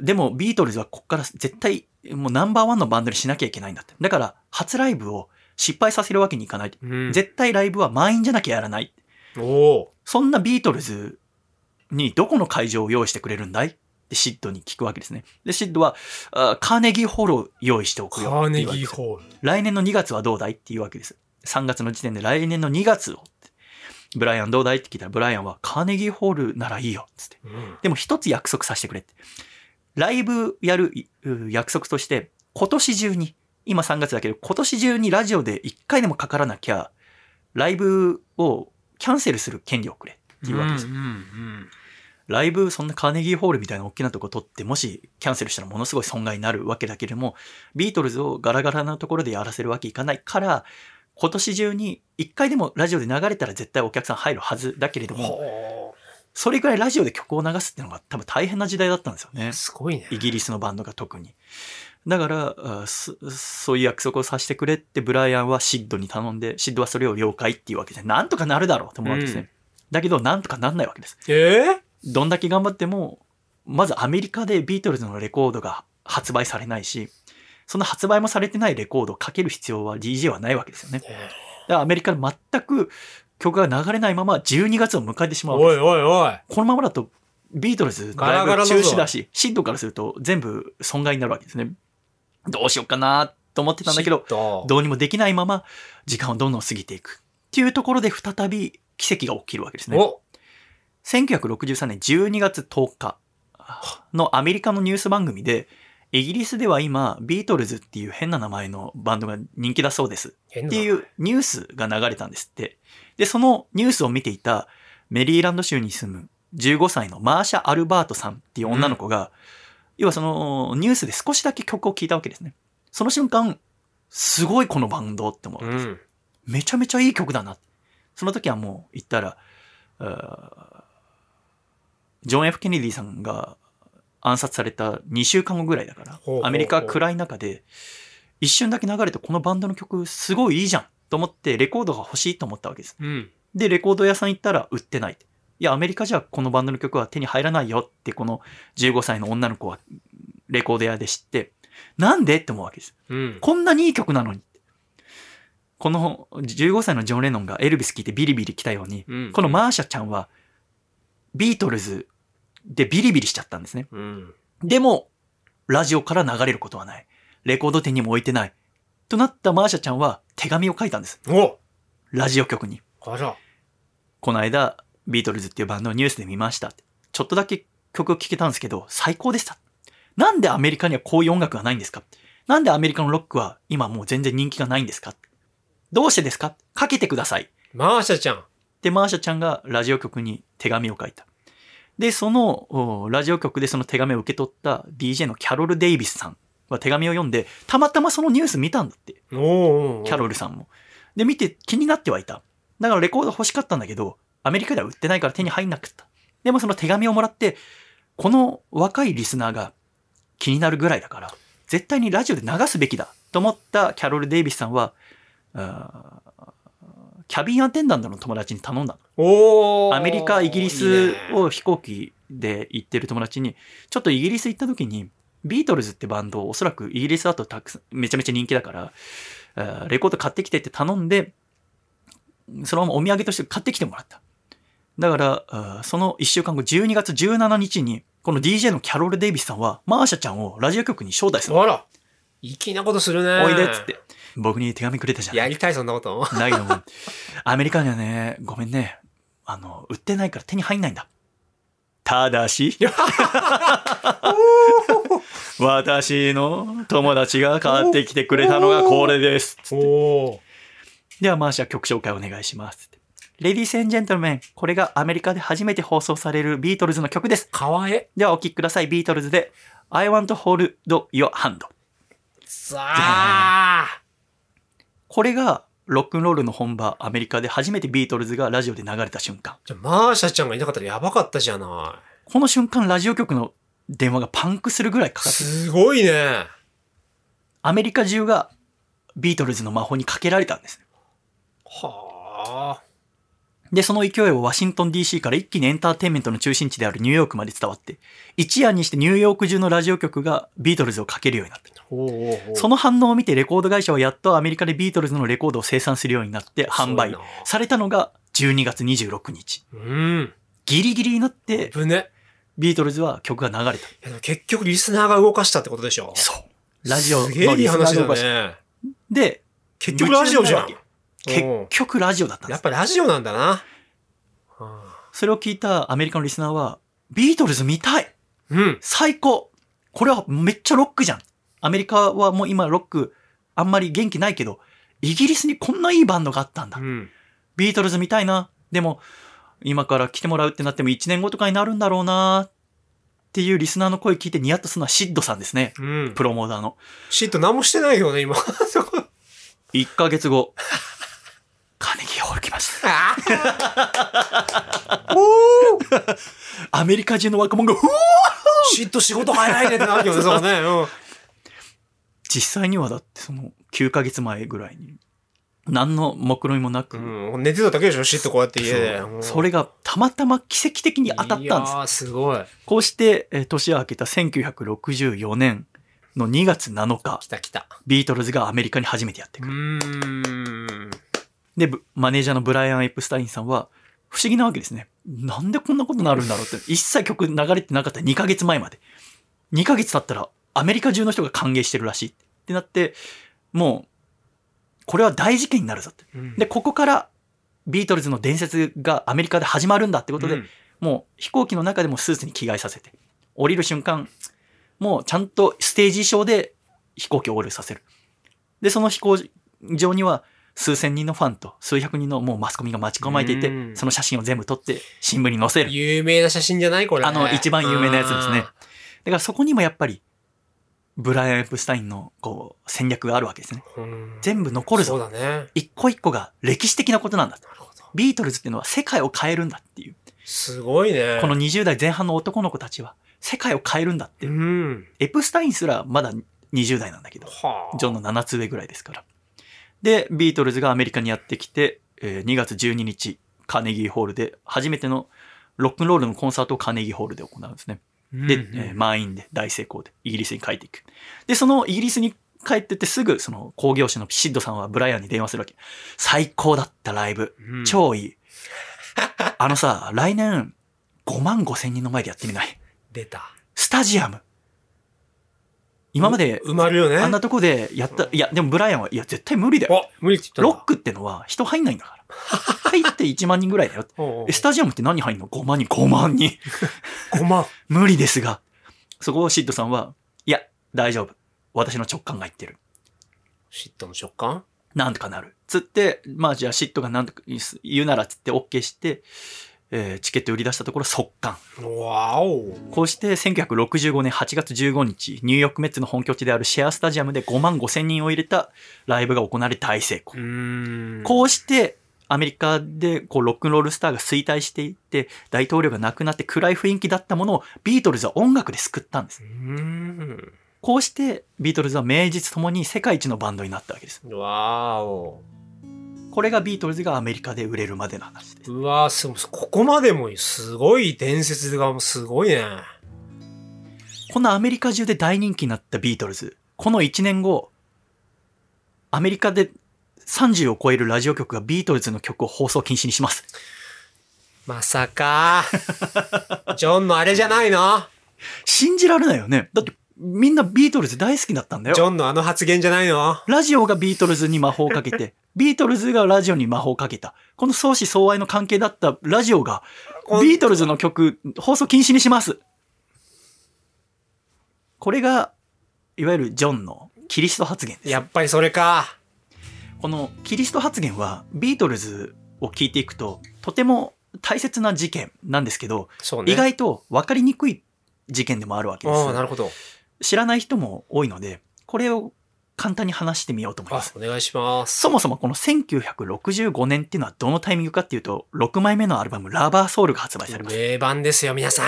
S1: でもビートルズはこっから絶対もうナンバーワンのバンドにしなきゃいけないんだって。だから、初ライブを失敗させるわけにいかない。
S2: うん。
S1: 絶対ライブは満員じゃなきゃやらない。
S2: おお
S1: そんなビートルズにどこの会場を用意してくれるんだいってシッドに聞くわけですね。で、シッドは、あカーネギーホールを用意しておく
S2: カ
S1: よ。
S2: ーネギー
S1: ール。
S2: ホール。
S1: 来年の2月はどうだいって言うわけです。3月の時点で来年の2月をって。ブライアンどうだいって聞いたら、ブライアンはカーネギーホールならいいよ。つって。
S2: うん。
S1: でも一つ約束させてくれって。ライブやるいう約束として、今年中に、今3月だけど、今年中にラジオで1回でもかからなきゃ、ライブをキャンセルする権利をくれっていうわけです。
S2: うんうん
S1: ライブそんなカーネギーホールみたいな大きなとこ取って、もしキャンセルしたらものすごい損害になるわけだけれども、ビートルズをガラガラなところでやらせるわけいかないから、今年中に一回でもラジオで流れたら絶対お客さん入るはずだけれども、
S2: ほ
S1: それぐらいラジオで曲を流すっていうのが多分大変な時代だったんですよね
S2: う。すごいね。
S1: イギリスのバンドが特に。だから、あそそういう約束をさせてくれってブライアンはシッドに頼んで、シッドはそれを了解っていうわけで、なんとかなるだろうと思うわけですね。
S2: うん
S1: だけど、なんとかなんないわけです。
S2: ええ
S1: どんだけ頑張っても、まずアメリカでビートルズのレコードが発売されないし、その発売もされてないレコードをかける必要は DJ はないわけですよね。だからアメリカで全く曲が流れないまま12月を迎えてしまうわけです
S2: おいおいおい。
S1: このままだとビートルズ
S2: ガラガラ
S1: ライ
S2: だ
S1: ブ
S2: ぞ
S1: 中止だし、シッドからすると全部損害になるわけですね。どうしようかなと思ってたんだけど、
S2: ど
S1: どうにもできないまま時間をどんどん過ぎていく。っていうところで再び奇跡が起きるわけですね。
S2: お
S1: 1963年12月10日のアメリカのニュース番組で、イギリスでは今、ビートルズっていう変な名前のバンドが人気だそうです。っ
S2: 変な
S1: ていうニュースが流れたんですって。で、そのニュースを見ていたメリーランド州に住む15歳のマーシャ・アルバートさんっていう女の子が、要はそのニュースで少しだけ曲を聴いたわけですね。その瞬間、すごいこのバンドって思う。
S2: うん。
S1: めちゃめちゃいい曲だな。その時はもう言ったら、あージョン・ F ・ケネディさんが暗殺された2週間後ぐらいだから
S2: ほうほうほ、う
S1: アメリカは暗い中で、一瞬だけ流れてこのバンドの曲すごいいいじゃんと思ってレコードが欲しいと思ったわけです。
S2: うん。
S1: で、レコード屋さん行ったら売ってない。いや、アメリカじゃこのバンドの曲は手に入らないよってこの15歳の女の子はレコード屋で知って、なんでって思うわけです。
S2: うん。
S1: こんなにいい曲なのに。この15歳のジョン・レノンがエルビス聴いてビリビリ来たように、
S2: うん
S1: このマーシャちゃんはビートルズでビリビリしちゃったんですね。
S2: うん。
S1: でも、ラジオから流れることはない。レコード店にも置いてない。となったマーシャちゃんは手紙を書いたんです。
S2: お
S1: ラジオ局に。
S2: あら。
S1: この間、ビートルズっていうバンドのニュースで見ましたって。ちょっとだけ曲を聴けたんですけど、最高でした。なんでアメリカにはこういう音楽がないんですかなんでアメリカのロックは今もう全然人気がないんですかどうしてですかかけてください。
S2: マーシャちゃん。
S1: で、マーシャちゃんがラジオ局に手紙を書いた。で、その、おラジオ局でその手紙を受け取った DJ のキャロル・デイビスさんは手紙を読んで、たまたまそのニュース見たんだって。
S2: おーおーおー
S1: キャロルさんも。で、見て気になってはいた。だからレコード欲しかったんだけど、アメリカでは売ってないから手に入んなかった。でもその手紙をもらって、この若いリスナーが気になるぐらいだから、絶対にラジオで流すべきだと思ったキャロル・デイビスさんは、あーキャビンアテンダントの友達に頼んだ
S2: おー
S1: アメリカ、イギリス
S2: いいね
S1: を飛行機で行ってる友達に、ちょっとイギリス行った時に、ビートルズってバンド、おそらくイギリスだとたくさん、めちゃめちゃ人気だから、えーレコード買ってきてって頼んで、そのままお土産として買ってきてもらった。だから、あーその1週間後、12月17日に、この DJ のキャロル・デイビスさんは、マーシャちゃんをラジオ局に招待するの。
S2: あら。粋なことするね。
S1: おいでっつって。。僕に手紙くれたじゃん。
S2: やりたい、そんなこと。
S1: ないのも。アメリカにはね、ごめんね。あの、売ってないから手に入んないんだ。ただし、私の友達が買ってきてくれたのがこれです。
S2: おお。
S1: では、マーシャ曲紹介お願いします。レディーセンジェントルメン、これがアメリカで初めて放送されるビートルズの曲です。
S2: かわえ。
S1: では、お聴きください。ビートルズで、I want to hold your hand。
S2: さあ。
S1: これが、ロックンロールの本場、アメリカで初めてビートルズがラジオで流れた瞬間。
S2: じゃあ、マーシャちゃんがいなかったらやばかったじゃな
S1: この瞬間、ラジオ局の電話がパンクするぐらいか
S2: い。
S1: かってる、
S2: すごいね。
S1: アメリカ中がビートルズの魔法にかけられたんです。
S2: はあ。
S1: で、その勢いをワシントン DC から一気にエンターテインメントの中心地であるニューヨークまで伝わって、一夜にしてニューヨーク中のラジオ局がビートルズをかけるようになった。
S2: おーおーおー
S1: その反応を見てレコード会社はやっとアメリカでビートルズのレコードを生産するようになって販売
S2: すごいな
S1: されたのが12月26日。
S2: うん。
S1: ギリギリになって
S2: ぶね。
S1: ビートルズは曲が流れた。
S2: いやでも結局リスナーが動かしたってことでしょ
S1: そう。ラジオの
S2: すげえいい
S1: リスナ
S2: 話
S1: ー動
S2: だ
S1: かし
S2: ね。
S1: で、
S2: 結局ラジオじゃん。
S1: 結
S2: うん
S1: 局ラジオだったんで
S2: や
S1: す
S2: っ。ぱラジオなんだな。
S1: それを聞いたアメリカのリスナーは、ビートルズ見たい
S2: うん。
S1: 最高これはめっちゃロックじゃんアメリカはもう今ロックあんまり元気ないけど、イギリスにこんないいバンドがあったんだ。
S2: うん。
S1: ビートルズ見たいな。でも、今から来てもらうってなっても1年後とかになるんだろうなっていうリスナーの声聞いてニヤッとするのはシッドさんですね。
S2: うん
S1: プ。ロモーターの。
S2: シート何もしてないよね、今。そこ。
S1: 1ヶ月後、カーネギーホール来ました。
S2: あーおー
S1: アメリカ中の若者が、ふおー
S2: シート仕事早いねってなるよね、そうね。うん。
S1: 実際にはだってその9ヶ月前ぐらいに、何の目論みもなく、
S2: うん、寝てただけでしょ、シートこうやって家で。
S1: そう
S2: うん
S1: それがたまたま奇跡的に当たっ
S2: い
S1: た
S2: や
S1: んです。
S2: ーすごい。
S1: こうして、えー年が明けた1964年の2月7日
S2: 来、た来た。
S1: ビートルズがアメリカに初めてやって
S2: う
S1: くる。
S2: ーん。
S1: で、ブマネージャーのブライアン・エプスタインさんは、不思議なわけですね。なんでこんなことになるんだろうって。一切曲流れてなかった2ヶ月前まで。2ヶ月経ったら、アメリカ中の人が歓迎してるらしいってなって、もう、これは大事件になるぞって。で、ここから、ビートルズの伝説がアメリカで始まるんだってことで、
S2: うん
S1: もう飛行機の中でもスーツに着替えさせて、降りる瞬間、もうちゃんとステージ衣装で飛行機を降りさせる。で、その飛行場には数千人のファンと数百人のもうマスコミが待ち構えていて
S2: う、ん
S1: その写真を全部撮って新聞に載せる。
S2: 有名な写真じゃないこれ。
S1: あの、一番有名なやつですね。だからそこにもやっぱり、ブライアン・エプスタインのこう戦略があるわけですね。
S2: うん。うん
S1: 全部残る
S2: そう
S1: ぞ。
S2: だね。なる
S1: 一個一個が歴史的なことなんだ。
S2: ほど。
S1: ビートルズっていうのは世界を変えるんだっていう。
S2: すごいね。
S1: この20代前半の男の子たちは世界を変えるんだって
S2: う。ん。
S1: エプスタインすらまだ20代なんだけど、
S2: はあ。
S1: ジョンの7つ上ぐらいですから。で、ビートルズがアメリカにやってきて、えー2月12日、カーネギーホールで初めてのロックンロールのコンサートをカーネギーホールで行うんですね。で、
S2: うん
S1: えー満員で大成功でイギリスに帰っていく。で、そのイギリスに帰ってってすぐその工業者のシッドさんはブライアンに電話するわけ。最高だったライブ。
S2: うん
S1: 超いい。あのさ、来年5万5千人の前でやってみない
S2: 出た。
S1: スタジアム。今まで
S2: 埋まるよね。
S1: あんなとこでやった、いや、でもブライアンは、いや、絶対無理だよ。
S2: あ、無理って言
S1: ロ
S2: っ
S1: ックってのは人入んないんだから。入って1万人ぐらい
S2: *laughs*
S1: だよ。
S2: たの。ロ
S1: えスタジアムって何入んの ?5 万人、5万人。
S2: 5万。
S1: 無理ですが。そこをシッドさんは、いや、大丈夫。私の直感が言ってる。
S2: シットの食感
S1: なんとかなる。つって、まあじゃあシッドがなんとか言うならつって OK して、えーチケット売り出したところ速乾。
S2: わお。
S1: こうして1965年8月15日、ニューヨークメッツの本拠地であるシェアスタジアムで5万5千人を入れたライブが行われ大成功。
S2: ん
S1: こうして、アメリカでこうロックンロールスターが衰退していって、大統領が亡くなって暗い雰囲気だったものをビートルズは音楽で救ったんです
S2: う。ん。
S1: こうしてビートルズは名実ともに世界一のバンドになったわけです。
S2: わお。
S1: これがビートルズがアメリカで売れるまでの話です。
S2: うわーすここまでもすごい伝説がもうすごいね。
S1: このアメリカ中で大人気になったビートルズ。この1年後、アメリカで30を超えるラジオ局がビートルズの曲を放送禁止にします。
S2: ま
S1: *laughs*
S2: さか。ジョンのあれじゃないの
S1: 信じられないよね。だってみんなビートルズ大好きだったんだよ
S2: ジ。ョンのあの発言じゃないの
S1: ラジオがビートルズに魔法をかけて、ビートルズがラジオに魔法をかけた。この相思相愛の関係だったラジオが、ビートルズの曲、放送禁止にします。これが、いわゆるジョンのキリスト発言です。
S2: やっぱりそれか。
S1: このキリスト発言は、ビートルズを聞いていくと、とても大切な事件なんですけど、
S2: そうね。
S1: 意外と分かりにくい事件でもあるわけで
S2: ああ、
S1: す。
S2: なるほど。
S1: 知らない人も多いので、これを簡単に話してみようと思いま
S2: あ
S1: す。、
S2: お願いします。
S1: そもそもこの1965年っていうのはどのタイミングかっていうと、6枚目のアルバム、ラバーソウルが発売されます。
S2: 名盤ですよ、皆さん。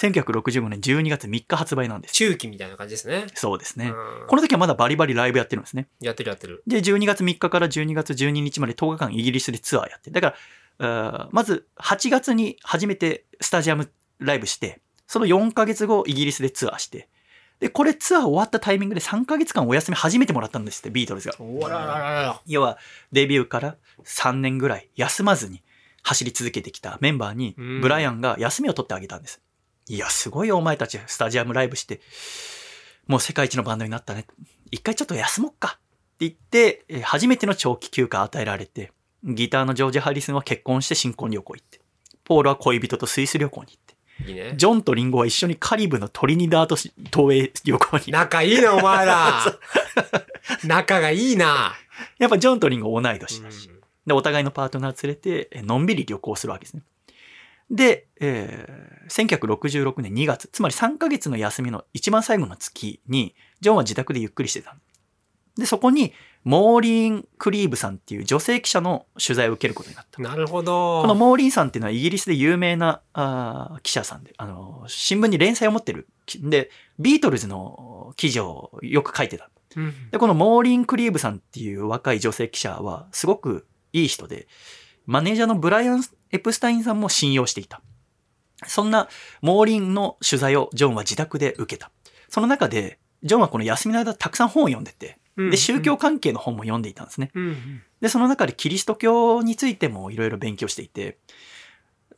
S1: 1965年12月3日発売なんです。
S2: 中期みたいな感じですね。
S1: そうです
S2: う
S1: ね。
S2: ん
S1: この時はまだバリバリライブやってるんですね。
S2: やってるやってる。
S1: で、12月3日から12月12日まで10日間イギリスでツアーやって。だから、あーまず8月に初めてスタジアムライブして、その4ヶ月後イギリスでツアーして、で、これツアー終わったタイミングで3ヶ月間お休み初めてもらったんですって、ビートルズが。
S2: おららららら。
S1: 要はデビューから3年ぐらい休まずに走り続けてきたメンバーに
S2: うん
S1: ブライアンが休みを取ってあげたんです。いや、すごいよ、お前たちスタジアムライブして、もう世界一のバンドになったね。一回ちょっと休もっかって言って、えー初めての長期休暇与えられて、ギターのジョージ・ハリスンは結婚して新婚旅行行って、ポールは恋人とスイス旅行に行って、
S2: いいね。
S1: ジョンとリンゴは一緒にカリブのトリニダートし東映旅行に。
S2: 仲いいな、お前 *laughs* ら。仲がいいな。
S1: やっぱジョンとリンゴ同い年だし。
S2: う
S1: で、お互いのパートナー連れて、えのんびり旅行するわけですね。で、えー1966年2月、つまり3ヶ月の休みの一番最後の月に、ジョンは自宅でゆっくりしてた。で、そこに、モーリーン・クリーブさんっていう女性記者の取材を受けることになった。
S2: なるほど。
S1: このモーリーさんっていうのはイギリスで有名なあー記者さんで、あの、新聞に連載を持ってる。で、ビートルズの記事をよく書いてた。
S2: うん
S1: で、このモーリン・クリーブさんっていう若い女性記者は、すごくいい人で、マネージャーのブライアン・エプスタインさんも信用していた。そんなモーリンの取材をジョンは自宅で受けた。その中で、ジョンはこの休みの間たくさん本を読んでて、で、宗教。関係の本も読んでいたんですね。
S2: うんうん
S1: で、その中でキリスト教についてもいろいろ勉強していて、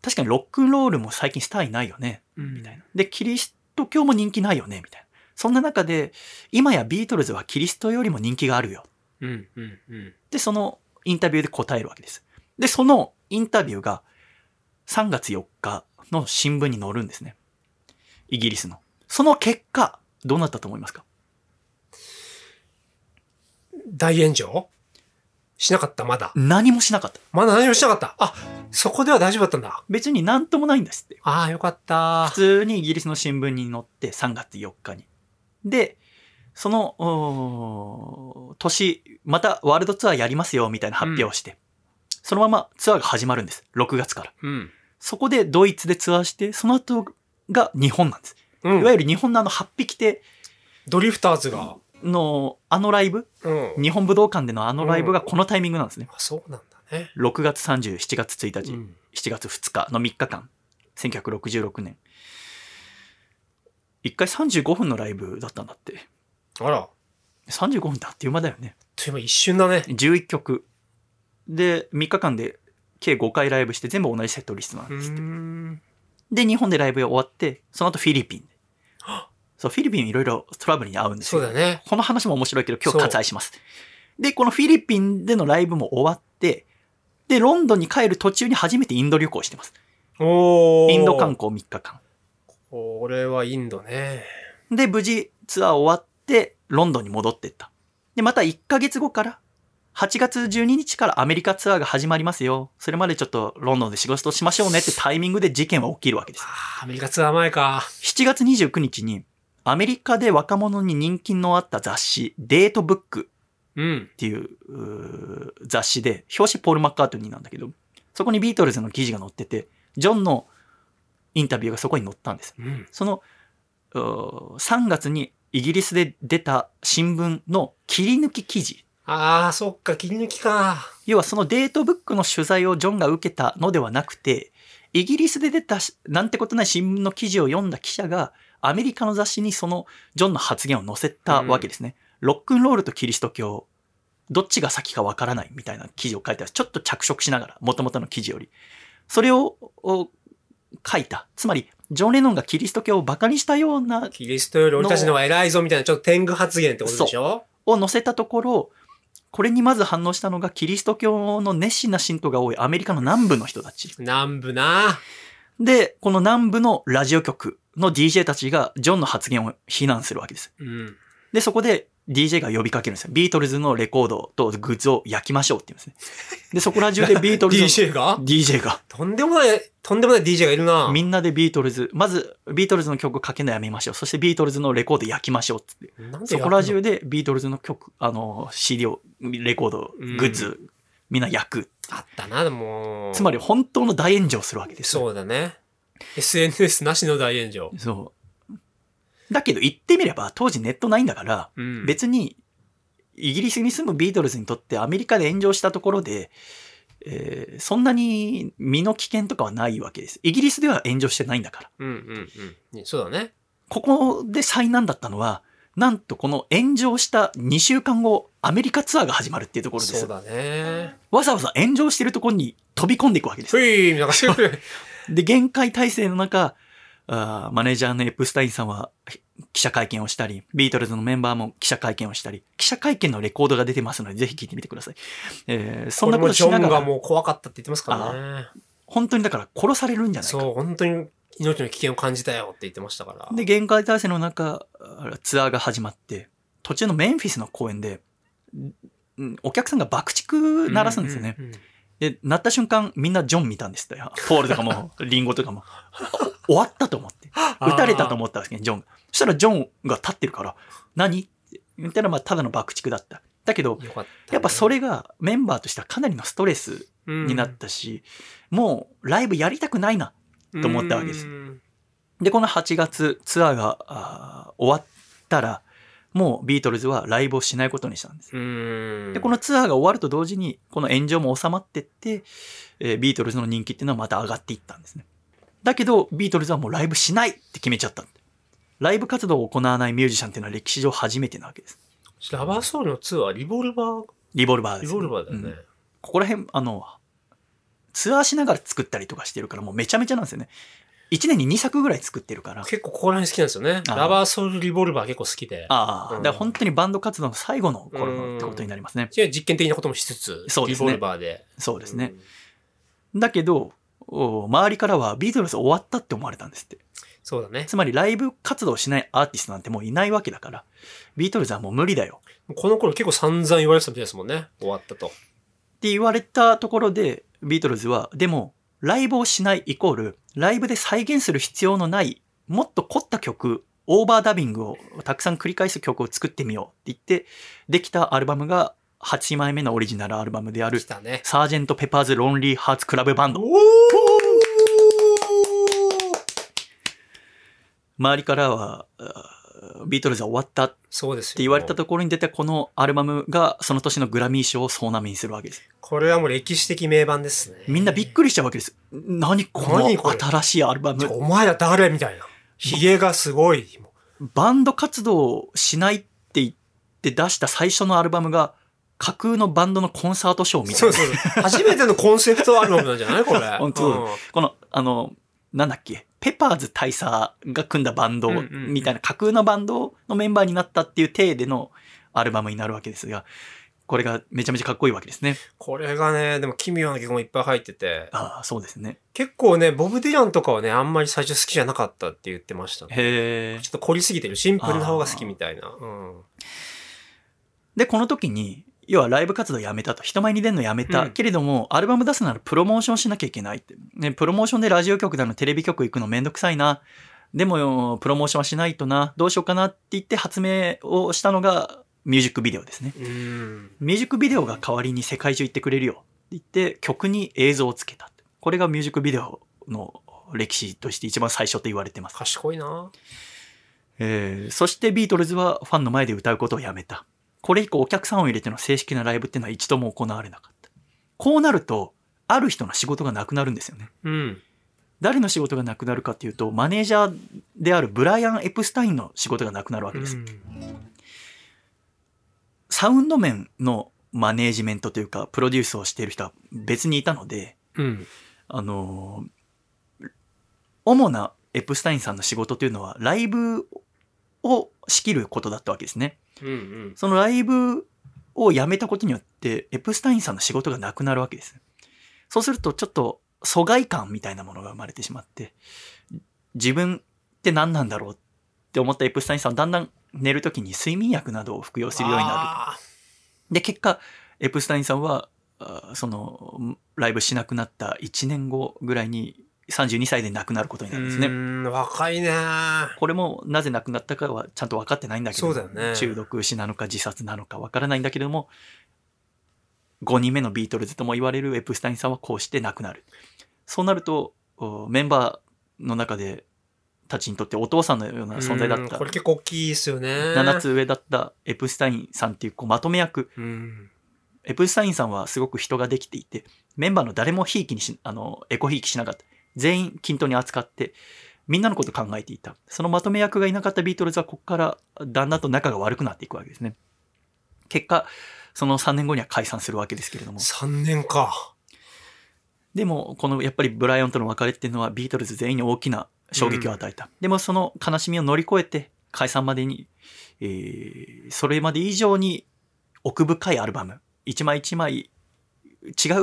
S1: 確かにロックンロールも最近スターいないよね。
S2: うん
S1: みたいな。で、キリスト教も人気ないよね、みたいな。そんな中で、今やビートルズはキリストよりも人気があるよ。
S2: うんうんうん。
S1: で、そのインタビューで答えるわけです。で、そのインタビューが3月4日の新聞に載るんですね。イギリスの。その結果、どうなったと思いますか
S2: 大炎上しなかった、まだ。
S1: 何もしなかった。
S2: まだ何もしなかった。あ、そこでは大丈夫だったんだ。
S1: 別になんともないんですって。
S2: ああ、よかった
S1: 普。通にイギリスの新聞に載って3月4日に。で、その、おー年、またワールドツアーやりますよ、みたいな発表をして、そのままツアーが始まるんです。6月から。
S2: うん。
S1: そこでドイツでツアーして、その後が日本なんです。
S2: う
S1: いわ
S2: ん。
S1: ゆる日本のあの8匹手
S2: ドリフターズが。
S1: のあのライブ、
S2: うん。
S1: 日本武道館でのあのライブがこのタイミングなんですね。
S2: あそうなんだね。
S1: 6月30、7月1日、
S2: うん
S1: 7月2日の3日間、1966年。1回35分のライブだったんだって。
S2: あら、あっ
S1: 35分ってあっという間だよね。
S2: という間一瞬だね。
S1: 11曲。で、3日間で計5回ライブして全部同じセットリストなん
S2: う
S1: ですって。
S2: ーん。
S1: で、日本でライブが終わって、その後フィリピンで。そう、フィリピンいろいろトラブルに遭うんです
S2: そ
S1: よ。
S2: うだね。
S1: この話も面白いけど今
S2: そ
S1: 日
S2: う
S1: 割愛します。で、このフィリピンでのライブも終わって、で、ロンドンに帰る途中に初めてインド旅行してます。
S2: おー
S1: インド観。光3日間。
S2: これはインドね。
S1: で、無事ツアー終わって、ロンドンに戻ってった。で、また1ヶ月後から、8月12日からアメリカツアーが始まりますよ。それまでちょっとロンドンで仕事しましょうねってタイミングで事件は起きるわけです。
S2: ああ、アメリカツアー前か。
S1: 7月29日に、アメリカで若者に人気のあった雑誌、デートブック
S2: うん
S1: っ。ていううー雑誌で、表紙ポール・マッカートニーなんだけど、そこにビートルズの記事が載ってて、ジョンのインタビューがそこに載ったんです。
S2: うん。
S1: その、うー3月にイギリスで出た新聞の切り抜き記事。
S2: ああ、そっか、切り抜きか。
S1: 要はそのデートブックの取材をジョンが受けたのではなくて、イギリスで出たしなんてことない新聞の記事を読んだ記者が、アメリカの雑誌にそのジョンの発言を載せたわけですね。ロックンロールとキリスト教、どっちが先かわからないみたいな記事を書いてある。ちょっと着色しながら、元々の記事より。それをお書いた。つまり、ジョン・レノンがキリスト教を馬鹿にしたような
S2: キリストより俺たちの方が偉いぞみたいな、ちょっと天狗発言ってことでしょ
S1: を載せたところ、これにまず反応したのがキリスト教の熱心な信徒が多いアメリカの南部の人たち。
S2: 南部な。
S1: で、この南部のラジオ局の DJ たちがジョンの発言を非難するわけです。
S2: うん。
S1: で、そこで DJ が呼びかけるんですよ。ビートルズのレコードとグッズを焼きましょうって言うんですね。で、そこら中でビートルズの
S2: DJ が
S1: DJ が、
S2: とんでもない、とんでもない DJ がいるな。
S1: みんなでビートルズ、まずビートルズの曲をかけるのやめましょう。そしてビートルズのレコード焼きましょうっつって。
S2: なんで
S1: そ
S2: や
S1: こ
S2: るの
S1: ら中でビートルズの曲、あの、CD を、レコード、グッズ、
S2: う
S1: みんな焼く。
S2: あったな、もう。
S1: つまり本当の大炎上するわけです。
S2: そうだね。SNS なしの大炎上。
S1: そう。だけど言ってみれば当時ネットないんだから、
S2: うん
S1: 別にイギリスに住むビートルズにとってアメリカで炎上したところで、えーそんなに身の危険とかはないわけです。イギリスでは炎上してないんだから。
S2: うんうんうん。そうだね。
S1: ここで災難だったのは、なんとこの炎上した2週間後、アメリカツアーが始まるっていうところで
S2: そう
S1: す。
S2: だね。
S1: わざわざ炎上してるところに飛び込んでいくわけです
S2: ふ。いなんかすごい。
S1: で、限界体制の中、あーマネージャーのエプスタインさんはひ記者会見をしたり、ビートルズのメンバーも記者会見をしたり、記者会見のレコードが出てますので、ぜひ聞いてみてください。えーそんなこと
S2: れもジ
S1: し
S2: ョ
S1: な
S2: ン
S1: が
S2: が
S1: ら、
S2: もう怖かったって言ってますからね。
S1: 本当にだから殺されるんじゃないか。
S2: そう、本当に命の危険を感じたよって言ってましたから。
S1: で、限界体制の中、あーツアーが始まって、途中のメンフィスの公演で、んお客さんが爆竹鳴らすんですよね。
S2: うう
S1: で、鳴った瞬間、みんなジョン見たんですって。ポールとかも、リンゴと
S2: *laughs*
S1: かも。終わったと思って。
S2: ー
S1: 撃たれたと思ったんですね、ジョンが。そしたらジョンが立ってるから、何って言ったら、まあ、ただの爆竹だった。だけど、
S2: よかったね、
S1: やっぱそれがメンバーとしてはかなりのストレス
S2: に
S1: になったし、もうライブやりたくないな。と思ったわけです
S2: うん
S1: で、この8月ツアーがあー終わったら、もうビートルズはライブをしないことにしたんです。
S2: うん
S1: で、このツアーが終わると同時に、この炎上も収まってって、えービートルズの人気っていうのはまた上がっていったんですね。だけど、ビートルズはもうライブしないって決めちゃった。ライブ活動を行わないミュージシャンっていうのは歴史上初めてなわけです。
S2: ラバーソウルの2はリボルバー、
S1: リボルバーで
S2: リ
S1: す、
S2: ボルバーだよね。
S1: うんここら辺、あの、ツアーしながら作ったりとかしてるから、もうめちゃめちゃなんですよね。1年に2作ぐらい作ってるから。
S2: 結構ここら辺好きなんですよね。
S1: あー
S2: ラバーソウルリボルバー結構好きで。
S1: ああ、
S2: うん
S1: だから本当にバンド活動の最後の頃のってことになりますね。
S2: いや実験的なこともしつつ、
S1: そうで
S2: リ
S1: すね
S2: ボルバーで。
S1: そうですね。だけど、お周りからはビートルズ終わったって思われたんですって。
S2: そうだね。
S1: つまりライブ活動をしないアーティストなんてもういないわけだから、ビートルズはもう無理だよ
S2: この頃結構散々言われてたみたいですもんね。終わったと。
S1: って言われたところで、ビートルズは、でも、ライブをしないイコール、ライブで再現する必要のない、もっと凝った曲、オーバーダビングをたくさん繰り返す曲を作ってみようって言って、できたアルバムが8枚目のオリジナルアルバムである
S2: 来、たね。
S1: サージェント・ペパーズ・ロンリー・ハーツ・クラブ・バンド。
S2: お
S1: 周りからは、あービートルズは終わったって
S2: そうですよ。
S1: 言われたところに出たこのアルバムが、その年のグラミー賞を総なめにするわけです。
S2: これはもう歴史的名盤ですね。
S1: みんなびっくりしちゃうわけです。何こ
S2: 何こ
S1: の
S2: れ
S1: 新しいアルバム
S2: ちょ。お前ら誰みたいな。ヒゲがすごい。
S1: バンド活動をしないって言って出した最初のアルバムが架空のバンドのコンサートショーみた
S2: そ
S1: いうな。
S2: そうそう。初めてのコンセプトアルバムなんじゃないこれ。
S1: *laughs* 本当だこの、あの、なんだっけ、ペパーズ大佐が組んだバンド
S2: うんうんうん
S1: みたいな架空のバンドのメンバーになったっていう体でのアルバムになるわけですが、これがめちゃめちゃかっこいいわけですね。
S2: これがね、でも奇妙な曲もいっぱい入ってて、
S1: ああ、そうですね。
S2: 結構ね、ボブ・ディランとかはね、あんまり最初好きじゃなかったって言ってましたね。
S1: へえ
S2: ちょ。っと凝りすぎてる。シンプルな方が好きみたいな。うん。
S1: で、この時に、要はライブ活動やめたと。人前に出るのやめた。
S2: うん
S1: けれども、アルバム出すならプロモーションしなきゃいけないって。ね、プロモーションでラジオ局だの、テレビ局行くのめんどくさいな。でも、プロモーションはしないとな。どうしようかなって言って発明をしたのが、ミュージックビデオですね。
S2: うん。
S1: ミュージックビデオが代わりに世界中行ってくれるよって言って、曲に映像をつけた。これがミュージックビデオの歴史として一番最初と言われてます。
S2: 賢いな
S1: えーそしてビートルズはファンの前で歌うことをやめた。これ以降お客さんを入れての正式なライブっていうのは一度も行われなかった。こうなると、ある人の仕事がなくなるんですよね。
S2: うん。
S1: 誰の仕事がなくなるかっていうと、マネージャーであるブライアン・エプスタインの仕事がなくなるわけです。サウンド面のマネージメントというか、プロデュースをしている人は別にいたので、
S2: うん。
S1: あのー主なエプスタインさんの仕事というのは、ライブを仕切ることだったわけですね。
S2: うんうん。
S1: そのライブをやめたことによって、エプスタインさんの仕事がなくなるわけです。そうすると、ちょっと疎外感みたいなものが生まれてしまって、自分って何なんだろうって思ったエプスタインさんはだんだん寝るときに睡眠薬などを服用するようにな
S2: あ
S1: る。で、結果、エプスタインさんは、あーその、ライブしなくなった1年後ぐらいに32歳で亡くなることに
S2: ー
S1: なるんですね。
S2: うん、若いね
S1: これもなぜ亡くなったかはちゃんと分かってないんだけど
S2: そうだよね
S1: 中毒死なのか自殺なのか分からないんだけれども5人目のビートルズとも言われるエプスタインさんはこうして亡くなるそうなるとおメンバーの中でたちにとってお父さんのような存在だ
S2: うん
S1: った
S2: これ結構大きいですよね。
S1: 7つ上だったエプスタインさんっていうこうまとめ役
S2: うん。
S1: エプスタインさんはすごく人ができていて、メンバーの誰もひいきにし、あの、エコひいきしなかった。全員均等に扱って、みんなのこと考えていた。そのまとめ役がいなかったビートルズはここからだんだんと仲が悪くなっていくわけですね。結果、その3年後には解散するわけですけれども。
S2: 3年か。
S1: でも、このやっぱりブライアンとの別れっていうのはビートルズ全員に大きな衝撃を与えた。でもその悲しみを乗り越えて解散までに、えーそれまで以上に奥深いアルバム、一枚一枚違う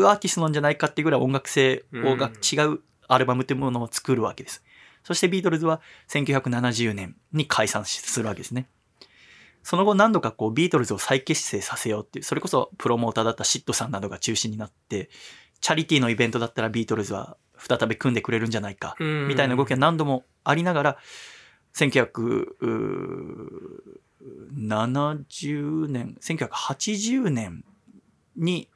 S1: アーティストなんじゃないかっていうぐらい音楽性をが違うアルバムというものを作るわけです。そしてビートルズは1970年に解散しするわけですね。その後何度かこうビートルズを再結成させようっていう、それこそプロモーターだったシットさんなどが中心になって、チャリティーのイベントだったらビートルズは再び組んでくれるんじゃないか、
S2: うん
S1: みたいな動きが何度もありながら、1970年、1980年に、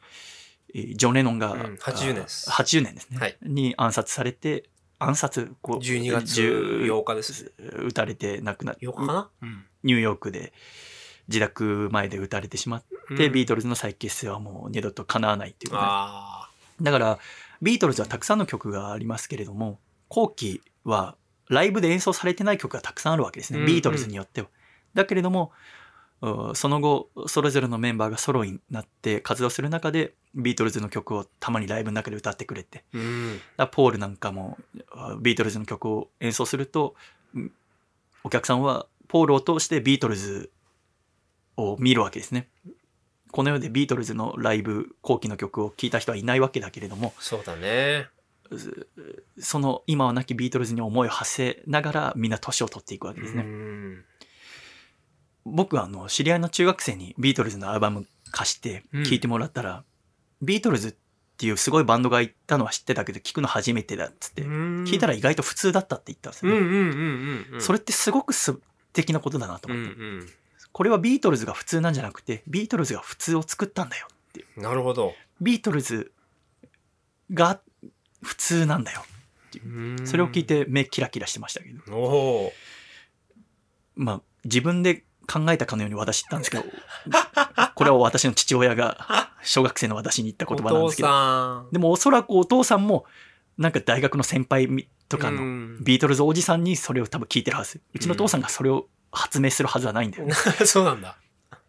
S1: えージョン・レノンが、
S2: うん80年です
S1: あ80年ですね。
S2: はい
S1: に暗殺されて、暗殺、こう
S2: 12月
S1: 10
S2: 8日です。
S1: 撃たれて亡くなっ
S2: 8日かな、うん
S1: ニューヨークで自宅前で撃たれてしまって、
S2: うん
S1: ビートルズの再結成はもう二度と叶わないっていうことで
S2: あ
S1: だからビートルズはたくさんの曲がありますけれども後期はライブで演奏されてない曲がたくさんあるわけですね、
S2: うん
S1: ビートルズによっては。だけれどもうんその後それぞれのメンバーがソロになって活動する中でビートルズの曲をたまにライブの中で歌ってくれて
S2: ーう
S1: だ
S2: ん。
S1: からポールなんかもあビートルズの曲を演奏するとうんお客さんはポールを通してビートルズを見るわけですね。この世でビートルズのライブ後期の曲を聴いた人はいないわけだけれども
S2: そうだね。
S1: その今は亡きビートルズに思いを馳せながらみんな年を取っていくわけです
S2: う
S1: ね。
S2: ん。
S1: 僕はあの知り合いの中学生にビートルズのアルバム貸して聴いてもらったら、ビートルズっていうすごいバンドがいたのは知ってたけど聴くの初めてだっつって聞
S2: 聞
S1: いたら意外と普通だったって言ったんです
S2: うん
S1: よ
S2: う
S1: ね、
S2: んうんうん。
S1: そ
S2: れ、
S1: れってすごく素敵なことだなと
S2: うん
S1: 思って、これはビートルズが普通なんじゃなくてビートルズが普通を作ったんだよ
S2: うん。なるほど。
S1: ビートルズが普通なんだよそれを聞い。て目キラキラしてましたけど、
S2: おお
S1: まあ自分で考えたかのように私言ったん
S2: *laughs*
S1: ですけどこれは私の父親が小学生の私に言った
S2: ー。お
S1: 言葉なんで
S2: 父
S1: すけど
S2: さん。
S1: でもおそらくお父さんもなんか大学の先輩みとかの
S2: の
S1: ビートルズおじさんにそれを多分聞いてるはず。うちの父さんがそれを発明するはずはないんだよ。
S2: *laughs* そうなんだ。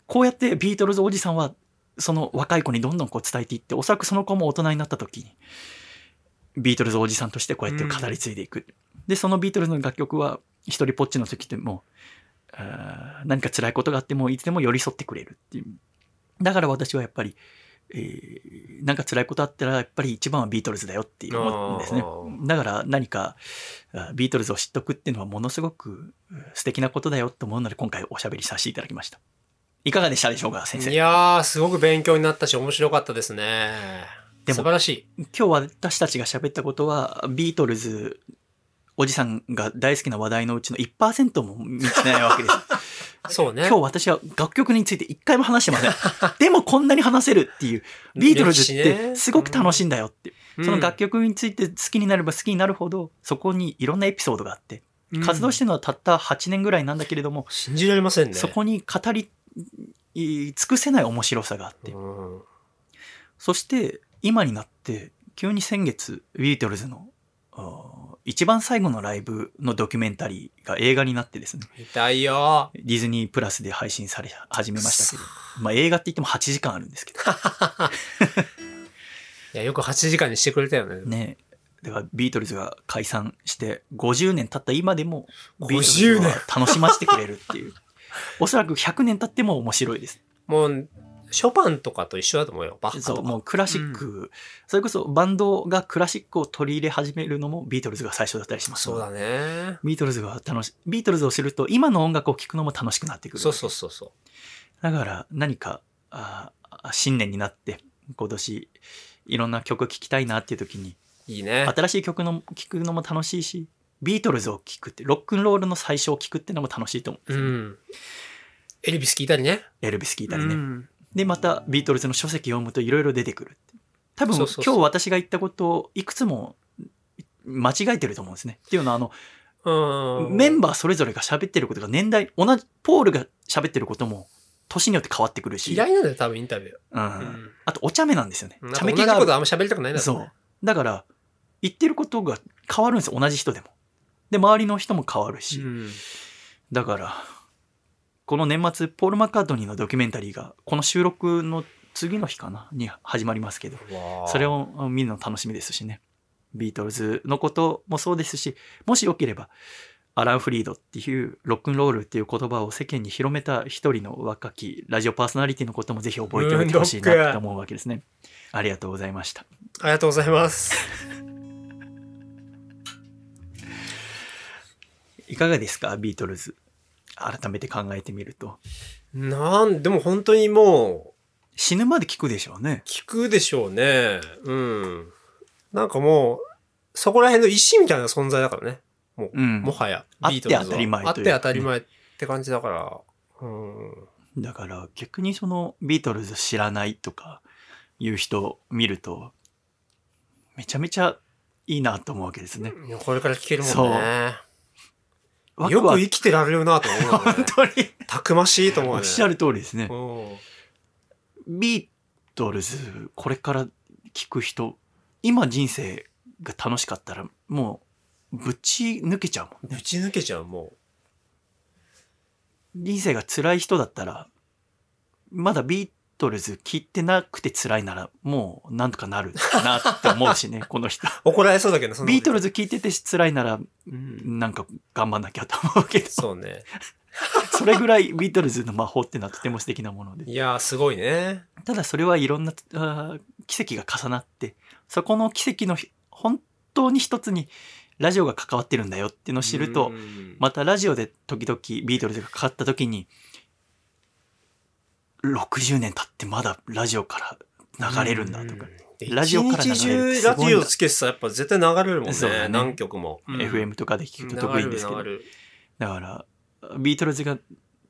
S1: こうやってビートルズおじさんは、その若い子にどんどんこう伝えていって、おそらくその子も大人になった時に、ビートルズおじさんとしてこうやって語り継いでいく。で、そのビートルズの楽曲は、一人ぽっちの時ってもう、あー何か辛いことがあっても、いつでも寄り添ってくれるっていう。だから私はやっぱり、えーなんか辛いことあったら、やっぱり一番はビートルズだよって思うんですね
S2: あ。ー
S1: だから何か、あビートルズを知っとくっていうのはものすごくうん素敵なことだよと思うので、今回おしゃべりさせていただきました。いかがでしたでしょうか、先生
S2: い。やー、すごく勉強になったし、面白かったですね。
S1: でも
S2: 素晴らしい。
S1: 今日私たちが喋ったことは、ビートルズ、おじさんが大好きな話題のうちの1%も見てないわけ
S2: *laughs*
S1: です。
S2: そうね。
S1: 今日私は楽曲について一回も話して
S2: *laughs*
S1: ません。でもこんなに話せるっていう、ビートルズっ
S2: 歴史
S1: て
S2: ね
S1: すごく楽しいんだよっていう。
S2: うん
S1: その楽曲について好きになれば好きになるほど、そこにいろんなエピソードがあって、
S2: うん
S1: 活動してるのはたった8年ぐらいなんだけれども、
S2: 信じられませんね。
S1: そこに語り尽くせない面白さがあって、
S2: うん
S1: そして今になって急に先月ビートルズのあー一番最後のライブのドキュメンタリーが映画になってですね
S2: 痛いよ
S1: ディズニープラスで配信され始めましたけど、
S2: *sighs*
S1: まあ、映画って言っても8時間あるんですけど
S2: ー。いや、よく8時間にしてくれたよね。
S1: ねではビートルズが解散して50年経った今でもビートル
S2: 50
S1: ズ
S2: 年
S1: は楽しませてくれるって
S2: *laughs*
S1: いうおそらく100年経っても面白いです
S2: もう、ショパンとかと一緒だと思うよ。バッハ
S1: そ
S2: と
S1: う、も
S2: か。
S1: うクラシック、それこそバンドがクラシックを取り入れ始めるのもビートルズが最初だったりします。
S2: そうだね。
S1: ビートルズが楽し、ビートルズを知ると今の音楽を聴くのも楽しくなってくる。
S2: そうそうそうそう。
S1: だから何か、ああ新年になって、今年、いろんな曲聴きたいなっていう時に、
S2: いいね。
S1: 新しい曲の聴くのも楽しいし、ビートルズを聴くって、ロックンロールの最初を聴くってのも楽しいと思う。
S2: うん。エルビス聞いたりね。
S1: エルビス聴いた
S2: う
S1: りね。
S2: ん
S1: で、またビートルズの書籍読むといろいろ出てくるって。多分
S2: そうそうそう
S1: 今日私が言ったことをいくつも間違えてると思うんですね。っていうのはあの、
S2: うん。
S1: メンバーそれぞれが喋ってることが年代、同じ、ポールが喋ってることも年によって変わってくるし、
S2: 嫌いなんだよ、多分インタビュー。
S1: うん
S2: うん
S1: あとお茶目なんですよね
S2: なん。
S1: 茶
S2: か同
S1: 目
S2: じ
S1: 気
S2: こ
S1: があ
S2: と
S1: る。
S2: あんま喋りたくないんだろ
S1: そうう
S2: ね。。
S1: だから、言ってることが変わるんですよ。同じ人でも。で、周りの人も変わるし。
S2: うん
S1: だから、この年末、ポール・マッカートニーのドキュメンタリーが、この収録の次の日かなに始まりますけど、
S2: わあ
S1: それを見るの楽しみですしね。ビートルズのこともそうですし、もしよければ、アラン・フリードっていうロックンロールっていう言葉を世間に広めた一人の若きラジオパーソナリティのこともぜひ覚えておいてほしい
S2: うんロッ
S1: な
S2: ク
S1: と思うわけですね。ありがとうございました。
S2: ありがとうございます。
S1: いかがですかビートルズ。改めて考えてみると。
S2: なんでも本当にもう
S1: 死ぬまで聞くでしょうね。
S2: 聞くでしょうね。うん。なんかもう、そこら辺の石みたいな存在だからね。もう、
S1: うん
S2: もはや、
S1: あって
S2: ビートルズは
S1: 当たり前
S2: あっ
S1: とい
S2: て
S1: うか
S2: 当たり前って感じだから。うん。
S1: だから逆にそのビートルズ知らないとかいう人を見ると、めちゃめちゃいいなと思うわけですね。
S2: いやこれから聞けるもんね。
S1: ワク
S2: よ
S1: ワ
S2: く
S1: ク
S2: 生きてられるなと思うよ
S1: *laughs*
S2: ね、
S1: 本当に
S2: たくましいと思う
S1: お
S2: ね。
S1: っしゃる通りですね
S2: う。ん。
S1: ビートルズ、これから聞く人、今人生が楽しかったらもうぶち抜けちゃうもん。
S2: ぶち抜けちゃう、も
S1: 人生が辛い人だったら、まだビートルズ聞いてなくて辛いなら、もうなんとかなるなって思うし
S2: *laughs*
S1: ね、この人。
S2: う。怒られそうだけど、その。
S1: ビートルズ聞いてて辛いなら、
S2: うん。
S1: なんか頑張んなきゃと思うけど、
S2: そうね。
S1: それぐらいビートルズの魔法っていうのはとても素敵なもので。
S2: いやー、すごいね。
S1: ただそれはいろんなあー奇跡が重なって、そこの奇跡のひ本当に一つにラジオが関わってるんだよっていうのを知ると
S2: う、ん、
S1: またラジオで時々ビートルズがかかった時に、60年経ってまだラジオから流れるんだとか、
S2: うん
S1: ラジオから流れる
S2: 一日中ラジオつけてたらやっぱ絶対流れるもんね。
S1: そうだね
S2: 何曲も。
S1: FM とかで聞くと得意ですけど
S2: 流れ、る
S1: だからビートルズが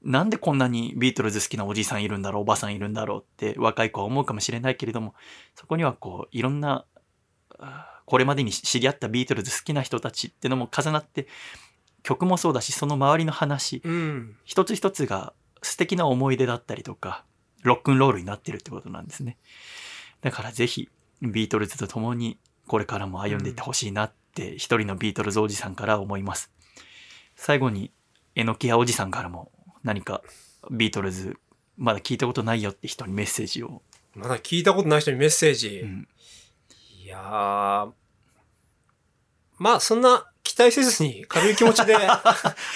S1: なんでこんなにビートルズ好きなおじいさんいるんだろうおばさんいるんだろうって若い子は思うかもしれないけれどもそこにはこういろんなあーこれまでに知り合ったビートルズ好きな人たちってのも重なって曲もそうだしその周りの話
S2: 流れるうん。
S1: 一つ一つが素敵な思い出だったりとかロックンロールになってるってことなんですねだからぜひビートルズと共にこれからも歩んでいってほしいなって一人のビートルズおじさんから思います最後にえのきやおじさんからも何かビートルズまだ聞いたことないよって人にメッセージを、
S2: まだ聞いたことない人にメッセージ。
S1: うん
S2: いやー。まあ、そんな期待せずに、軽い気持
S1: *laughs*
S2: ちで、あ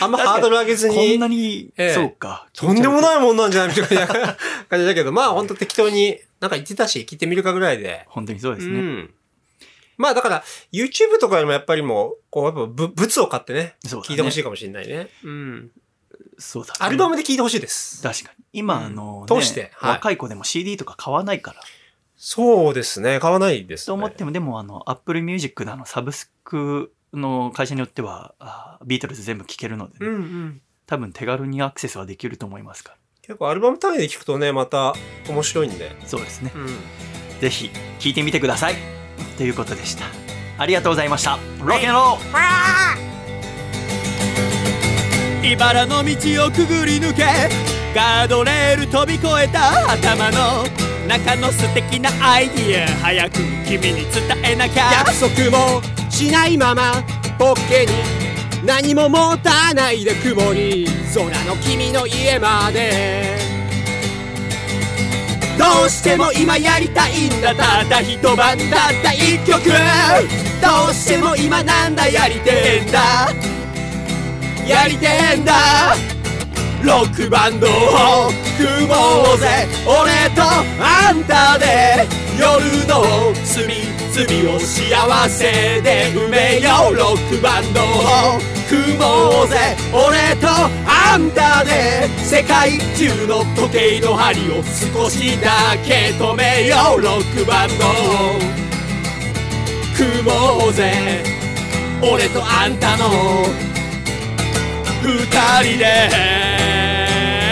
S2: んまハードル上げず
S1: こん
S2: に
S1: な、に、
S2: ええ
S1: そうか
S2: とんでも
S1: い
S2: ないもんなんじゃないみたいな *laughs* 感じだけど、まあ、ほんと適当に、なんか言ってたし、聞いてみるかぐらいで。
S1: 本当にそうです
S2: う
S1: ね、
S2: ん。まあ、だから、YouTube とかでもやっぱりもう、こう、やっぱ、ぶ、物を買ってね、
S1: そうだね
S2: 聞いてほしいかもしれないね。うん。
S1: そうだね
S2: アルバムで聞いてほしいです。
S1: 確かに今、
S2: うん
S1: あの、
S2: 通してはい
S1: 若い子でも CD とか買わないから
S2: そうですね。買わないです、ね。
S1: と思っても、でもあの、Apple Music のあのサブスクの会社によっては、あビートルズ全部聴けるのでね、
S2: うんうん。
S1: 多分手軽にアクセスはできると思いますか
S2: 結構アルバム単位で聞くとね、また面白いんで。
S1: ら。そうですね。
S2: うん。
S1: ぜひ聴いてみてください。ということでした。ありがとうございました。ロケンロール
S3: 茨の道をくぐり抜けガードレール飛び越えた頭の中の素敵なアイディア早く君に伝えなきゃ
S5: 約束もしないままポッケに何も持たないで雲に空の君の家までどうしても今やりたいんだただ一晩だった一曲どうしても今なんだやりてえんだやりてえんだロックバンドを組もうぜ俺とあんたで夜の隅々を幸せで埋めようロックバンドを組もうぜ俺とあんたで世界中の時計の針を少しだけ止めようロックバンドを組もうぜ俺とあんたの二人で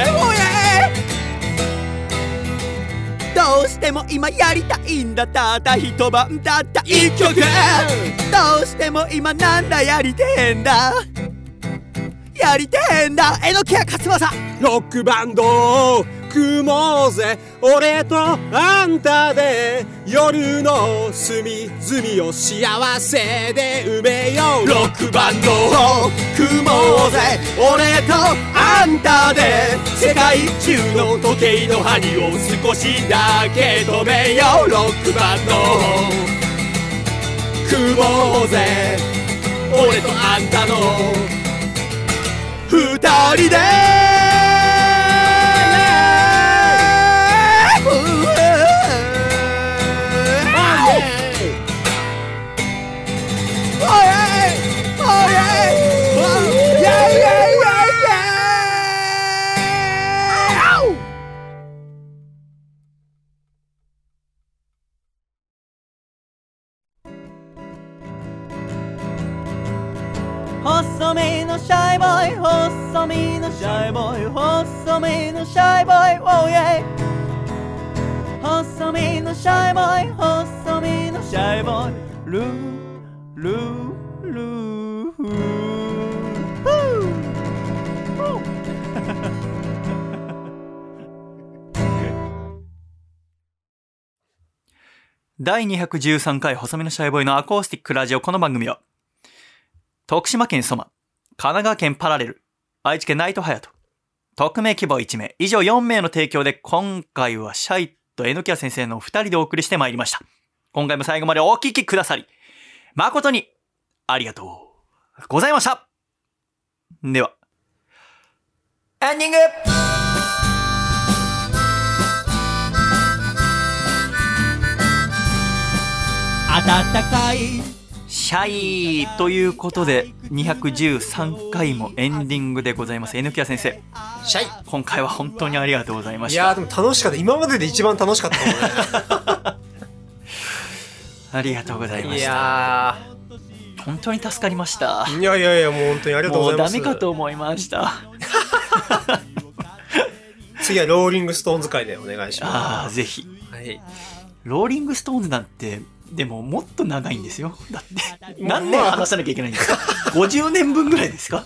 S5: おえどうしても今やりたいんだただ一晩たった一曲どうしても今なんだやりてえんだやりてえんだえのきや勝正ロックバンドを組もうぜ俺とあんたで夜の隅々を幸せで埋めようロックバンドを組もうぜ俺とあんたで世界中の時計の針を少しだけ止めようロックバンドを組もうぜ俺とあんたの二人で細身のシャイボーイ細身のシャイボーイ細身のシャイボーイ oh yeah 細身のシャイボーイ細身
S1: *laughs*
S5: のシャイボーイルールールーふー
S1: 第213回細身のシャイボーイのアコースティックラジオこの番組は、徳島県ソマ、神奈川県パラレル、愛知県ナイトハヤト、匿名希望1名、以上4名の提供で今回はシャイとエノキア先生の2人でお送りしてまいりました。今回も最後までお聞きくださり、誠にありがとうございましたでは、エンディング
S5: 暖かい
S1: シャイということで213回もエンディングでございます N キア先生
S2: シャイ
S1: 今回は本当にありがとうございま
S2: い
S1: し
S2: やー
S1: た
S2: でも楽しかった。今までで一番楽しかったか
S1: ありがとうござい
S2: も
S1: ま
S2: ね。い
S1: した
S2: や
S1: 本当に助かりました
S2: *laughs* ーいやいやいや、もう本当にありがとう
S1: も
S2: ござ
S1: う
S2: いま
S1: ダ
S2: す。
S1: メかと思いました
S2: 次はローリングストーン使いでお願いしま
S1: ああぜひ
S2: す。はい。
S1: ローリングストーンズなんてでももっと長いんですよだって
S2: もう
S1: 何年話さなきゃいけないんですか50年分ぐらいですか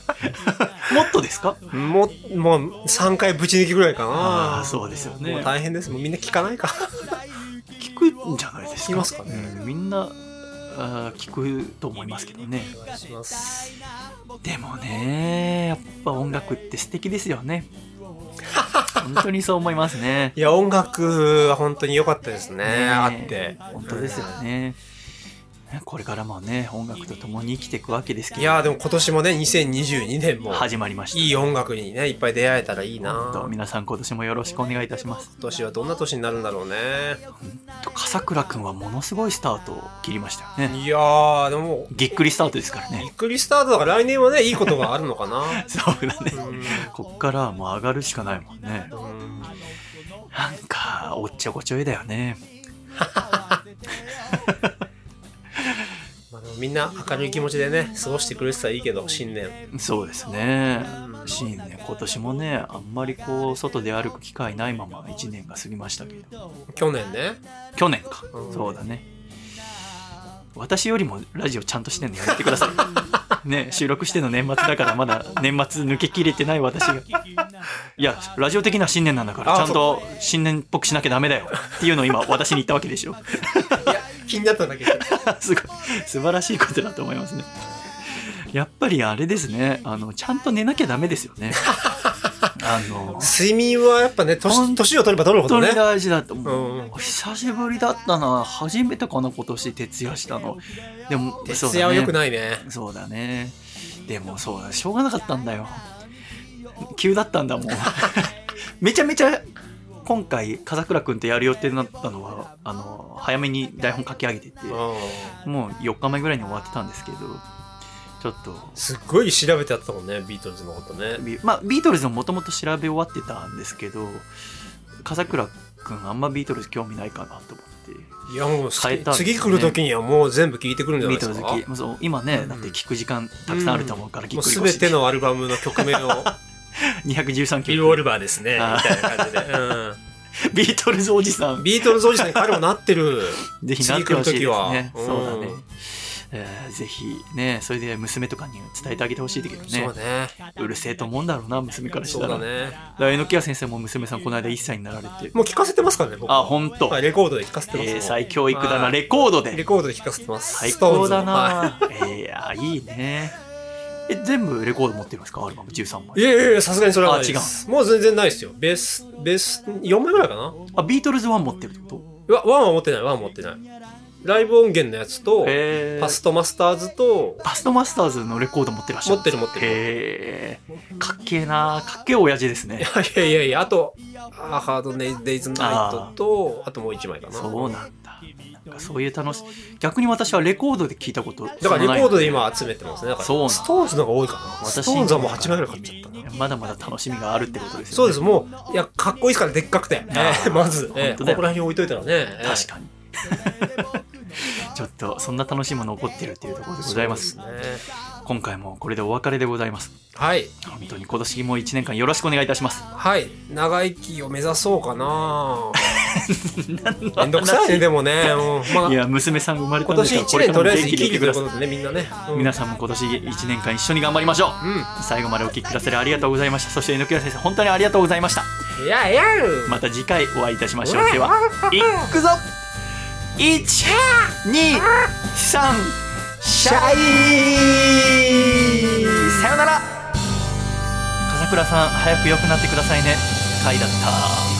S1: もっとですか
S2: もう、もう3回ぶち抜きぐらいか
S1: あ
S2: な。
S1: あそうですよね
S2: もう大変です。もうみんな聞かないか。 *laughs*
S1: 聞くんじゃないですか
S2: 聞きますかね
S1: うんみんなあー聞くと思いますけどね
S2: お願いします。
S1: でもねやっぱ音楽って素敵ですよ
S2: *laughs*
S1: ね本当にそう思いますね
S2: いや、音楽は本当に良かったですね。
S1: ね
S2: あって。
S1: 本当ですよねねこれからもね音楽と共に生きていくわけですけ
S2: い
S1: ど
S2: やーでも今年もね、2022年も、
S1: 始まりました
S2: いい音楽にね、いっぱい出会えたらいいな。
S1: どう
S2: 今
S1: 皆さん今年もよろしくお願いいたします
S2: 年はどんな年になるんだろうね。
S1: 笠倉くんはものすごいスタートを切りましたよね
S2: いやー、でも、
S1: ぎっくりスタートですから
S2: び
S1: ね
S2: っくりスタートだから来年はね、いいことがあるのかな。
S1: *laughs* そうだね
S2: うん
S1: こっからはもう上がるしかないもんね
S2: うん
S1: なんかおっちょこちょいだよね
S2: まあ、でもみんな明るい気持ちでね、過ごしてくれてたらいいけど、新年。
S1: そうですね新年今年もねあんまりこう外で歩く機会ないまま1年が過ぎましたけど
S2: 去年ね。
S1: 去年か
S2: うん
S1: そうだね私よりもラジオちゃんとしてんのやめてくださ
S2: *laughs*
S1: いね収録してんの年末だからまだ年末抜けきれてない私がいやラジオ的な新年なんだから
S2: あ
S1: ちゃんと新年っぽくしなきゃダメだよっていうのを今私に言ったわけでしょ *laughs*
S2: いや、気になっただけ。 *laughs*
S1: すごい素晴らしいことだと思いますねやっぱりあれですねあのちゃんと寝なきゃダメですよ
S2: *laughs*
S1: ねあの
S2: 睡眠はやっぱね、
S1: ほん
S2: 年、年を取れば取るほど
S1: 本当
S2: ね
S1: に。大事だと思う、
S2: うん
S1: 久しぶりだったな初めてかな今年徹夜したのでもそうだ
S2: 徹夜は
S1: ね
S2: 良くないね。
S1: そうだねでもそうだしょうがなかったんだよ急だったんだ *laughs* もんめちゃめちゃ今回風倉くんとやる予定になったのはあの早めに台本書き上げてて
S2: うん
S1: もう4日前ぐらいに終わってたんですけどちょっと
S2: すっごい調べてあったもんね、ビートルズのことね。
S1: ビまあ、ビートルズももともと調べ終わってたんですけど笠倉くんあんまビートルズ興味ないかなと思って
S2: いやもう
S1: 変えたんですね
S2: 次来る時にはもう全部聞いてくるんじゃな
S1: ビ
S2: い
S1: ートル
S2: です
S1: ズ
S2: か。も
S1: 好きそう今ね
S2: ん
S1: だって聞く時間たくさんあると思うからぎっ
S2: う
S1: くり
S2: す
S1: 腰
S2: べてのアルバムの曲名
S1: *laughs*
S2: を
S1: 213
S2: ビ
S1: 曲
S2: ル・オルバーですねみ
S1: あー
S2: たいな感じで、
S1: ビートルズおじさ
S2: うんん、ビートルズおじさんに彼もなってる
S1: *laughs* ぜひなってほしいですね
S2: 次来る時は
S1: そうだね
S2: うん
S1: えーぜひねそれで娘とかに伝えてあげてほしいんだけどね
S2: そうね
S1: うるせえと思うんだろうな娘からし
S2: そ
S1: た
S2: う
S1: ら
S2: だね
S1: だから榎谷先生も娘さんこの間1歳になられて
S2: もう聞かせてますからね僕
S1: あ本当
S2: はいレコードで聞かせてます、
S1: 英才教育だ
S2: は
S1: ないレコード
S2: レ
S1: で
S2: コードで聞かせてます
S1: 最高だ
S2: SixTONES のは
S1: な、いやいいねえ全部レコード持ってるんですかアルバム13
S2: いい
S1: 枚
S2: やいやいやさすがにそれはないですもう全然ないですよベースベース4枚ぐらいかな
S1: あビートルズ1持ってるってこ
S2: うわワンは持ってないワンは持ってないライブ音源のやつと
S1: とへー
S2: パストマスターズと
S1: パストマスターズのレコード持ってらっしゃる
S2: 持ってる持ってる
S1: へえかっけえなかっけえ親父ですね
S2: いやいやいや、あと、あハードネイデイズナイトと、あともう一枚かな。
S1: そうなんだなんかそういう楽し逆に私はレコードで聞いたこと
S2: だからレコードで
S1: そんなない
S2: 今集めてますね。だから
S1: そうなんだ
S2: ストーンズの方が多いかな。
S1: 私
S2: ストーンズはもう8枚ぐらい買っちゃったな。
S1: まだまだ楽しみがあるってことですよ
S2: そう
S1: ね
S2: です、もう、いや、かっこいいですから、でっかくて。
S1: あ
S2: え
S1: ー
S2: えまず、ええ
S1: 本当だよ
S2: ここら辺に置いといたらね。ええ
S1: 確かに *laughs* ちょっとそんな楽しみも残ってるっていうところでございます
S2: そうでね
S1: 今回もこれでお別れでございます
S2: はい。
S1: 本当に今年も1年間よろしくお願いいたします
S2: はい。長生きを目指そうか
S1: *laughs*
S2: なめんどくさいね、でもね。うんまあ
S1: い、や娘さん生まれた
S2: 今
S1: んです
S2: 年
S1: から
S2: 一
S1: これからも
S2: 年とりあえず
S1: 元
S2: 生
S1: 気で
S2: き
S1: いてく
S2: るとい
S1: だ
S2: うこ
S1: さい
S2: とでね、みんなね。うん
S1: 皆さんも今年1年間一緒に頑張りましょう、最後までお聞きくださりありがとうございましたそして猪木先生本当にありがとうございました
S4: いやいや
S1: また次回お会いいたしましょうではいくぞ123シャイさよなら笠倉さん早く良くなってくださいね回だった